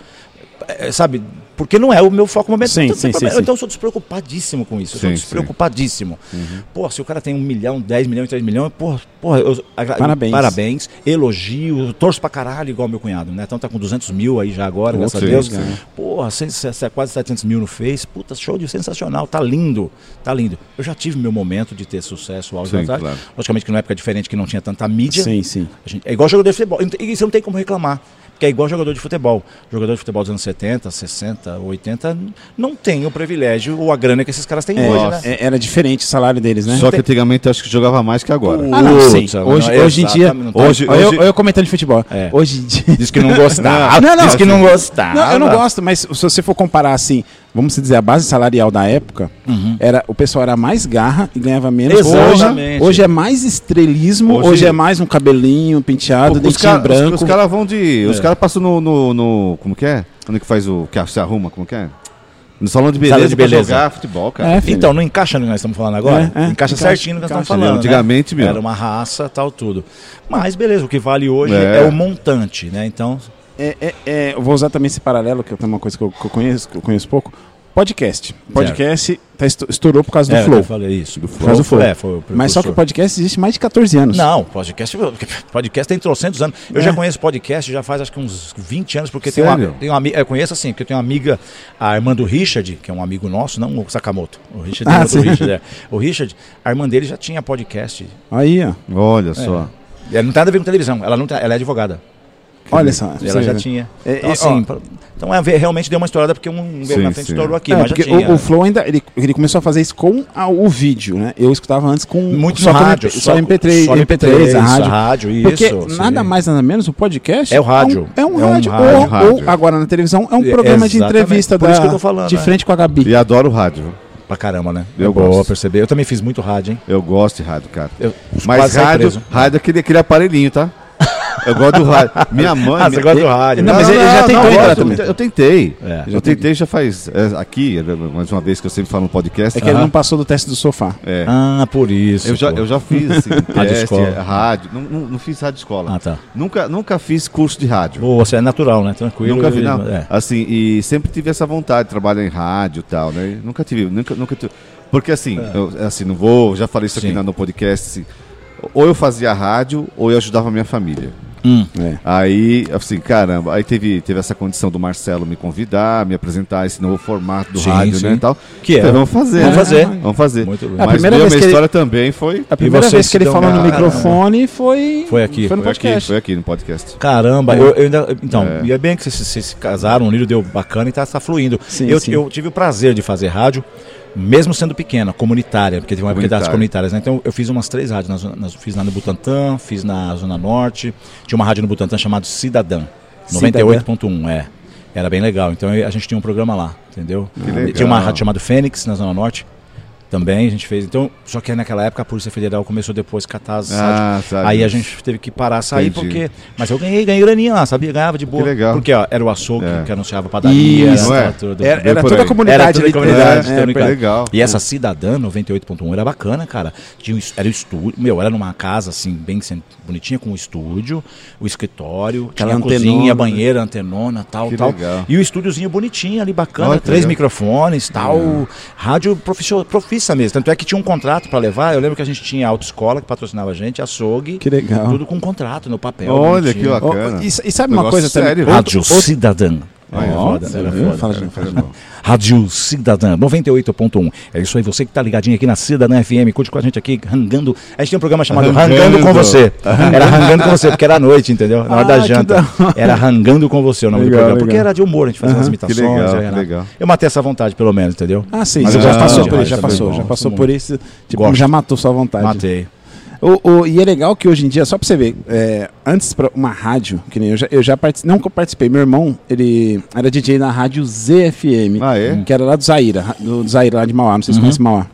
[SPEAKER 3] É, sabe, porque não é o meu foco momento.
[SPEAKER 1] Sim,
[SPEAKER 3] então,
[SPEAKER 1] sim,
[SPEAKER 3] problema.
[SPEAKER 1] sim, sim.
[SPEAKER 3] então eu sou despreocupadíssimo com isso. Eu sou
[SPEAKER 2] Sim, sim.
[SPEAKER 3] despreocupadíssimo.
[SPEAKER 1] Uhum.
[SPEAKER 3] Porra, se o cara tem um milhão, dez milhões, três milhões, porra, porra eu, agra-
[SPEAKER 1] Parabéns.
[SPEAKER 3] parabéns, elogio, torço pra caralho, igual meu cunhado, né? Então tá com 200 mil aí já agora,
[SPEAKER 2] Pô,
[SPEAKER 3] graças
[SPEAKER 2] sim,
[SPEAKER 3] a Deus.
[SPEAKER 2] cara.
[SPEAKER 3] Porra, 100, se- se- quase 700 mil no Face. Puta, show de sensacional. Tá lindo. Tá lindo. Eu já tive meu momento de ter sucesso áudio
[SPEAKER 2] Sim,
[SPEAKER 3] atrás.
[SPEAKER 2] claro.
[SPEAKER 3] Logicamente que numa época diferente que não tinha tanta mídia.
[SPEAKER 1] Sim, sim.
[SPEAKER 3] A gente- é igual jogador de futebol. E você não tem como reclamar. Porque é igual jogador de futebol. Jogador de futebol dos anos 70, 60, 80 não tem o privilégio ou a grana que esses caras têm
[SPEAKER 1] É,
[SPEAKER 3] hoje,
[SPEAKER 2] Nossa.
[SPEAKER 3] né?
[SPEAKER 1] é, era diferente o salário deles, né?
[SPEAKER 2] Só que antigamente eu acho que jogava mais que agora.
[SPEAKER 1] Ah, não, sim.
[SPEAKER 3] Putz,
[SPEAKER 1] Hoje,
[SPEAKER 3] não,
[SPEAKER 1] hoje em dia.
[SPEAKER 3] exatamente, não tá-
[SPEAKER 1] Hoje, olha,
[SPEAKER 2] hoje-
[SPEAKER 1] eu, eu comentando de futebol.
[SPEAKER 3] É.
[SPEAKER 1] Hoje em dia. [laughs]
[SPEAKER 3] Diz que não gostava.
[SPEAKER 1] Não, tá. não,
[SPEAKER 3] Diz que não gostava.
[SPEAKER 1] Não, eu não gosto, mas se você for comparar assim, vamos dizer, a base salarial da época, era, o pessoal era mais garra e ganhava menos. Hoje,
[SPEAKER 3] Exatamente.
[SPEAKER 1] hoje é mais estrelismo,
[SPEAKER 2] Hoje-
[SPEAKER 1] hoje, é mais um cabelinho
[SPEAKER 2] Pô,
[SPEAKER 1] penteado,
[SPEAKER 2] os
[SPEAKER 1] dentinho
[SPEAKER 2] caras
[SPEAKER 1] branco.
[SPEAKER 2] os, os caras vão de. Os caras passam no, no, no- Como que é? Quando que faz o. Que se arruma? Como que é? No salão de beleza,
[SPEAKER 3] de
[SPEAKER 2] pra
[SPEAKER 3] beleza.
[SPEAKER 2] jogar futebol, cara.
[SPEAKER 1] É, filho.
[SPEAKER 3] Então, não encaixa no que nós estamos falando agora?
[SPEAKER 1] É, é.
[SPEAKER 3] encaixa,
[SPEAKER 1] Encaixa,
[SPEAKER 3] certinho no que nós estamos
[SPEAKER 1] encaixa.
[SPEAKER 3] falando. né?
[SPEAKER 2] Antigamente, meu.
[SPEAKER 3] Era uma raça, tal, tudo. Mas, beleza, o que vale hoje
[SPEAKER 2] É.
[SPEAKER 3] é, o montante, né? Então,
[SPEAKER 1] É, é, é, eu vou usar também esse paralelo, que é uma coisa que eu, que eu conheço, que eu conheço pouco. Podcast. Podcast tá estu- estourou por causa do
[SPEAKER 3] é,
[SPEAKER 1] Flow.
[SPEAKER 3] eu falei isso. Do
[SPEAKER 1] Por causa do Flow.
[SPEAKER 3] É, foi o
[SPEAKER 1] Mas só que o
[SPEAKER 3] precursor.
[SPEAKER 1] podcast existe mais de 14 anos.
[SPEAKER 3] Não, podcast, [laughs] podcast tem trocentos anos.
[SPEAKER 1] É.
[SPEAKER 3] Eu já conheço podcast, já faz acho que uns 20 anos, porque tem uma,
[SPEAKER 2] Sério?
[SPEAKER 3] tem uma amiga. Eu conheço assim, porque eu tenho uma amiga, a irmã do Richard, que é um amigo nosso, não o Sakamoto. O Richard,
[SPEAKER 1] Ah,
[SPEAKER 3] é o
[SPEAKER 1] sim.
[SPEAKER 3] do Richard, é. O Richard, a irmã dele já tinha podcast.
[SPEAKER 1] Aí, ó.
[SPEAKER 2] Olha só.
[SPEAKER 3] Ela não tem nada a ver com televisão, ela, não tem- ela é advogada.
[SPEAKER 1] Olha só. pra você
[SPEAKER 3] Ela já
[SPEAKER 1] ver.
[SPEAKER 3] tinha.
[SPEAKER 1] É,
[SPEAKER 3] então,
[SPEAKER 1] é,
[SPEAKER 3] assim,
[SPEAKER 1] ó.
[SPEAKER 3] pra- então é, ver- realmente deu uma estourada porque um veio
[SPEAKER 2] Sim,
[SPEAKER 3] na frente
[SPEAKER 2] sim.
[SPEAKER 3] estourou aqui,
[SPEAKER 1] É,
[SPEAKER 3] mas já
[SPEAKER 1] porque
[SPEAKER 3] tinha.
[SPEAKER 1] o, o Flow ainda ele, ele começou a fazer isso com a- o vídeo, né? Eu escutava antes com
[SPEAKER 3] Muito
[SPEAKER 1] só
[SPEAKER 3] no
[SPEAKER 1] com
[SPEAKER 3] rádio,
[SPEAKER 1] MP, só,
[SPEAKER 3] só-
[SPEAKER 1] MP3,
[SPEAKER 3] só
[SPEAKER 1] MP3, a
[SPEAKER 3] a
[SPEAKER 1] rádio.
[SPEAKER 3] rádio,
[SPEAKER 1] Porque
[SPEAKER 3] isso,
[SPEAKER 1] nada
[SPEAKER 3] sim.
[SPEAKER 1] mais nada menos o podcast
[SPEAKER 3] É o rádio.
[SPEAKER 1] é um, é um
[SPEAKER 3] É um
[SPEAKER 1] rádio,
[SPEAKER 3] rádio,
[SPEAKER 1] ou,
[SPEAKER 2] rádio.
[SPEAKER 1] ou agora na televisão é um
[SPEAKER 3] É,
[SPEAKER 1] programa de
[SPEAKER 3] exatamente.
[SPEAKER 1] entrevista
[SPEAKER 3] Por
[SPEAKER 1] da
[SPEAKER 3] isso que eu tô falando,
[SPEAKER 1] de
[SPEAKER 3] né?
[SPEAKER 1] frente com a Gabi.
[SPEAKER 2] E adoro o rádio.
[SPEAKER 3] Pra caramba, né?
[SPEAKER 2] Eu
[SPEAKER 3] É boa
[SPEAKER 2] gosto.
[SPEAKER 3] perceber. Eu também fiz muito rádio, hein?
[SPEAKER 2] Eu gosto de rádio, cara.
[SPEAKER 3] Eu-
[SPEAKER 2] Mas
[SPEAKER 3] quase saí
[SPEAKER 2] rádio,
[SPEAKER 3] preso.
[SPEAKER 2] rádio é aquele, aquele aparelhinho, tá? Eu gosto do rádio. Minha mãe.
[SPEAKER 3] Ah,
[SPEAKER 2] minha-
[SPEAKER 3] você gosta do rádio.
[SPEAKER 1] Não,
[SPEAKER 3] né?
[SPEAKER 2] é-
[SPEAKER 1] mas ele já tentou
[SPEAKER 2] eu
[SPEAKER 1] entrar
[SPEAKER 2] gosto,
[SPEAKER 1] também.
[SPEAKER 2] Eu tentei.
[SPEAKER 3] É.
[SPEAKER 2] eu tentei já faz. é, aqui, mais uma vez que eu sempre falo no podcast.
[SPEAKER 1] É que ele não passou do teste do sofá.
[SPEAKER 2] É.
[SPEAKER 3] Ah, por isso.
[SPEAKER 2] Eu já,
[SPEAKER 3] pô.
[SPEAKER 2] eu já fiz
[SPEAKER 3] [laughs]
[SPEAKER 2] assim, rádio,
[SPEAKER 3] escola.
[SPEAKER 2] rádio. Não, não, não fiz rádio escola.
[SPEAKER 3] Ah, tá.
[SPEAKER 2] Nunca, nunca fiz curso de rádio.
[SPEAKER 3] Boa, você é natural, né? Tranquilo.
[SPEAKER 2] Nunca vi,
[SPEAKER 3] e-
[SPEAKER 2] não.
[SPEAKER 3] é.
[SPEAKER 2] Assim, e sempre tive essa vontade de trabalhar em rádio e tal, né? Nunca tive, nunca, nunca tive. Porque assim, eu, assim, não vou, já falei isso aqui
[SPEAKER 3] É. Sim.
[SPEAKER 2] na- no podcast, assim, ou eu fazia rádio ou eu ajudava a minha família.
[SPEAKER 1] É.
[SPEAKER 2] Aí, assim, caramba, aí teve, teve essa condição do Marcelo me convidar, me apresentar esse novo formato do
[SPEAKER 3] Sim,
[SPEAKER 2] rádio, né,
[SPEAKER 3] sim.
[SPEAKER 2] e tal.
[SPEAKER 3] Que é.
[SPEAKER 2] Então, vamos fazer,
[SPEAKER 3] Vamos
[SPEAKER 2] né?
[SPEAKER 3] fazer.
[SPEAKER 2] Vamos fazer.
[SPEAKER 3] Muito bem.
[SPEAKER 2] Mas
[SPEAKER 1] A primeira
[SPEAKER 2] meu,
[SPEAKER 1] vez
[SPEAKER 2] minha
[SPEAKER 1] que ele-
[SPEAKER 2] história também foi
[SPEAKER 1] A primeira
[SPEAKER 3] vocês
[SPEAKER 1] vez que
[SPEAKER 3] se
[SPEAKER 1] ele
[SPEAKER 3] dão
[SPEAKER 1] falou no
[SPEAKER 3] bem?
[SPEAKER 1] microfone foi
[SPEAKER 3] Foi aqui.
[SPEAKER 1] foi no
[SPEAKER 2] foi aqui,
[SPEAKER 1] podcast.
[SPEAKER 2] foi aqui no podcast.
[SPEAKER 3] Caramba, eu, eu ainda. Então, e é bem que vocês, vocês se casaram, o livro deu bacana e tá, tá fluindo.
[SPEAKER 1] Sim,
[SPEAKER 3] eu,
[SPEAKER 1] sim.
[SPEAKER 3] eu tive o prazer de fazer rádio, mesmo sendo pequena, comunitária, porque tem uma época das
[SPEAKER 2] Comunitária.
[SPEAKER 3] comunitárias, né? Então eu fiz umas três rádios, na, zona- na- fiz lá no Butantã, fiz na Zona Norte, tinha uma rádio no Butantã chamada Cidadã,
[SPEAKER 1] Cidadã.
[SPEAKER 3] 98.1, é. Era bem legal. Então a gente tinha um programa lá, entendeu?
[SPEAKER 2] legal.
[SPEAKER 3] Tinha uma rádio chamada Fênix, na Zona Norte. Também a gente fez. Então, só que naquela época a Polícia Federal começou depois a catar as
[SPEAKER 2] Ah, sabe.
[SPEAKER 3] Aí a gente teve que parar, sair,
[SPEAKER 2] Entendi.
[SPEAKER 3] porque. Mas eu ganhei, ganhei graninha lá, sabia? Ganhava de boa.
[SPEAKER 2] Que legal.
[SPEAKER 3] Porque ó, era o açougue
[SPEAKER 2] É.
[SPEAKER 3] que anunciava padaria,
[SPEAKER 1] Isso,
[SPEAKER 2] não é?
[SPEAKER 3] era tudo.
[SPEAKER 1] Era,
[SPEAKER 2] Deu
[SPEAKER 1] era
[SPEAKER 2] por
[SPEAKER 1] toda a
[SPEAKER 2] aí.
[SPEAKER 3] Era
[SPEAKER 1] comunidade.
[SPEAKER 3] toda a
[SPEAKER 1] ligada.
[SPEAKER 3] comunidade,
[SPEAKER 1] É,
[SPEAKER 3] tá ligado?
[SPEAKER 2] né? legal.
[SPEAKER 3] E essa cidadã 98.1 era bacana, cara. Tinha um es- era o estúdio, meu, era numa casa assim bem cen- bonitinha com o estúdio, o escritório,
[SPEAKER 1] Aquela
[SPEAKER 3] tinha a
[SPEAKER 1] antenona.
[SPEAKER 3] cozinha, banheira, antenona, tal,
[SPEAKER 2] Que
[SPEAKER 3] tal.
[SPEAKER 2] legal.
[SPEAKER 3] E o estúdiozinho bonitinho ali bacana,
[SPEAKER 2] Olha que
[SPEAKER 3] três
[SPEAKER 2] legal.
[SPEAKER 3] microfones, tal, rádio profissio- profissa mesmo. Tanto é que tinha um contrato pra levar, eu lembro que a gente tinha a autoescola que patrocinava a gente, açougue,
[SPEAKER 1] Que legal.
[SPEAKER 3] tudo com contrato no papel.
[SPEAKER 2] Olha
[SPEAKER 3] bonitinho.
[SPEAKER 2] que
[SPEAKER 1] Ó,
[SPEAKER 2] bacana.
[SPEAKER 1] e, e sabe uma
[SPEAKER 2] Negócio
[SPEAKER 1] coisa
[SPEAKER 2] sério,
[SPEAKER 1] também? é
[SPEAKER 2] velho.
[SPEAKER 3] Rádio Cidadã.
[SPEAKER 2] Olha,
[SPEAKER 3] Era
[SPEAKER 1] Ó,
[SPEAKER 3] foda,
[SPEAKER 1] você
[SPEAKER 3] era
[SPEAKER 1] viu?
[SPEAKER 3] foda.
[SPEAKER 1] Fala de novo, fala de novo.
[SPEAKER 3] Rádio Cidadã 98.1. É isso aí, você que tá ligadinho aqui na Cidadã FM, curte com a gente aqui, rangando. A gente tem um programa chamado
[SPEAKER 2] Rangando.
[SPEAKER 3] Rangando, com você. Era rangando com você, porque era à noite, entendeu? Na hora
[SPEAKER 1] Ah,
[SPEAKER 3] da
[SPEAKER 1] que
[SPEAKER 3] janta. Era rangando com você o nome
[SPEAKER 1] Legal,
[SPEAKER 3] do programa. Porque
[SPEAKER 1] legal.
[SPEAKER 3] era de humor, a gente fazia umas imitações.
[SPEAKER 2] legal,
[SPEAKER 3] eu e
[SPEAKER 2] que
[SPEAKER 3] Renato.
[SPEAKER 2] legal.
[SPEAKER 3] Eu matei essa vontade, pelo menos, entendeu?
[SPEAKER 1] Ah, sim,
[SPEAKER 3] Mas
[SPEAKER 1] você
[SPEAKER 2] eu
[SPEAKER 1] já
[SPEAKER 2] gosto
[SPEAKER 1] passou
[SPEAKER 2] de
[SPEAKER 1] por
[SPEAKER 2] rádio
[SPEAKER 1] isso, já
[SPEAKER 2] também,
[SPEAKER 1] passou,
[SPEAKER 3] gosto
[SPEAKER 1] já passou
[SPEAKER 3] muito.
[SPEAKER 1] por isso. Tipo,
[SPEAKER 3] Gosto.
[SPEAKER 1] já matou sua vontade.
[SPEAKER 3] Matei.
[SPEAKER 1] O, o- e é legal que hoje em dia, só pra você ver, é, antes pra uma rádio, que nem eu já, eu já participei, não que eu participei, meu irmão, ele era DJ na rádio ZFM,
[SPEAKER 2] Ah, é?
[SPEAKER 1] que era lá do Zaira, ra- do Zaira lá de Mauá, não sei se conhece Mauá.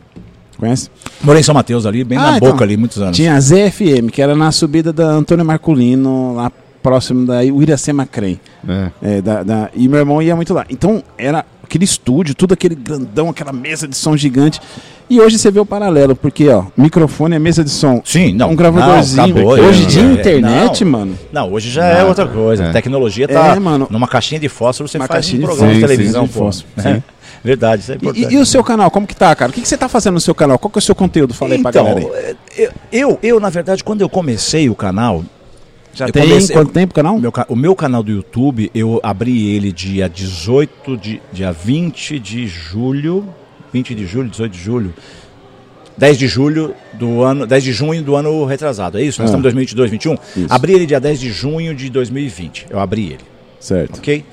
[SPEAKER 1] Conhece?
[SPEAKER 3] Morei em São Mateus ali, bem
[SPEAKER 1] Ah,
[SPEAKER 3] na
[SPEAKER 1] então.
[SPEAKER 3] boca ali, muitos anos.
[SPEAKER 1] Tinha a ZFM, que era na subida da Antônio Marculino, lá próximo da Uiracema Crem.
[SPEAKER 2] É.
[SPEAKER 1] É, da- da- e meu irmão ia muito lá. Então, era aquele estúdio, tudo aquele grandão, aquela mesa de som gigante. E hoje você vê o paralelo, porque, ó, microfone é mesa de som.
[SPEAKER 3] Sim, não.
[SPEAKER 1] Um gravadorzinho.
[SPEAKER 3] Não, acabou,
[SPEAKER 1] hoje em
[SPEAKER 3] é,
[SPEAKER 1] dia,
[SPEAKER 3] é,
[SPEAKER 1] internet,
[SPEAKER 3] não.
[SPEAKER 1] mano.
[SPEAKER 3] Não, hoje já é outra coisa.
[SPEAKER 2] é.
[SPEAKER 3] A tecnologia tá
[SPEAKER 1] É, mano.
[SPEAKER 3] numa caixinha de fósforo, você
[SPEAKER 1] Uma
[SPEAKER 3] faz
[SPEAKER 1] caixinha
[SPEAKER 3] um
[SPEAKER 1] de
[SPEAKER 3] programa de
[SPEAKER 2] fósforo,
[SPEAKER 3] televisão,
[SPEAKER 1] sim, de
[SPEAKER 3] pô.
[SPEAKER 1] fósforo,
[SPEAKER 3] [laughs] É. Verdade, isso é
[SPEAKER 1] E-
[SPEAKER 3] importante.
[SPEAKER 1] E, e o seu canal, como que tá, cara? O que, que você tá fazendo no seu canal? Qual que é o seu conteúdo? Falei pra
[SPEAKER 3] então,
[SPEAKER 1] galera aí.
[SPEAKER 3] eu, eu, eu, na verdade, quando eu comecei o canal,
[SPEAKER 1] Já
[SPEAKER 3] eu
[SPEAKER 1] tem
[SPEAKER 3] comecei-
[SPEAKER 1] quanto tempo o canal?
[SPEAKER 3] o meu, ca- o meu canal do YouTube, eu abri ele dia 18 de. dia 20 de julho. 20 de julho, 18 de julho. 10 de julho do ano. 10 de junho do ano retrasado, é isso? Nós
[SPEAKER 1] Ah.
[SPEAKER 3] estamos em 2022, 2021?
[SPEAKER 1] Isso.
[SPEAKER 3] Abri ele dia 10 de junho de 2020. Eu abri ele.
[SPEAKER 1] Certo.
[SPEAKER 3] Ok?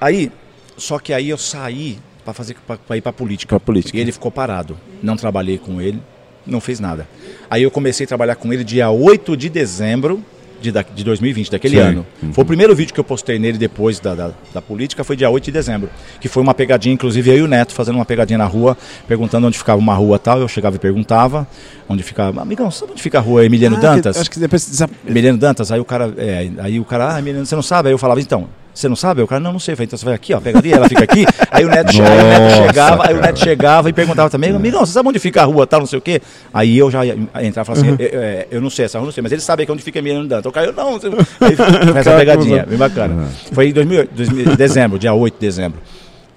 [SPEAKER 3] Aí, só que aí eu saí pra fazer pra, pra ir pra política.
[SPEAKER 1] Pra política.
[SPEAKER 3] E ele ficou parado. Não trabalhei com ele, não fiz nada. Aí eu comecei a trabalhar com ele dia 8 de dezembro de, da- de 2020, daquele
[SPEAKER 2] Sim.
[SPEAKER 3] ano.
[SPEAKER 1] Uhum.
[SPEAKER 3] Foi o primeiro vídeo que eu postei nele depois da, da, da política, foi dia 8 de dezembro. Que foi uma pegadinha, inclusive eu e o Neto fazendo uma pegadinha na rua, perguntando onde ficava uma rua tal. Eu chegava e perguntava onde ficava. Amigão, sabe onde fica a rua Emiliano
[SPEAKER 1] Ah, que-
[SPEAKER 3] Dantas? É.
[SPEAKER 1] acho que depois... desa-
[SPEAKER 3] Emiliano Dantas, aí o cara, é, aí o cara, ah, Emiliano, você não sabe? Aí eu falava, então, você não sabe? Aí o cara, não, não sei. Eu falei, então você vai aqui, ó, pegadinha, ela
[SPEAKER 2] [laughs]
[SPEAKER 3] fica aqui. Aí o Neto, che- aí o Neto
[SPEAKER 2] Nossa,
[SPEAKER 3] chegava, aí o
[SPEAKER 2] cara.
[SPEAKER 3] Neto chegava e perguntava também, amigão, você sabe onde fica a rua, tal, não sei o quê? Aí eu já ia entrar e falava assim,
[SPEAKER 2] Uhum.
[SPEAKER 3] é, é, eu não sei, essa rua eu não sei, mas ele sabe que é onde fica Emiliano Dantas. O cara, eu não, não sei.
[SPEAKER 2] [laughs]
[SPEAKER 3] Aí foi essa pegadinha, bem bacana.
[SPEAKER 2] Uhum.
[SPEAKER 3] Foi em 2000, 2000, dezembro, dia 8 de dezembro.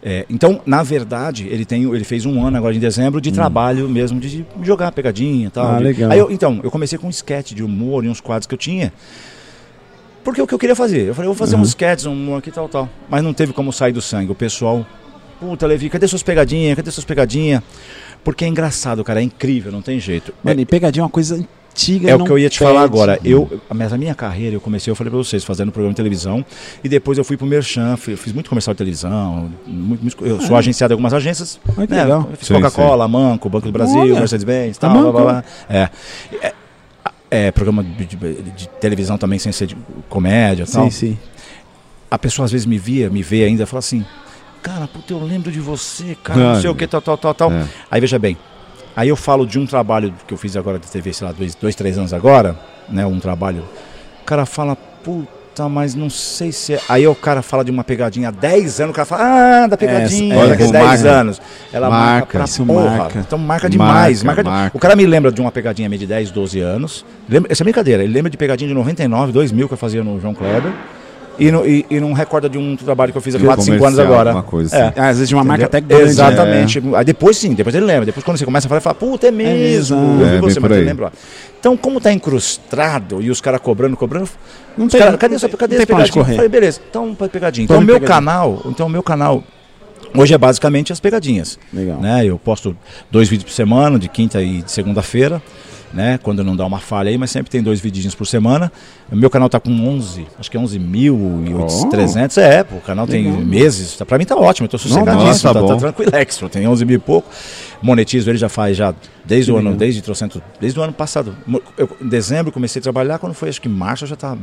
[SPEAKER 3] É, então, na verdade, ele, tem, ele fez um ano agora em dezembro de trabalho mesmo, de de jogar pegadinha e tal.
[SPEAKER 1] Hum. Ah,
[SPEAKER 3] de-
[SPEAKER 1] legal.
[SPEAKER 3] Aí eu- então, eu comecei com um sketch de humor e uns quadros que eu tinha. Porque é o que eu queria fazer? Eu falei, eu vou
[SPEAKER 1] Uhum.
[SPEAKER 3] fazer uns sketches, um humor aqui tal, tal. Mas não teve como sair do sangue. O pessoal, puta, Levi, cadê suas pegadinhas? Cadê suas pegadinhas? Porque é engraçado, cara, é incrível, não tem jeito.
[SPEAKER 1] Mano, e pegadinha é uma coisa antiga.
[SPEAKER 3] É
[SPEAKER 1] e
[SPEAKER 3] o
[SPEAKER 1] não
[SPEAKER 3] que eu ia te
[SPEAKER 1] perde.
[SPEAKER 3] falar agora. Eu, mas a minha carreira, eu comecei, eu falei pra vocês, fazendo programa de televisão. E depois eu fui pro Merchan, fui- eu fiz muito comercial de televisão. muito- muito- eu sou agenciado em algumas agências.
[SPEAKER 1] Olha Ah, é? que
[SPEAKER 3] né,
[SPEAKER 1] legal.
[SPEAKER 3] eu Fiz
[SPEAKER 2] Sim,
[SPEAKER 3] Coca-Cola, Manco, Banco do Brasil,
[SPEAKER 1] Olha.
[SPEAKER 3] Mercedes-Benz,
[SPEAKER 1] A
[SPEAKER 3] tal, blá, blá,
[SPEAKER 1] Manco.
[SPEAKER 3] blá. É. É, é, programa de, de- de televisão também, sem ser de comédia tal
[SPEAKER 1] Sim, sim.
[SPEAKER 3] a pessoa às vezes me via, me vê ainda, fala assim, cara, puta, eu lembro de você, cara,
[SPEAKER 2] Ah,
[SPEAKER 3] não sei o que, tal, tal, tal, tal.
[SPEAKER 2] É.
[SPEAKER 3] Aí veja bem, aí eu falo de um trabalho que eu fiz agora de TV, sei lá, dois, dois três anos agora, né, um trabalho. O cara fala, puta, mas não sei se é... Aí o cara fala de uma pegadinha há 10 anos, o cara fala, ah, da pegadinha,
[SPEAKER 1] É,
[SPEAKER 3] é,
[SPEAKER 1] olha
[SPEAKER 3] daqueles
[SPEAKER 1] como
[SPEAKER 3] 10
[SPEAKER 2] marca.
[SPEAKER 3] anos. Ela marca,
[SPEAKER 2] Marca,
[SPEAKER 3] pra
[SPEAKER 1] isso
[SPEAKER 3] porra.
[SPEAKER 1] marca.
[SPEAKER 3] Então marca demais.
[SPEAKER 2] Marca,
[SPEAKER 3] Marca, de-
[SPEAKER 2] marca.
[SPEAKER 3] O cara me lembra de uma pegadinha minha de 10, 12 anos. Lembra, essa é brincadeira, ele lembra de pegadinha de 99, 2000 que eu fazia no João Kleber. E, não- e, e não recorda de um trabalho que eu fiz há
[SPEAKER 2] De
[SPEAKER 3] 4, 5 anos
[SPEAKER 2] comercial,
[SPEAKER 3] agora.
[SPEAKER 2] alguma coisa
[SPEAKER 3] É.
[SPEAKER 2] assim.
[SPEAKER 1] Ah, às vezes de uma marca até
[SPEAKER 3] Entendeu?
[SPEAKER 1] grande. né?
[SPEAKER 3] Exatamente. Aí depois sim, depois ele lembra. Depois quando você começa a falar, ele fala, puta, é mesmo.
[SPEAKER 1] mesmo.
[SPEAKER 3] eu
[SPEAKER 2] É,
[SPEAKER 3] vi
[SPEAKER 2] bem
[SPEAKER 3] você,
[SPEAKER 2] por
[SPEAKER 3] mas
[SPEAKER 2] aí.
[SPEAKER 3] eu lembro. ó. Então, como tá incrustado e os caras cobrando, cobrando.
[SPEAKER 1] Não
[SPEAKER 3] os
[SPEAKER 1] tem-
[SPEAKER 3] cara, cadê
[SPEAKER 1] não
[SPEAKER 3] sua
[SPEAKER 1] tem-
[SPEAKER 3] cadê
[SPEAKER 1] não
[SPEAKER 3] essa
[SPEAKER 1] tem pra onde
[SPEAKER 3] pegadinha?
[SPEAKER 1] correr.
[SPEAKER 3] Eu Falei, beleza, então pra pegadinha. Então,
[SPEAKER 1] Tome
[SPEAKER 3] o meu
[SPEAKER 1] pegadinha.
[SPEAKER 3] canal, então o meu canal. Hoje é basicamente as pegadinhas.
[SPEAKER 1] Legal.
[SPEAKER 3] Né? Eu posto dois vídeos por semana, de quinta e de segunda-feira, né? Quando não dá uma falha aí, mas sempre tem dois videozinhos por semana. O meu canal tá com 11, acho que é 11 mil e
[SPEAKER 1] Oh.
[SPEAKER 3] 300. É, pô, o canal tem meses. Tá- Pra mim tá ótimo, eu tô
[SPEAKER 2] tá
[SPEAKER 3] sossegadíssimo, tá, tá,
[SPEAKER 2] bom.
[SPEAKER 3] tranquilex, pô, tem 11 mil e pouco. Monetizo ele já faz já desde o ano, desde trocento, desde o ano passado. Mo- Eu, em dezembro comecei a trabalhar, quando foi acho que em março eu já tava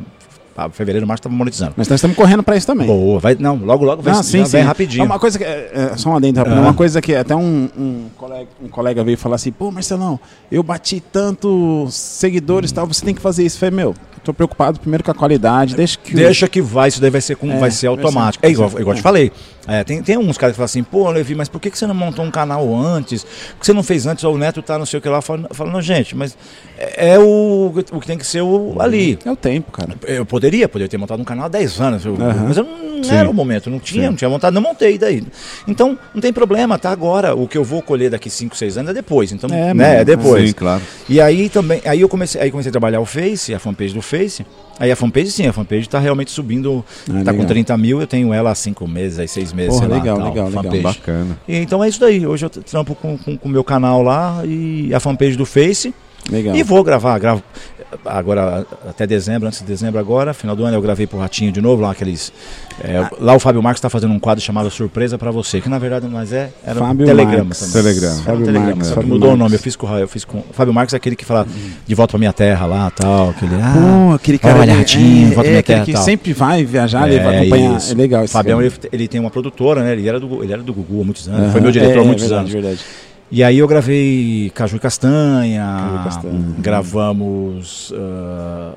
[SPEAKER 3] Ah, fevereiro, março estava monetizando.
[SPEAKER 1] Mas nós estamos correndo para isso também.
[SPEAKER 3] Boa, vai, não, logo, logo vai,
[SPEAKER 1] Ah,
[SPEAKER 3] já vem rapidinho.
[SPEAKER 1] É uma coisa que, é, é, só um adendo rapidinho. Uma coisa que até um, um colega, um colega veio falar assim: pô, Marcelão, eu bati tantos seguidores e tal, você tem que fazer isso. Eu falei: meu, eu tô preocupado primeiro com a qualidade, deixa que. o-
[SPEAKER 3] Deixa que vai, isso daí vai ser, com,
[SPEAKER 1] É,
[SPEAKER 3] vai ser
[SPEAKER 1] vai ser-
[SPEAKER 3] automático. é igual, igual eu te
[SPEAKER 1] é.
[SPEAKER 3] falei. É, tem, tem uns caras que falam assim, pô, Levi, mas por que, que você não montou um canal antes? Por que você não fez antes? Ou o neto tá não sei o que lá. Fala, fala, não, gente, mas é, é o, o que tem que ser o, ali.
[SPEAKER 1] É o tempo, cara.
[SPEAKER 3] Eu poderia, poderia ter montado um canal há 10 anos, eu-
[SPEAKER 1] Aham.
[SPEAKER 3] mas eu não não era o momento, não tinha, não tinha vontade, não montei daí. Então, não tem problema, tá agora. O que eu vou colher daqui 5, 6 anos é depois. Então,
[SPEAKER 1] É,
[SPEAKER 3] é,
[SPEAKER 1] mano,
[SPEAKER 3] né, é depois.
[SPEAKER 2] Sim, claro.
[SPEAKER 3] E aí também, aí eu comecei, aí comecei a trabalhar o Face, a fanpage do Face. Aí a fanpage sim, a fanpage tá realmente subindo,
[SPEAKER 1] Ah,
[SPEAKER 3] tá
[SPEAKER 1] legal.
[SPEAKER 3] com 30 mil, eu tenho ela há 5 meses, aí 6 meses,
[SPEAKER 1] Porra,
[SPEAKER 3] sei lá,
[SPEAKER 1] legal,
[SPEAKER 3] tal,
[SPEAKER 1] legal, legal.
[SPEAKER 3] fanpage.
[SPEAKER 2] Bacana.
[SPEAKER 3] E então é isso daí, hoje eu t- trampo com o com, com o meu canal lá e a fanpage do Face.
[SPEAKER 1] Legal.
[SPEAKER 3] E vou gravar, gravo agora até dezembro, antes de dezembro agora, final do ano eu gravei pro Ratinho de novo, lá aqueles é,
[SPEAKER 1] Ah.
[SPEAKER 3] lá o Fábio Marques tá fazendo um quadro chamado Surpresa pra você, que na verdade mas é era
[SPEAKER 1] Fábio
[SPEAKER 3] um telegrama
[SPEAKER 1] Marques.
[SPEAKER 3] também.
[SPEAKER 2] Telegrama.
[SPEAKER 3] Era um
[SPEAKER 1] Fábio
[SPEAKER 3] telegrama,
[SPEAKER 1] Marques,
[SPEAKER 3] só que
[SPEAKER 1] Fábio
[SPEAKER 3] mudou o nome,
[SPEAKER 1] Marques.
[SPEAKER 3] eu fiz com o Ra- eu fiz com o Fábio Marques, é aquele que fala de volta pra minha terra lá, tal, aquele ah,
[SPEAKER 1] Pô, aquele cara.
[SPEAKER 3] Olha,
[SPEAKER 1] ele-
[SPEAKER 3] ratinho,
[SPEAKER 1] é,
[SPEAKER 3] volta
[SPEAKER 1] é
[SPEAKER 3] minha
[SPEAKER 1] aquele
[SPEAKER 3] terra,
[SPEAKER 1] que
[SPEAKER 3] tal.
[SPEAKER 1] sempre vai viajar, ele vai acompanhar.
[SPEAKER 3] isso.
[SPEAKER 1] É legal esse
[SPEAKER 3] Fabião,
[SPEAKER 1] cara.
[SPEAKER 3] ele, ele tem uma produtora, né? Ele era do, ele era do Gugu há muitos anos,
[SPEAKER 1] Aham.
[SPEAKER 3] foi meu diretor
[SPEAKER 1] É,
[SPEAKER 3] há muitos
[SPEAKER 1] verdade,
[SPEAKER 3] anos.
[SPEAKER 1] verdade.
[SPEAKER 3] E aí eu gravei Caju e Castanha, hum,
[SPEAKER 1] e Castanha.
[SPEAKER 3] gravamos ah,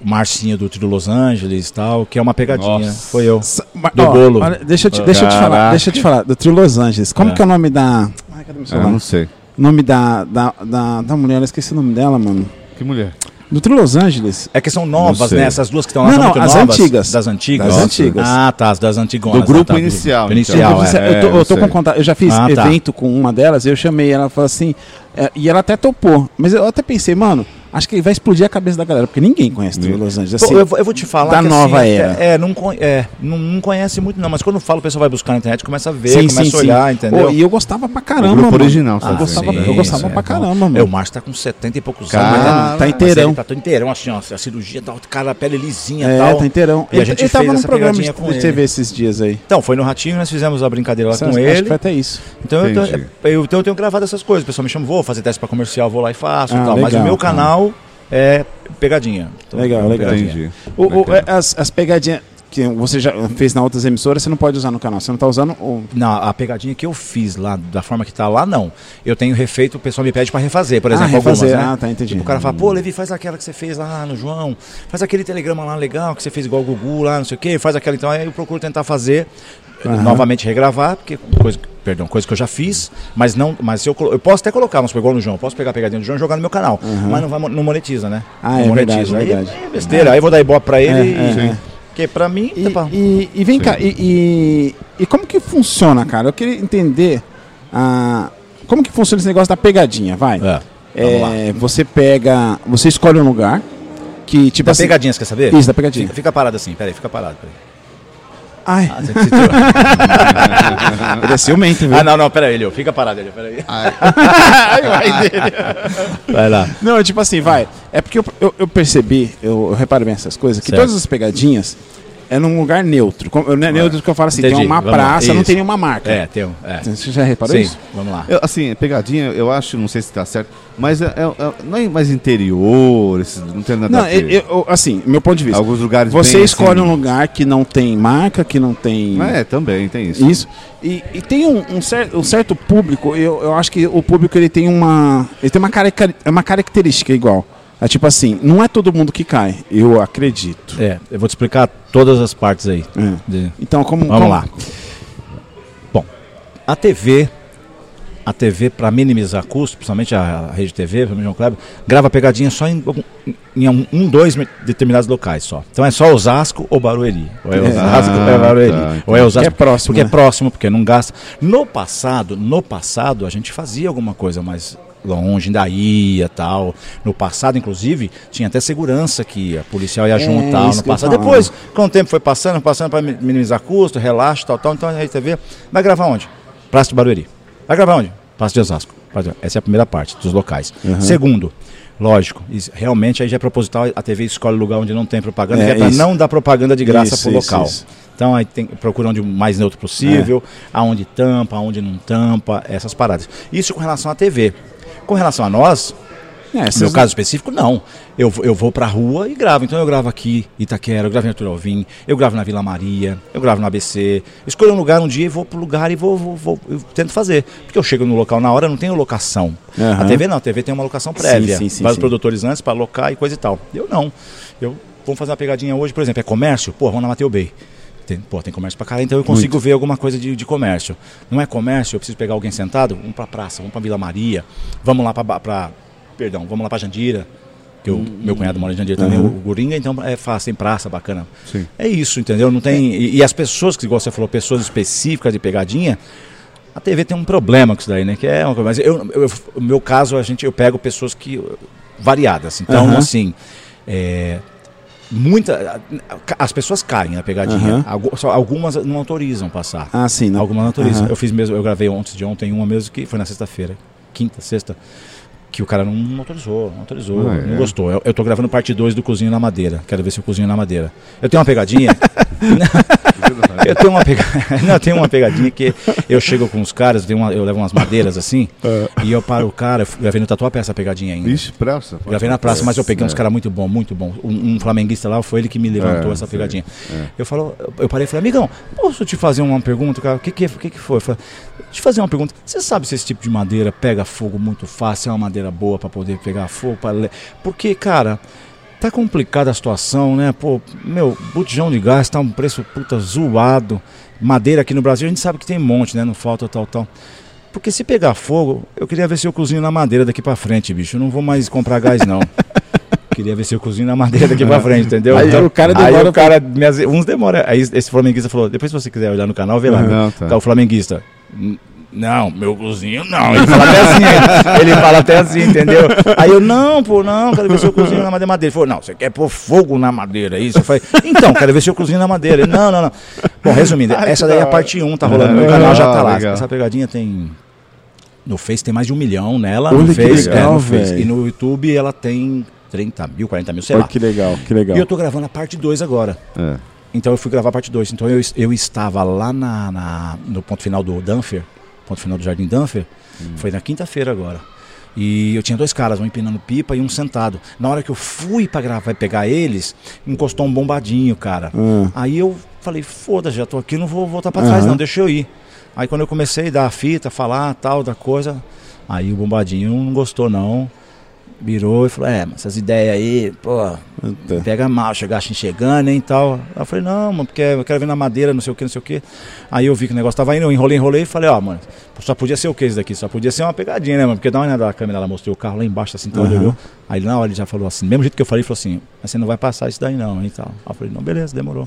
[SPEAKER 3] o Marcinho do Trio Los Angeles e tal, que é uma pegadinha.
[SPEAKER 2] Nossa.
[SPEAKER 3] Foi eu.
[SPEAKER 1] Sa- ma-
[SPEAKER 3] Do
[SPEAKER 1] ó,
[SPEAKER 3] bolo.
[SPEAKER 1] olha, deixa eu te, deixa eu te
[SPEAKER 2] Caraca.
[SPEAKER 1] falar, deixa eu te falar, do Trio Los Angeles. Como
[SPEAKER 3] É.
[SPEAKER 1] que é o nome da. Ai, cadê meu
[SPEAKER 2] Ah,
[SPEAKER 1] celular?
[SPEAKER 2] não sei.
[SPEAKER 1] O nome da, da, da, da mulher, eu esqueci o nome dela, mano.
[SPEAKER 2] Que mulher?
[SPEAKER 1] Do Trio Los Angeles.
[SPEAKER 3] É que são
[SPEAKER 2] Não
[SPEAKER 3] novas,
[SPEAKER 2] sei.
[SPEAKER 3] né? Essas duas que estão lá
[SPEAKER 1] Não,
[SPEAKER 3] são
[SPEAKER 1] não,
[SPEAKER 3] muito
[SPEAKER 1] as
[SPEAKER 3] novas.
[SPEAKER 1] antigas.
[SPEAKER 3] Das antigas?
[SPEAKER 1] Das
[SPEAKER 2] Nossa.
[SPEAKER 1] antigas.
[SPEAKER 3] Ah, tá, as das antigonas.
[SPEAKER 2] Do
[SPEAKER 3] ah,
[SPEAKER 2] grupo
[SPEAKER 3] tá,
[SPEAKER 2] inicial,
[SPEAKER 3] grupo
[SPEAKER 2] então.
[SPEAKER 3] Inicial,
[SPEAKER 1] eu,
[SPEAKER 3] é.
[SPEAKER 1] fiz- eu tô,
[SPEAKER 2] é, eu
[SPEAKER 1] eu tô
[SPEAKER 2] sei.
[SPEAKER 1] com contato, eu já fiz
[SPEAKER 3] Ah, tá.
[SPEAKER 1] evento com uma delas, eu chamei ela, falou assim, é, e ela até topou, mas eu até pensei, mano, acho que vai explodir a cabeça da galera, porque ninguém conhece Trio Los Angeles.
[SPEAKER 3] Pô,
[SPEAKER 1] assim.
[SPEAKER 3] eu, vou- eu vou te falar
[SPEAKER 1] da
[SPEAKER 3] que,
[SPEAKER 1] nova
[SPEAKER 3] assim,
[SPEAKER 1] era.
[SPEAKER 3] É, não, con- é, não, não conhece muito não, mas quando eu falo, o pessoal vai buscar na internet, começa a ver,
[SPEAKER 1] Sim,
[SPEAKER 3] começa
[SPEAKER 1] sim,
[SPEAKER 3] a olhar,
[SPEAKER 1] sim.
[SPEAKER 3] entendeu?
[SPEAKER 1] Pô, e eu gostava pra caramba,
[SPEAKER 2] grupo
[SPEAKER 1] mano.
[SPEAKER 2] original,
[SPEAKER 1] eu
[SPEAKER 3] Ah,
[SPEAKER 2] sabe?
[SPEAKER 1] gostava,
[SPEAKER 2] sim,
[SPEAKER 1] eu gostava
[SPEAKER 2] sim,
[SPEAKER 1] pra
[SPEAKER 3] é,
[SPEAKER 1] caramba,
[SPEAKER 3] É, o
[SPEAKER 1] mano.
[SPEAKER 3] Márcio tá com 70 e poucos
[SPEAKER 2] Cara,
[SPEAKER 3] anos. mas
[SPEAKER 1] tá, tá
[SPEAKER 3] Mas
[SPEAKER 1] inteirão.
[SPEAKER 3] ele tá todo inteirão, assim, ó. A cirurgia tá, cara, a pele lisinha e
[SPEAKER 1] É,
[SPEAKER 3] tal.
[SPEAKER 1] tá inteirão.
[SPEAKER 3] E a gente fez
[SPEAKER 1] tava num
[SPEAKER 3] essa
[SPEAKER 1] programa de,
[SPEAKER 3] pegadinha com
[SPEAKER 1] de
[SPEAKER 3] ele.
[SPEAKER 1] TV esses dias aí.
[SPEAKER 3] Então, foi no Ratinho, nós fizemos a brincadeira lá
[SPEAKER 1] Acho
[SPEAKER 3] com
[SPEAKER 1] que
[SPEAKER 3] ele.
[SPEAKER 1] foi até isso.
[SPEAKER 3] Então eu,
[SPEAKER 2] Entendi.
[SPEAKER 3] tenho, eu, então eu tenho gravado essas coisas. O pessoal me chama, vou fazer teste pra comercial, vou lá e faço e
[SPEAKER 1] Ah,
[SPEAKER 3] tal. Mas
[SPEAKER 1] legal,
[SPEAKER 3] o meu
[SPEAKER 1] cara.
[SPEAKER 3] canal é pegadinha. Então,
[SPEAKER 1] Legal,
[SPEAKER 3] é uma
[SPEAKER 1] legal.
[SPEAKER 3] pegadinha. é-
[SPEAKER 2] Entendi.
[SPEAKER 1] O- o- é,
[SPEAKER 2] Bacana.
[SPEAKER 1] as, as pegadinhas que você já fez na outras emissoras, você não pode usar no canal. Você não tá usando o.
[SPEAKER 3] Não, a pegadinha que eu fiz lá, da forma que tá lá, não. Eu tenho refeito, o pessoal me pede pra refazer, por
[SPEAKER 1] Ah,
[SPEAKER 3] exemplo,
[SPEAKER 1] refazer.
[SPEAKER 3] algumas, né?
[SPEAKER 1] Ah, tá, entendi.
[SPEAKER 3] Tipo, o cara fala, pô, Levi, faz aquela que você fez lá no João, faz aquele telegrama lá legal, que você fez igual o Gugu lá, não sei o quê, faz aquela então, aí eu procuro tentar fazer, eh,
[SPEAKER 1] Aham.
[SPEAKER 3] novamente regravar, porque coisa, perdão, coisa que eu já fiz, mas não, mas eu, colo- eu posso até colocar, mas igual no João, eu posso pegar a pegadinha do João e jogar no meu canal, mas não, vai, mo- não monetiza, né?
[SPEAKER 1] Ah,
[SPEAKER 3] não
[SPEAKER 1] é
[SPEAKER 3] monetiza.
[SPEAKER 1] verdade,
[SPEAKER 3] aí,
[SPEAKER 1] verdade.
[SPEAKER 3] é besteira, aí eu vou dar ibope pra ele,
[SPEAKER 1] É, é,
[SPEAKER 3] e,
[SPEAKER 1] é.
[SPEAKER 3] porque pra mim,
[SPEAKER 1] E,
[SPEAKER 3] tá, pá.
[SPEAKER 1] e- e vem cá, e, e- e como que funciona, cara? Eu queria entender ah, como que funciona esse negócio da pegadinha, vai.
[SPEAKER 3] É, vamos lá.
[SPEAKER 1] É, você pega. Você escolhe um lugar que, tipo
[SPEAKER 3] Da
[SPEAKER 1] assim.
[SPEAKER 3] pegadinha, você quer saber?
[SPEAKER 1] Isso, da pegadinha.
[SPEAKER 3] Fica, fica parado assim, peraí, fica parado. Peraí.
[SPEAKER 1] Ai,
[SPEAKER 3] Ah, você- você-
[SPEAKER 1] ele é ciumento,
[SPEAKER 3] [laughs]
[SPEAKER 1] viu?
[SPEAKER 3] ah, não, não, peraí, Elio, fica parado, Elio, peraí. Ah, Vai lá.
[SPEAKER 1] Não, tipo assim, vai. É porque eu, eu, eu percebi, eu, eu reparo bem essas coisas, que
[SPEAKER 3] Certo.
[SPEAKER 1] todas as pegadinhas é num lugar neutro. Como- Não é neutro que eu falo assim, tem
[SPEAKER 3] Entendi,
[SPEAKER 1] uma
[SPEAKER 3] vamos lá.
[SPEAKER 1] praça, não
[SPEAKER 3] Isso.
[SPEAKER 1] tem nenhuma marca.
[SPEAKER 3] É, tem um. É.
[SPEAKER 1] Você já reparou
[SPEAKER 3] Sim,
[SPEAKER 1] isso?
[SPEAKER 3] vamos lá.
[SPEAKER 2] [laughs] Eu, assim, pegadinha, eu acho, não sei se tá certo, mas é, é- é- não é mais interior, esse- não tem nada
[SPEAKER 1] Não,
[SPEAKER 2] a ver.
[SPEAKER 1] eu, eu- assim, meu ponto de vista.
[SPEAKER 2] Alguns lugares
[SPEAKER 1] Você
[SPEAKER 2] bem,
[SPEAKER 1] escolhe
[SPEAKER 2] assim,
[SPEAKER 1] um lugar que não tem marca, que não tem.
[SPEAKER 2] É, também, tem isso.
[SPEAKER 1] Isso. E, e tem um, um cer- um certo público, eu, eu acho que o público ele tem uma. Ele tem uma, carica- é uma característica igual. É tipo assim, não é todo mundo que cai, eu acredito.
[SPEAKER 3] É, eu vou te explicar todas as partes aí.
[SPEAKER 1] É.
[SPEAKER 3] De-
[SPEAKER 1] Então, como.
[SPEAKER 3] Vamos
[SPEAKER 1] como-
[SPEAKER 3] lá. Bom, a TV, a TV para minimizar custo, principalmente a, a rede TV, principalmente o João Kleber, grava pegadinha só em, algum- em um, um, dois me- determinados locais só. Então é só Osasco ou Barueri. Ou é Osasco
[SPEAKER 2] Ah,
[SPEAKER 3] ou é Barueri.
[SPEAKER 2] tá,
[SPEAKER 3] ou é
[SPEAKER 1] Que
[SPEAKER 3] Osasco
[SPEAKER 1] é próximo,
[SPEAKER 3] porque
[SPEAKER 1] né?
[SPEAKER 3] é próximo, porque não gasta. No passado, no passado a gente fazia alguma coisa mais longe, ainda ia tal. No passado, inclusive, tinha até segurança que a policial ia junto
[SPEAKER 1] É,
[SPEAKER 3] tal.
[SPEAKER 1] isso
[SPEAKER 3] No
[SPEAKER 1] que eu ia
[SPEAKER 3] passado,
[SPEAKER 1] falar.
[SPEAKER 3] depois com o tempo foi passando, passando para minimizar custo, relaxa, tal, tal. Então a RTV vai gravar onde? Praça de Barueri. Vai gravar onde? Praça de Osasco. Praça de- Essa é a primeira parte dos locais.
[SPEAKER 1] Uhum.
[SPEAKER 3] Segundo, lógico, isso- realmente aí já é proposital, a TV escolhe lugar onde não tem propaganda,
[SPEAKER 1] É,
[SPEAKER 3] que é para
[SPEAKER 1] isso.
[SPEAKER 3] não dar propaganda de graça
[SPEAKER 1] Isso,
[SPEAKER 3] pro
[SPEAKER 1] isso,
[SPEAKER 3] local.
[SPEAKER 1] isso. É.
[SPEAKER 3] Então aí tem, procura onde o mais neutro possível, aonde tampa, aonde não tampa, essas paradas. Isso com relação à TV. Com relação a nós,
[SPEAKER 1] É,
[SPEAKER 3] no
[SPEAKER 1] vocês
[SPEAKER 3] meu
[SPEAKER 1] não-
[SPEAKER 3] caso específico, não. Eu, eu vou pra rua e gravo. Então eu gravo aqui, Itaquera, eu gravo em Arthur Alvim, eu gravo na Vila Maria, eu gravo no ABC. Escolho um lugar um dia e vou pro lugar e vou, vou, vou- eu tento fazer. Porque eu chego no local na hora, não tenho locação.
[SPEAKER 1] Aham.
[SPEAKER 3] A TV não, a TV tem uma locação prévia.
[SPEAKER 1] sim, sim,
[SPEAKER 3] Vários
[SPEAKER 1] sim.
[SPEAKER 3] produtores antes pra alocar e coisa e tal. Eu não. Eu vamos fazer uma pegadinha hoje, por exemplo, é comércio? Pô, vamos na Mateu Bay. Tem, pô, tem comércio pra caralho, então eu consigo ver alguma coisa de, de comércio. Não é comércio, eu preciso pegar alguém sentado? Vamos pra praça, vamos pra Vila Maria, vamos lá pra, Ba- pra perdão, vamos lá pra Jandira, que eu,
[SPEAKER 1] Hum,
[SPEAKER 3] meu cunhado mora em Jandira também, o, o Goringa, então é fácil, tem praça bacana.
[SPEAKER 2] Sim.
[SPEAKER 3] É isso, entendeu? Não
[SPEAKER 1] É.
[SPEAKER 3] tem, e, e as pessoas, que igual você falou, pessoas específicas de pegadinha, a TV tem um problema com isso daí, né? Que é uma coisa, mas eu, eu- o meu caso, a gente, eu pego pessoas que variadas. Então,
[SPEAKER 1] Aham.
[SPEAKER 3] assim, é, muita, as pessoas caem na pegadinha.
[SPEAKER 1] Aham.
[SPEAKER 3] Algu- só algumas não autorizam passar.
[SPEAKER 1] Ah, sim. Não.
[SPEAKER 3] Algumas não autorizam.
[SPEAKER 1] Aham.
[SPEAKER 3] Eu fiz mesmo, eu gravei ontem de ontem uma mesmo que foi na sexta-feira, quinta, sexta, que o cara não, não autorizou, não autorizou,
[SPEAKER 2] Ah,
[SPEAKER 3] não
[SPEAKER 2] é?
[SPEAKER 3] gostou. Eu, eu tô gravando parte 2 do Cozinho na Madeira. Quero ver se eu cozinho na madeira. Eu tenho uma pegadinha.
[SPEAKER 2] [laughs]
[SPEAKER 3] Eu tenho uma pegadinha. [laughs] Não, eu tenho uma pegadinha que eu chego com os caras, eu, tenho uma- eu levo umas madeiras assim,
[SPEAKER 2] É.
[SPEAKER 3] e eu paro o cara, eu f- gravei no tatuapé essa pegadinha ainda.
[SPEAKER 2] Ixi, praça. pode-
[SPEAKER 3] Gravei na praça, mas eu peguei uns
[SPEAKER 2] É.
[SPEAKER 3] caras muito bom, muito bom. Um, um flamenguista lá, foi ele que me levantou
[SPEAKER 2] É,
[SPEAKER 3] essa
[SPEAKER 2] sim,
[SPEAKER 3] pegadinha. Eu falo, eu parei e falei, amigão, posso te fazer uma pergunta, cara? O que que, é- o que que foi? Eu falei, deixa eu te fazer uma pergunta. Você sabe se esse tipo de madeira pega fogo muito fácil, é uma madeira boa pra poder pegar fogo? pra le- Porque, cara, tá complicada a situação, né? Pô, meu, botijão de gás tá um preço puta zoado. Madeira aqui no Brasil, a gente sabe que tem um monte, né? Não falta tal, tal. Porque se pegar fogo, eu queria ver se eu cozinho na madeira daqui pra frente, bicho. Eu não vou mais comprar gás,
[SPEAKER 1] [laughs]
[SPEAKER 3] não. queria ver se eu cozinho na madeira daqui pra frente, entendeu? Então,
[SPEAKER 1] Aí o cara
[SPEAKER 3] aí
[SPEAKER 1] demora
[SPEAKER 3] o cara me aze- uns demora. Aí esse flamenguista falou, depois se você quiser olhar no canal, vê lá.
[SPEAKER 2] Não, tá.
[SPEAKER 3] tá. o flamenguista. "N- Não, meu cozinho não. Ele fala até assim. ele fala até assim, entendeu? Aí eu, não, pô, não, quero ver se eu cozinho na madeira. madeira. Ele falou, não, você quer pôr fogo na madeira, é isso? Eu falei, então, quero ver se eu cozinho na madeira. Ele, não, não, não. Bom, resumindo, essa daí é a parte 1, um, tá rolando. Meu
[SPEAKER 2] Legal,
[SPEAKER 3] canal já tá lá.
[SPEAKER 2] legal.
[SPEAKER 3] Essa pegadinha tem. No Face tem mais de um milhão nela.
[SPEAKER 1] Olha
[SPEAKER 3] no
[SPEAKER 1] que
[SPEAKER 3] Face,
[SPEAKER 1] legal,
[SPEAKER 3] é, no Face.
[SPEAKER 1] velho.
[SPEAKER 3] E no YouTube ela tem 30 mil, 40 mil, sei
[SPEAKER 1] Olha
[SPEAKER 3] lá.
[SPEAKER 1] que legal, que legal.
[SPEAKER 3] E eu tô gravando a parte 2 agora.
[SPEAKER 2] É.
[SPEAKER 3] Então eu fui gravar a parte 2. Então eu, eu estava lá na, na- no ponto final do Danfer, ponto final do Jardim Danfer. Foi na quinta-feira agora. E eu tinha dois caras, um empinando pipa e um sentado. Na hora que eu fui pra gravar e pegar eles, encostou um bombadinho, cara.
[SPEAKER 1] Ah.
[SPEAKER 3] Aí eu falei, foda-se, já tô aqui, não vou voltar pra trás,
[SPEAKER 1] Aham.
[SPEAKER 3] não, deixa eu ir. Aí quando eu comecei a dar a fita, falar tal, da coisa, aí o bombadinho não gostou, não. Virou e falou, é, mas essas ideias aí, pô,
[SPEAKER 1] Puta.
[SPEAKER 3] pega mal, chegar assim chegando, hein, tal. Aí eu falei, não, mano, porque eu quero ver na madeira, não sei o que, não sei o que. Aí eu vi que o negócio tava indo, eu enrolei, enrolei e falei, ó, mano, só podia ser o que isso daqui? Só podia ser uma pegadinha, né, mano? Porque dá uma olhada na câmera, ela mostrou o carro lá embaixo, assim, então ele
[SPEAKER 1] Aham.
[SPEAKER 3] olhou. Aí na hora ele já falou assim, do mesmo jeito que eu falei, ele falou assim, mas você não vai passar isso daí não, hein, tal. Aí eu falei, não, beleza, demorou.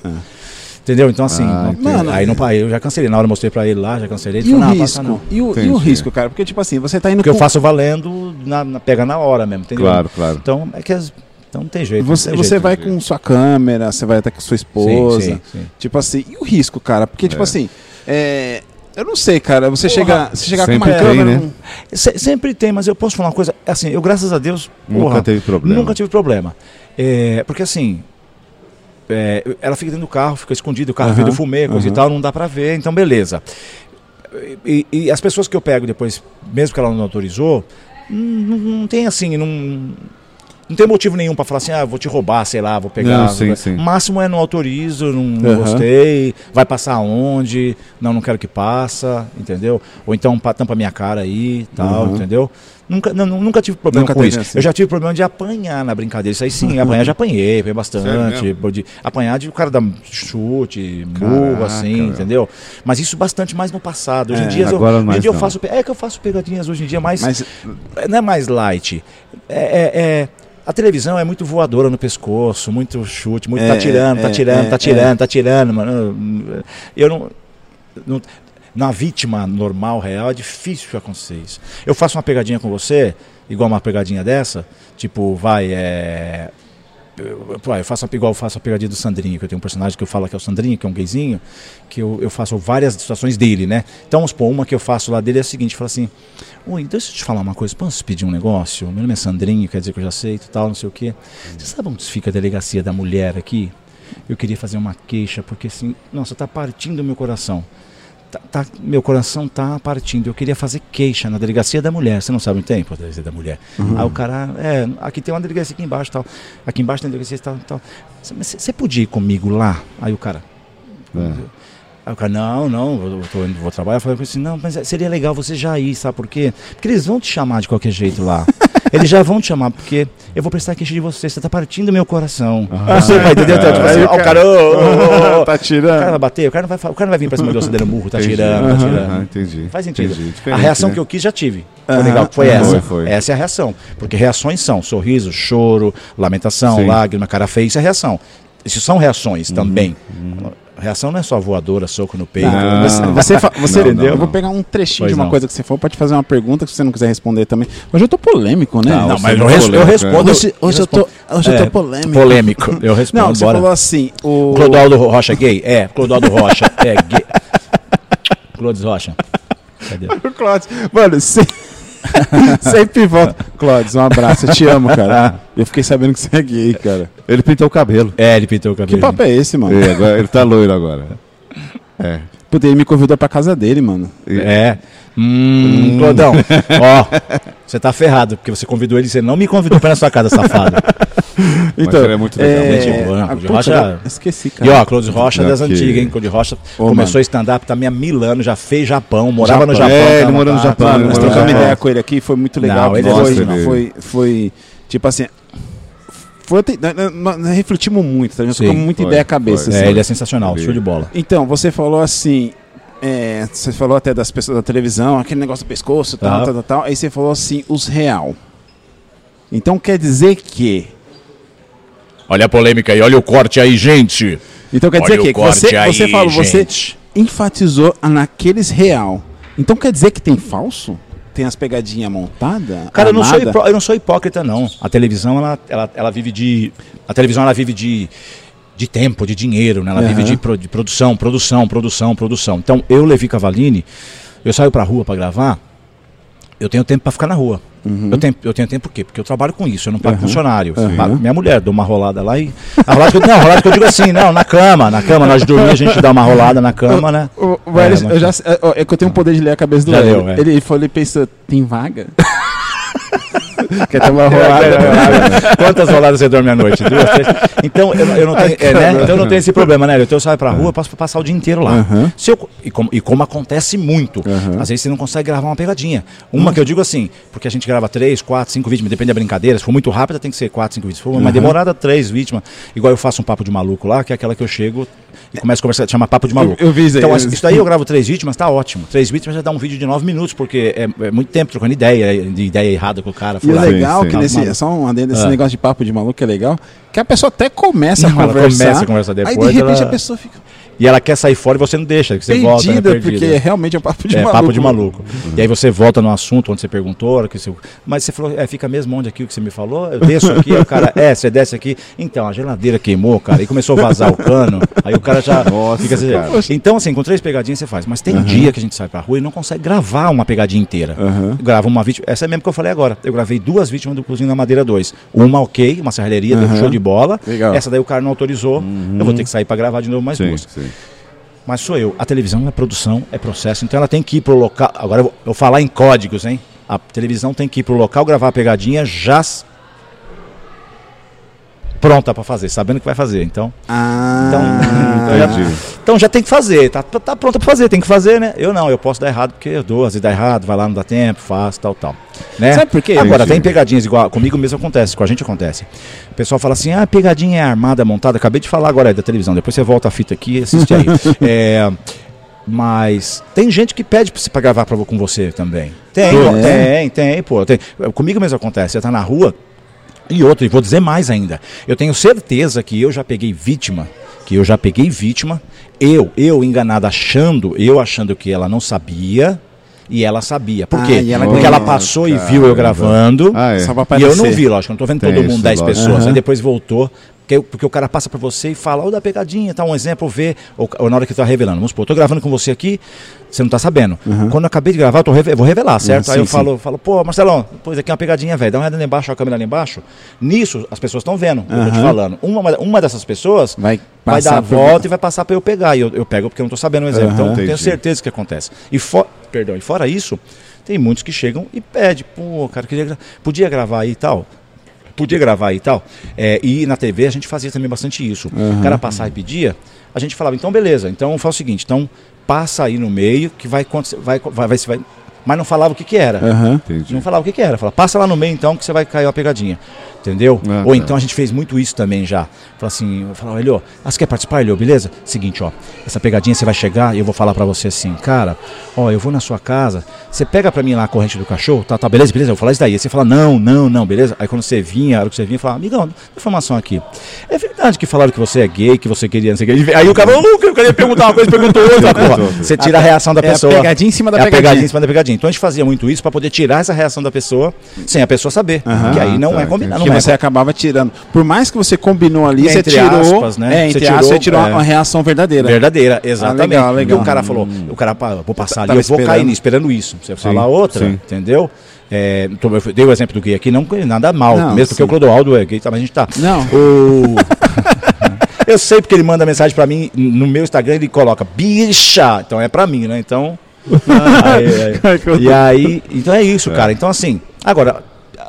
[SPEAKER 3] Entendeu? Então assim,
[SPEAKER 2] Ah,
[SPEAKER 3] não-
[SPEAKER 2] entendi.
[SPEAKER 1] Mano,
[SPEAKER 3] aí não parei, eu já cancelei. Na hora eu mostrei pra ele lá, já cancelei. Ele
[SPEAKER 1] E o
[SPEAKER 3] falou, não, passa
[SPEAKER 1] risco?
[SPEAKER 3] não.
[SPEAKER 1] E o, e o
[SPEAKER 2] Entendi.
[SPEAKER 1] risco, cara? Porque, tipo assim, você tá indo
[SPEAKER 3] Porque eu
[SPEAKER 1] com-
[SPEAKER 3] faço valendo, na, na- pega na hora mesmo, entendeu?
[SPEAKER 2] Claro, claro.
[SPEAKER 3] Então, é que as, então não tem jeito.
[SPEAKER 1] Você,
[SPEAKER 3] não tem
[SPEAKER 1] você
[SPEAKER 3] jeito.
[SPEAKER 1] vai com sua câmera, você vai até com sua esposa.
[SPEAKER 3] Sim, sim, sim.
[SPEAKER 1] Tipo assim, e o risco, cara? Porque, tipo
[SPEAKER 2] É.
[SPEAKER 1] assim, é, eu não sei, cara. Você chega, você chegar com uma
[SPEAKER 2] Sempre tem,
[SPEAKER 1] câmera.
[SPEAKER 2] né?
[SPEAKER 1] um-
[SPEAKER 3] Se- sempre tem, mas eu posso falar uma coisa. Assim, eu, graças a Deus.
[SPEAKER 2] Nunca teve problema.
[SPEAKER 3] Nunca tive problema. É, porque assim. é, ela fica dentro do carro, fica escondida, o carro
[SPEAKER 1] Aham,
[SPEAKER 3] vira fumê, coisa
[SPEAKER 1] aham.
[SPEAKER 3] e tal, não dá pra ver, então beleza. E, e- e as pessoas que eu pego depois, mesmo que ela não autorizou, não, não tem assim, não. Não tem motivo nenhum pra falar assim, ah, vou te roubar, sei lá, vou pegar.
[SPEAKER 2] Não, sim, sim.
[SPEAKER 3] O máximo é não autorizo, não, não
[SPEAKER 1] Aham.
[SPEAKER 3] gostei, vai passar onde, não, não quero que passa, entendeu? Ou então pa- tampa minha cara aí, tal,
[SPEAKER 1] Aham.
[SPEAKER 3] entendeu? Nunca, não, não- nunca tive problema
[SPEAKER 1] Nunca
[SPEAKER 3] com
[SPEAKER 1] teve
[SPEAKER 3] isso.
[SPEAKER 1] assim.
[SPEAKER 3] Eu já tive problema de apanhar na brincadeira. Isso
[SPEAKER 2] [laughs]
[SPEAKER 3] aí sim, apanhar já apanhei, apanhei bastante. tipo,
[SPEAKER 2] Sério
[SPEAKER 3] De, apanhar de o cara dar chute, burro,
[SPEAKER 2] Caraca,
[SPEAKER 3] assim,
[SPEAKER 2] meu.
[SPEAKER 3] entendeu? Mas isso bastante mais no passado. Hoje
[SPEAKER 1] É,
[SPEAKER 3] em dia, eu,
[SPEAKER 2] agora
[SPEAKER 3] hoje em
[SPEAKER 2] mais
[SPEAKER 3] dia eu
[SPEAKER 2] não.
[SPEAKER 3] faço. pe- É que eu faço pegadinhas hoje em dia mais. [laughs]
[SPEAKER 1] Mas
[SPEAKER 3] É, não é mais light. É, é- é- a televisão é muito voadora no pescoço, muito chute, muito
[SPEAKER 1] É,
[SPEAKER 3] tá tirando,
[SPEAKER 1] é,
[SPEAKER 3] tá tirando,
[SPEAKER 1] é,
[SPEAKER 3] tá tirando, tá tirando, mano. Eu não, não- na vítima normal, real, é difícil acontecer isso. Eu faço uma pegadinha com você, igual uma pegadinha dessa, tipo, vai, é. Eu, pô, eu faço a- igual eu faço a pegadinha do Sandrinho, que eu tenho um personagem que eu falo que é o Sandrinho, que é um gayzinho, que eu, eu faço várias situações dele, né? Então, vamos supor, uma que eu faço lá dele é a seguinte, fala assim, Oi, deixa eu te falar uma coisa, posso pedir um negócio? Meu nome é Sandrinho, quer dizer que eu já sei, e tal, não sei o quê. Você sabe onde fica a delegacia da mulher aqui? Eu queria fazer uma queixa, porque assim, nossa, tá partindo o meu coração. tá- tá- meu coração tá partindo. Eu queria fazer queixa na delegacia da mulher. Você não sabe onde tem? Pô, delegacia da mulher.
[SPEAKER 2] Uhum.
[SPEAKER 3] Aí o cara, é, aqui tem uma delegacia aqui embaixo tal. Aqui embaixo tem delegacia tal, tal. Mas você você podia ir comigo lá? Aí o cara,
[SPEAKER 2] né?
[SPEAKER 3] Aí o cara, não, não, eu tô indo, vou trabalhar. Eu falei assim, não, mas seria legal você já ir, sabe por quê? Porque eles vão te chamar de qualquer jeito
[SPEAKER 2] [laughs]
[SPEAKER 3] lá. Eles já vão te chamar, porque eu vou prestar queixa de você, você tá partindo do meu coração. Você vai entender? Então, tipo
[SPEAKER 2] Ah.
[SPEAKER 3] assim,
[SPEAKER 2] [laughs] Aí o
[SPEAKER 3] ó, o cara, ô, ô, ô,
[SPEAKER 2] tá
[SPEAKER 3] ô. o cara vai
[SPEAKER 2] tirando.
[SPEAKER 3] bater, o cara não vai, fa- o cara não vai vir pra cima de você dando burro, tá
[SPEAKER 2] Entendi.
[SPEAKER 3] tirando, tá
[SPEAKER 2] Aham,
[SPEAKER 3] tirando.
[SPEAKER 2] aham, entendi.
[SPEAKER 3] Faz sentido.
[SPEAKER 2] Entendi.
[SPEAKER 3] A
[SPEAKER 2] Diferente,
[SPEAKER 3] reação
[SPEAKER 2] né? [laughs]
[SPEAKER 3] que eu quis já tive. Foi legal, que foi essa.
[SPEAKER 2] Foi, foi.
[SPEAKER 3] Essa é a reação. Porque reações são sorriso, choro, lamentação,
[SPEAKER 2] Sim. Uhum.
[SPEAKER 3] lágrima, cara feia, isso é reação. Isso são reações também. Reação não é só voadora, soco no peito.
[SPEAKER 1] Ah, você, você,
[SPEAKER 3] [laughs]
[SPEAKER 1] fa- você
[SPEAKER 2] Não, não,
[SPEAKER 1] Eu vou
[SPEAKER 2] não.
[SPEAKER 1] pegar um trechinho
[SPEAKER 3] Pois
[SPEAKER 1] de uma
[SPEAKER 3] não.
[SPEAKER 1] coisa que você falou pra te fazer uma pergunta que você não quiser responder também. Hoje eu tô polêmico, né?
[SPEAKER 3] Não,
[SPEAKER 1] Hoje-
[SPEAKER 3] mas eu,
[SPEAKER 2] é
[SPEAKER 3] res- eu
[SPEAKER 2] polêmico,
[SPEAKER 3] respondo.
[SPEAKER 1] hoje, hoje eu tô, hoje eu
[SPEAKER 3] É,
[SPEAKER 1] tô polêmico.
[SPEAKER 3] Polêmico.
[SPEAKER 1] [laughs]
[SPEAKER 3] Eu respondo,
[SPEAKER 1] Não, você
[SPEAKER 3] bora.
[SPEAKER 1] falou assim, o...
[SPEAKER 3] Clodoaldo Rocha é gay? É, Clodoaldo Rocha é
[SPEAKER 1] [laughs]
[SPEAKER 3] gay. Clodoaldo Rocha. Cadê?
[SPEAKER 1] O Clóvis, mano, se- [laughs] sempre volta. Clóvis, um abraço, eu te amo, cara. Eu fiquei sabendo que você é gay, cara.
[SPEAKER 2] Ele pintou o cabelo.
[SPEAKER 3] É, ele pintou o cabelo.
[SPEAKER 1] Que papo é esse, mano?
[SPEAKER 2] É, agora ele tá loiro agora. É.
[SPEAKER 1] Puta, ele me convidou pra casa dele, mano.
[SPEAKER 3] É. Hum, Clodão, ó, você tá ferrado, porque você convidou ele, você não me convidou pra ir na sua casa, safado.
[SPEAKER 1] Então,
[SPEAKER 2] ele é muito legal,
[SPEAKER 3] gente boa, né?
[SPEAKER 1] ah,
[SPEAKER 3] Cláudio
[SPEAKER 1] putz,
[SPEAKER 3] Rocha-
[SPEAKER 1] agora- Esqueci,
[SPEAKER 3] E
[SPEAKER 1] cara.
[SPEAKER 3] ó, Clodão Rocha
[SPEAKER 2] Já
[SPEAKER 3] das
[SPEAKER 2] que-
[SPEAKER 3] antigas, hein? Clodão Rocha
[SPEAKER 1] Ô,
[SPEAKER 3] começou
[SPEAKER 1] mano.
[SPEAKER 3] stand-up, tá meio a Milano, já fez Japão, morava no
[SPEAKER 1] Japão.
[SPEAKER 3] Japão.
[SPEAKER 2] É,
[SPEAKER 3] tava
[SPEAKER 2] ele morou no
[SPEAKER 3] lá,
[SPEAKER 2] Japão,
[SPEAKER 3] tava
[SPEAKER 2] ele
[SPEAKER 3] lá,
[SPEAKER 1] Nós
[SPEAKER 2] morou no
[SPEAKER 3] tava lá.
[SPEAKER 1] trocamos
[SPEAKER 2] Japão.
[SPEAKER 1] Ah, ideia com ele aqui, foi muito legal.
[SPEAKER 3] Não, ele é
[SPEAKER 1] foi,
[SPEAKER 2] sensacional.
[SPEAKER 1] foi, foi, tipo assim... Foi, até- nós- nós- nós refletimos muito, tá? Nós
[SPEAKER 3] Sim,
[SPEAKER 1] trocamos muita
[SPEAKER 2] foi,
[SPEAKER 1] ideia à cabeça.
[SPEAKER 2] foi.
[SPEAKER 1] assim.
[SPEAKER 3] É, ele é sensacional,
[SPEAKER 2] Ele-
[SPEAKER 3] show de bola.
[SPEAKER 1] Então, você falou assim. é, você falou até das pessoas da televisão, aquele negócio do pescoço, tal,
[SPEAKER 3] Tá.
[SPEAKER 1] tal, tal, tal. Aí você falou assim, os real. Então quer dizer que.
[SPEAKER 4] Olha a polêmica aí, olha o corte aí, gente.
[SPEAKER 1] Então quer
[SPEAKER 4] Olha
[SPEAKER 1] dizer
[SPEAKER 4] o
[SPEAKER 1] que
[SPEAKER 4] corte
[SPEAKER 1] você,
[SPEAKER 4] aí,
[SPEAKER 1] você falou, você
[SPEAKER 4] gente.
[SPEAKER 1] enfatizou naqueles real. Então quer dizer que tem falso? Tem as pegadinhas montadas?
[SPEAKER 3] Cara, eu não, sou
[SPEAKER 1] armada?
[SPEAKER 3] hipó- eu não sou hipócrita, não. A televisão, ela, ela, ela vive de. A televisão, ela vive de, de tempo, de dinheiro, né? Ela
[SPEAKER 1] Aham.
[SPEAKER 3] vive de, pro- de produção, produção, produção, produção. Então, eu, Levi Cavalini, eu saio pra rua pra gravar, eu tenho tempo pra ficar na rua. Eu, tenho, eu tenho tempo por quê? Porque eu trabalho com isso, eu não pago funcionário. Eu pago minha mulher, dou uma rolada lá e. A rolada que eu, não, a rolada que eu digo assim, não, na cama, na cama, nós dormimos, a gente dá uma rolada na cama, né?
[SPEAKER 1] O- o Welles,
[SPEAKER 3] É, mas-
[SPEAKER 1] eu já, é, ó, é que eu tenho o poder de ler a cabeça do
[SPEAKER 3] Já
[SPEAKER 1] Welles.
[SPEAKER 3] leu, é.
[SPEAKER 1] Ele falou e pensou, tem vaga? Quer ter
[SPEAKER 2] [laughs] É,
[SPEAKER 1] uma né? rolada?
[SPEAKER 3] Quantas roladas você dorme à noite? Duas, três? Então eu, não- eu não tenho, é, né? então, eu não tenho esse problema, né? Então eu saio pra rua, eu posso passar o dia inteiro lá. Se eu, e, como, e como acontece muito, às vezes você não consegue gravar uma pegadinha. Uma que eu digo assim, porque a gente grava três, quatro, cinco vítimas, depende da brincadeira. Se for muito rápida, tem que ser quatro, cinco vítimas. Se for mais demorada, três vítimas. Igual eu faço um papo de maluco lá, que é aquela que eu chego e começo a conversar, chama papo de maluco.
[SPEAKER 1] Eu- eu vi isso aí.
[SPEAKER 3] Então, isso daí eu gravo três vítimas, tá ótimo. Três vítimas já dá um vídeo de nove minutos, porque é, é muito tempo trocando ideia, de ideia errada com o cara.
[SPEAKER 1] E o
[SPEAKER 3] fala-
[SPEAKER 2] Sim,
[SPEAKER 1] legal
[SPEAKER 2] sim.
[SPEAKER 1] que nesse.
[SPEAKER 3] Maluco.
[SPEAKER 1] Só um adendo desse negócio de papo de maluco que é legal. Que a pessoa até começa
[SPEAKER 3] Ah. Não,
[SPEAKER 1] a
[SPEAKER 3] ela
[SPEAKER 1] conversar.
[SPEAKER 3] começa a conversar
[SPEAKER 1] Aí de
[SPEAKER 3] depois,
[SPEAKER 1] repente
[SPEAKER 3] ela
[SPEAKER 1] a pessoa fica
[SPEAKER 3] E ela quer sair fora e você não deixa, que você
[SPEAKER 1] perdida,
[SPEAKER 3] volta, né?
[SPEAKER 1] porque
[SPEAKER 3] perdida.
[SPEAKER 1] realmente é papo de
[SPEAKER 3] é
[SPEAKER 1] maluco.
[SPEAKER 3] papo de maluco. E aí você volta no assunto onde você perguntou, a hora que você... mas você falou, é, fica mesmo onde aqui o que você me falou? Eu desço aqui, aí o cara, é, você desce aqui. Então, a geladeira queimou, cara, e começou a vazar o cano, aí o cara já
[SPEAKER 2] Nossa,
[SPEAKER 3] fica assim.
[SPEAKER 2] cara.
[SPEAKER 3] Então, assim, com três pegadinhas você faz. Mas tem dia que a gente sai pra rua e não consegue gravar uma pegadinha inteira. Grava uma vítima. Essa é mesmo que eu falei agora. Eu gravei duas vítimas do Cozinho na Madeira 2. Uma ok, uma serralheria, deu show de bola.
[SPEAKER 1] Legal.
[SPEAKER 3] Essa daí o cara não autorizou. Eu vou ter que sair pra gravar de novo mais
[SPEAKER 2] Uhum. Sim,
[SPEAKER 3] duas.
[SPEAKER 2] sim.
[SPEAKER 3] Mas sou eu. A televisão é produção, é processo, então ela tem que ir pro local. Agora eu vou, eu vou falar em códigos, hein? A televisão tem que ir pro local gravar a pegadinha já s- pronta pra fazer, sabendo que vai fazer. Então,
[SPEAKER 1] Ah,
[SPEAKER 3] então, então já,
[SPEAKER 2] Entendi.
[SPEAKER 3] então já tem que fazer, tá, tá pronta pra fazer, tem que fazer, né? Eu não, eu posso dar errado porque eu dou, às vezes dá errado, vai lá, não dá tempo, faço, tal, tal. Né?
[SPEAKER 1] Sabe por quê?
[SPEAKER 3] Agora,
[SPEAKER 2] Entendi.
[SPEAKER 3] tem pegadinhas igual comigo mesmo acontece, com a gente acontece. O pessoal fala assim: ah, pegadinha é armada, montada. Acabei de falar agora aí da televisão, depois você volta a fita aqui e
[SPEAKER 1] [laughs]
[SPEAKER 3] assiste aí. É, mas tem gente que pede pra você- pra gravar pra, com você também. Tem,
[SPEAKER 1] Pô,
[SPEAKER 3] ó,
[SPEAKER 1] é?
[SPEAKER 3] tem, tem, pô. Tem. Comigo mesmo acontece. Você tá na rua e outro, e vou dizer mais ainda. Eu tenho certeza que eu já peguei vítima, que eu já peguei vítima, eu, eu enganado achando, eu achando que ela não sabia e ela sabia. Por
[SPEAKER 1] Ah,
[SPEAKER 3] quê?
[SPEAKER 1] e ela
[SPEAKER 3] Porque
[SPEAKER 1] ganhou.
[SPEAKER 3] ela passou e viu eu gravando.
[SPEAKER 2] Ah, é.
[SPEAKER 1] Só pra
[SPEAKER 3] Então, E eu não
[SPEAKER 1] aparecer.
[SPEAKER 3] vi, lógico, eu não tô vendo
[SPEAKER 2] Tem
[SPEAKER 3] todo
[SPEAKER 2] isso,
[SPEAKER 3] mundo, 10
[SPEAKER 2] lógico.
[SPEAKER 3] pessoas.
[SPEAKER 1] Aham.
[SPEAKER 3] Aí depois voltou. que, porque o cara passa por você e fala, ou da pegadinha, tá um exemplo, vê, ou, ou na hora que tu tá revelando. Vamos supor, tô gravando com você aqui, você não tá sabendo. Quando eu acabei de gravar, eu, tô reve- eu vou revelar, certo?
[SPEAKER 1] sim,
[SPEAKER 3] Aí eu
[SPEAKER 1] sim.
[SPEAKER 3] falo, eu falo, pô, Marcelão, pois aqui é uma pegadinha, velho. Dá uma olhada lá embaixo, ó, a câmera lá embaixo. Nisso, as pessoas estão vendo, eu tô te
[SPEAKER 1] Aham.
[SPEAKER 3] falando. Uma, uma dessas pessoas
[SPEAKER 1] Vai
[SPEAKER 3] vai
[SPEAKER 1] passar
[SPEAKER 3] dar a
[SPEAKER 1] por-
[SPEAKER 3] volta e vai passar pra eu pegar. E eu, eu pego porque eu não tô sabendo o exemplo.
[SPEAKER 1] Aham.
[SPEAKER 3] então, eu tenho
[SPEAKER 2] Entendi.
[SPEAKER 3] certeza que acontece. E, fo- Perdão, e fora isso, tem muitos que chegam e pedem, pô, cara, queria gra- podia gravar aí e tal. Podia gravar aí e tal. É, e na TV a gente fazia também bastante isso. O cara passava e pedia, a gente falava, então beleza, então faz o seguinte, então passa aí no meio que vai acontecer, vai, vai, vai, vai- mas não falava o que que era.
[SPEAKER 1] Aham.
[SPEAKER 2] Entendi.
[SPEAKER 3] Não falava o que, que era. Fala, passa lá no meio então que você vai cair uma pegadinha. Entendeu?
[SPEAKER 2] Ah,
[SPEAKER 3] Ou
[SPEAKER 2] tá.
[SPEAKER 3] então a gente fez muito isso também já. Fala assim, eu falava, Elio, ah, você quer participar, Elio? Beleza? Seguinte, ó, essa pegadinha você vai chegar e eu vou falar pra você assim, cara, ó, eu vou na sua casa, você pega pra mim lá a corrente do cachorro, tá, tá, beleza, beleza, eu vou falar isso daí. Aí você fala, não, não, não, beleza? Aí quando você vinha, a hora que você vinha, eu falava, amigão, dá informação aqui. É verdade que falaram que você é gay, que você queria, não sei o que. Aí o cara, "Ô, eu queria perguntar uma coisa, [laughs]
[SPEAKER 1] [laughs]
[SPEAKER 3] perguntou outra, porra. Você tira a reação da
[SPEAKER 1] É a
[SPEAKER 3] pessoa.
[SPEAKER 1] pegadinha em cima da
[SPEAKER 3] É a
[SPEAKER 1] pegadinha.
[SPEAKER 3] em cima da pegadinha. Então a gente fazia muito isso pra poder tirar essa reação da pessoa sem a pessoa saber. que aí não
[SPEAKER 1] Ah,
[SPEAKER 2] tá,
[SPEAKER 3] é combinado.
[SPEAKER 1] que
[SPEAKER 3] Não é
[SPEAKER 1] você acabava tirando. Por mais que você combinou ali,
[SPEAKER 3] É,
[SPEAKER 1] você
[SPEAKER 3] entre
[SPEAKER 1] tirou.
[SPEAKER 3] aspas, né?
[SPEAKER 1] É,
[SPEAKER 3] Você
[SPEAKER 1] entre
[SPEAKER 3] tirou,
[SPEAKER 1] aspas, você tirou
[SPEAKER 3] é.
[SPEAKER 1] uma reação verdadeira. Ah,
[SPEAKER 3] verdadeira, exatamente.
[SPEAKER 1] legal, legal.
[SPEAKER 3] Porque o cara falou, o cara, pá, vou passar ali,
[SPEAKER 1] Tava
[SPEAKER 3] eu vou cair
[SPEAKER 1] esperando.
[SPEAKER 3] nisso, esperando isso. Você falar
[SPEAKER 2] Sim,
[SPEAKER 3] outra,
[SPEAKER 2] sim.
[SPEAKER 3] entendeu? É, tô- eu dei o exemplo do gay aqui, não que nada mal,
[SPEAKER 1] Não,
[SPEAKER 3] mesmo porque
[SPEAKER 1] sim.
[SPEAKER 3] o Clodoaldo é gay, tá, mas a gente tá.
[SPEAKER 1] Não.
[SPEAKER 3] O- [laughs] eu sei porque ele manda mensagem pra mim no meu Instagram, ele coloca, bicha! Então é pra mim,
[SPEAKER 1] [laughs]
[SPEAKER 3] né? Então. Aí, aí. E aí, então é isso, cara. Então, assim, agora,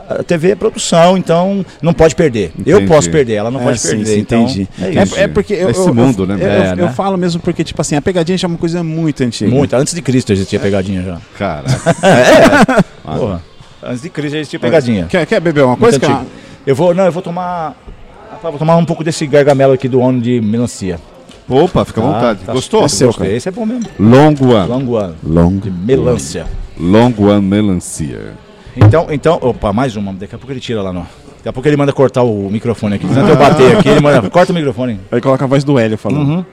[SPEAKER 3] a TV é produção, então não pode perder. Eu
[SPEAKER 2] Entendi.
[SPEAKER 3] posso perder, ela não
[SPEAKER 1] É,
[SPEAKER 3] pode
[SPEAKER 1] sim,
[SPEAKER 3] perder.
[SPEAKER 1] sim,
[SPEAKER 3] então,
[SPEAKER 1] entendi.
[SPEAKER 3] É
[SPEAKER 1] É,
[SPEAKER 3] isso.
[SPEAKER 1] é porque eu,
[SPEAKER 2] Esse
[SPEAKER 1] eu- eu-
[SPEAKER 2] mundo, né,
[SPEAKER 1] Eu,
[SPEAKER 2] velho?
[SPEAKER 1] eu- eu
[SPEAKER 3] É, né?
[SPEAKER 1] falo mesmo porque, tipo assim, a pegadinha já é uma coisa muito antiga.
[SPEAKER 3] Muito, antes de Cristo existia pegadinha já.
[SPEAKER 2] Cara,
[SPEAKER 3] Porra, Ah, antes de Cristo existia pegadinha.
[SPEAKER 1] Quer, quer beber uma coisa?
[SPEAKER 3] Muito
[SPEAKER 1] Quer uma-
[SPEAKER 3] antigo. Eu vou, não, eu vou tomar. rapaz, Vou tomar um pouco desse gargamelo aqui do ano de melancia.
[SPEAKER 2] opa, fica à vontade.
[SPEAKER 3] Tá, tá.
[SPEAKER 2] Gostou?
[SPEAKER 1] É seu,
[SPEAKER 3] Gostei, Esse é bom mesmo.
[SPEAKER 2] Longo One.
[SPEAKER 3] Longo ano.
[SPEAKER 1] Longo.
[SPEAKER 3] De melancia.
[SPEAKER 2] Longo One Melancia.
[SPEAKER 3] Então, então, opa, mais uma. Daqui a pouco ele tira lá, não. Daqui a pouco ele manda cortar o microfone aqui. Senão eu bater aqui, ele manda. Corta o microfone.
[SPEAKER 1] Aí coloca a voz do Hélio falando.
[SPEAKER 3] Uhum.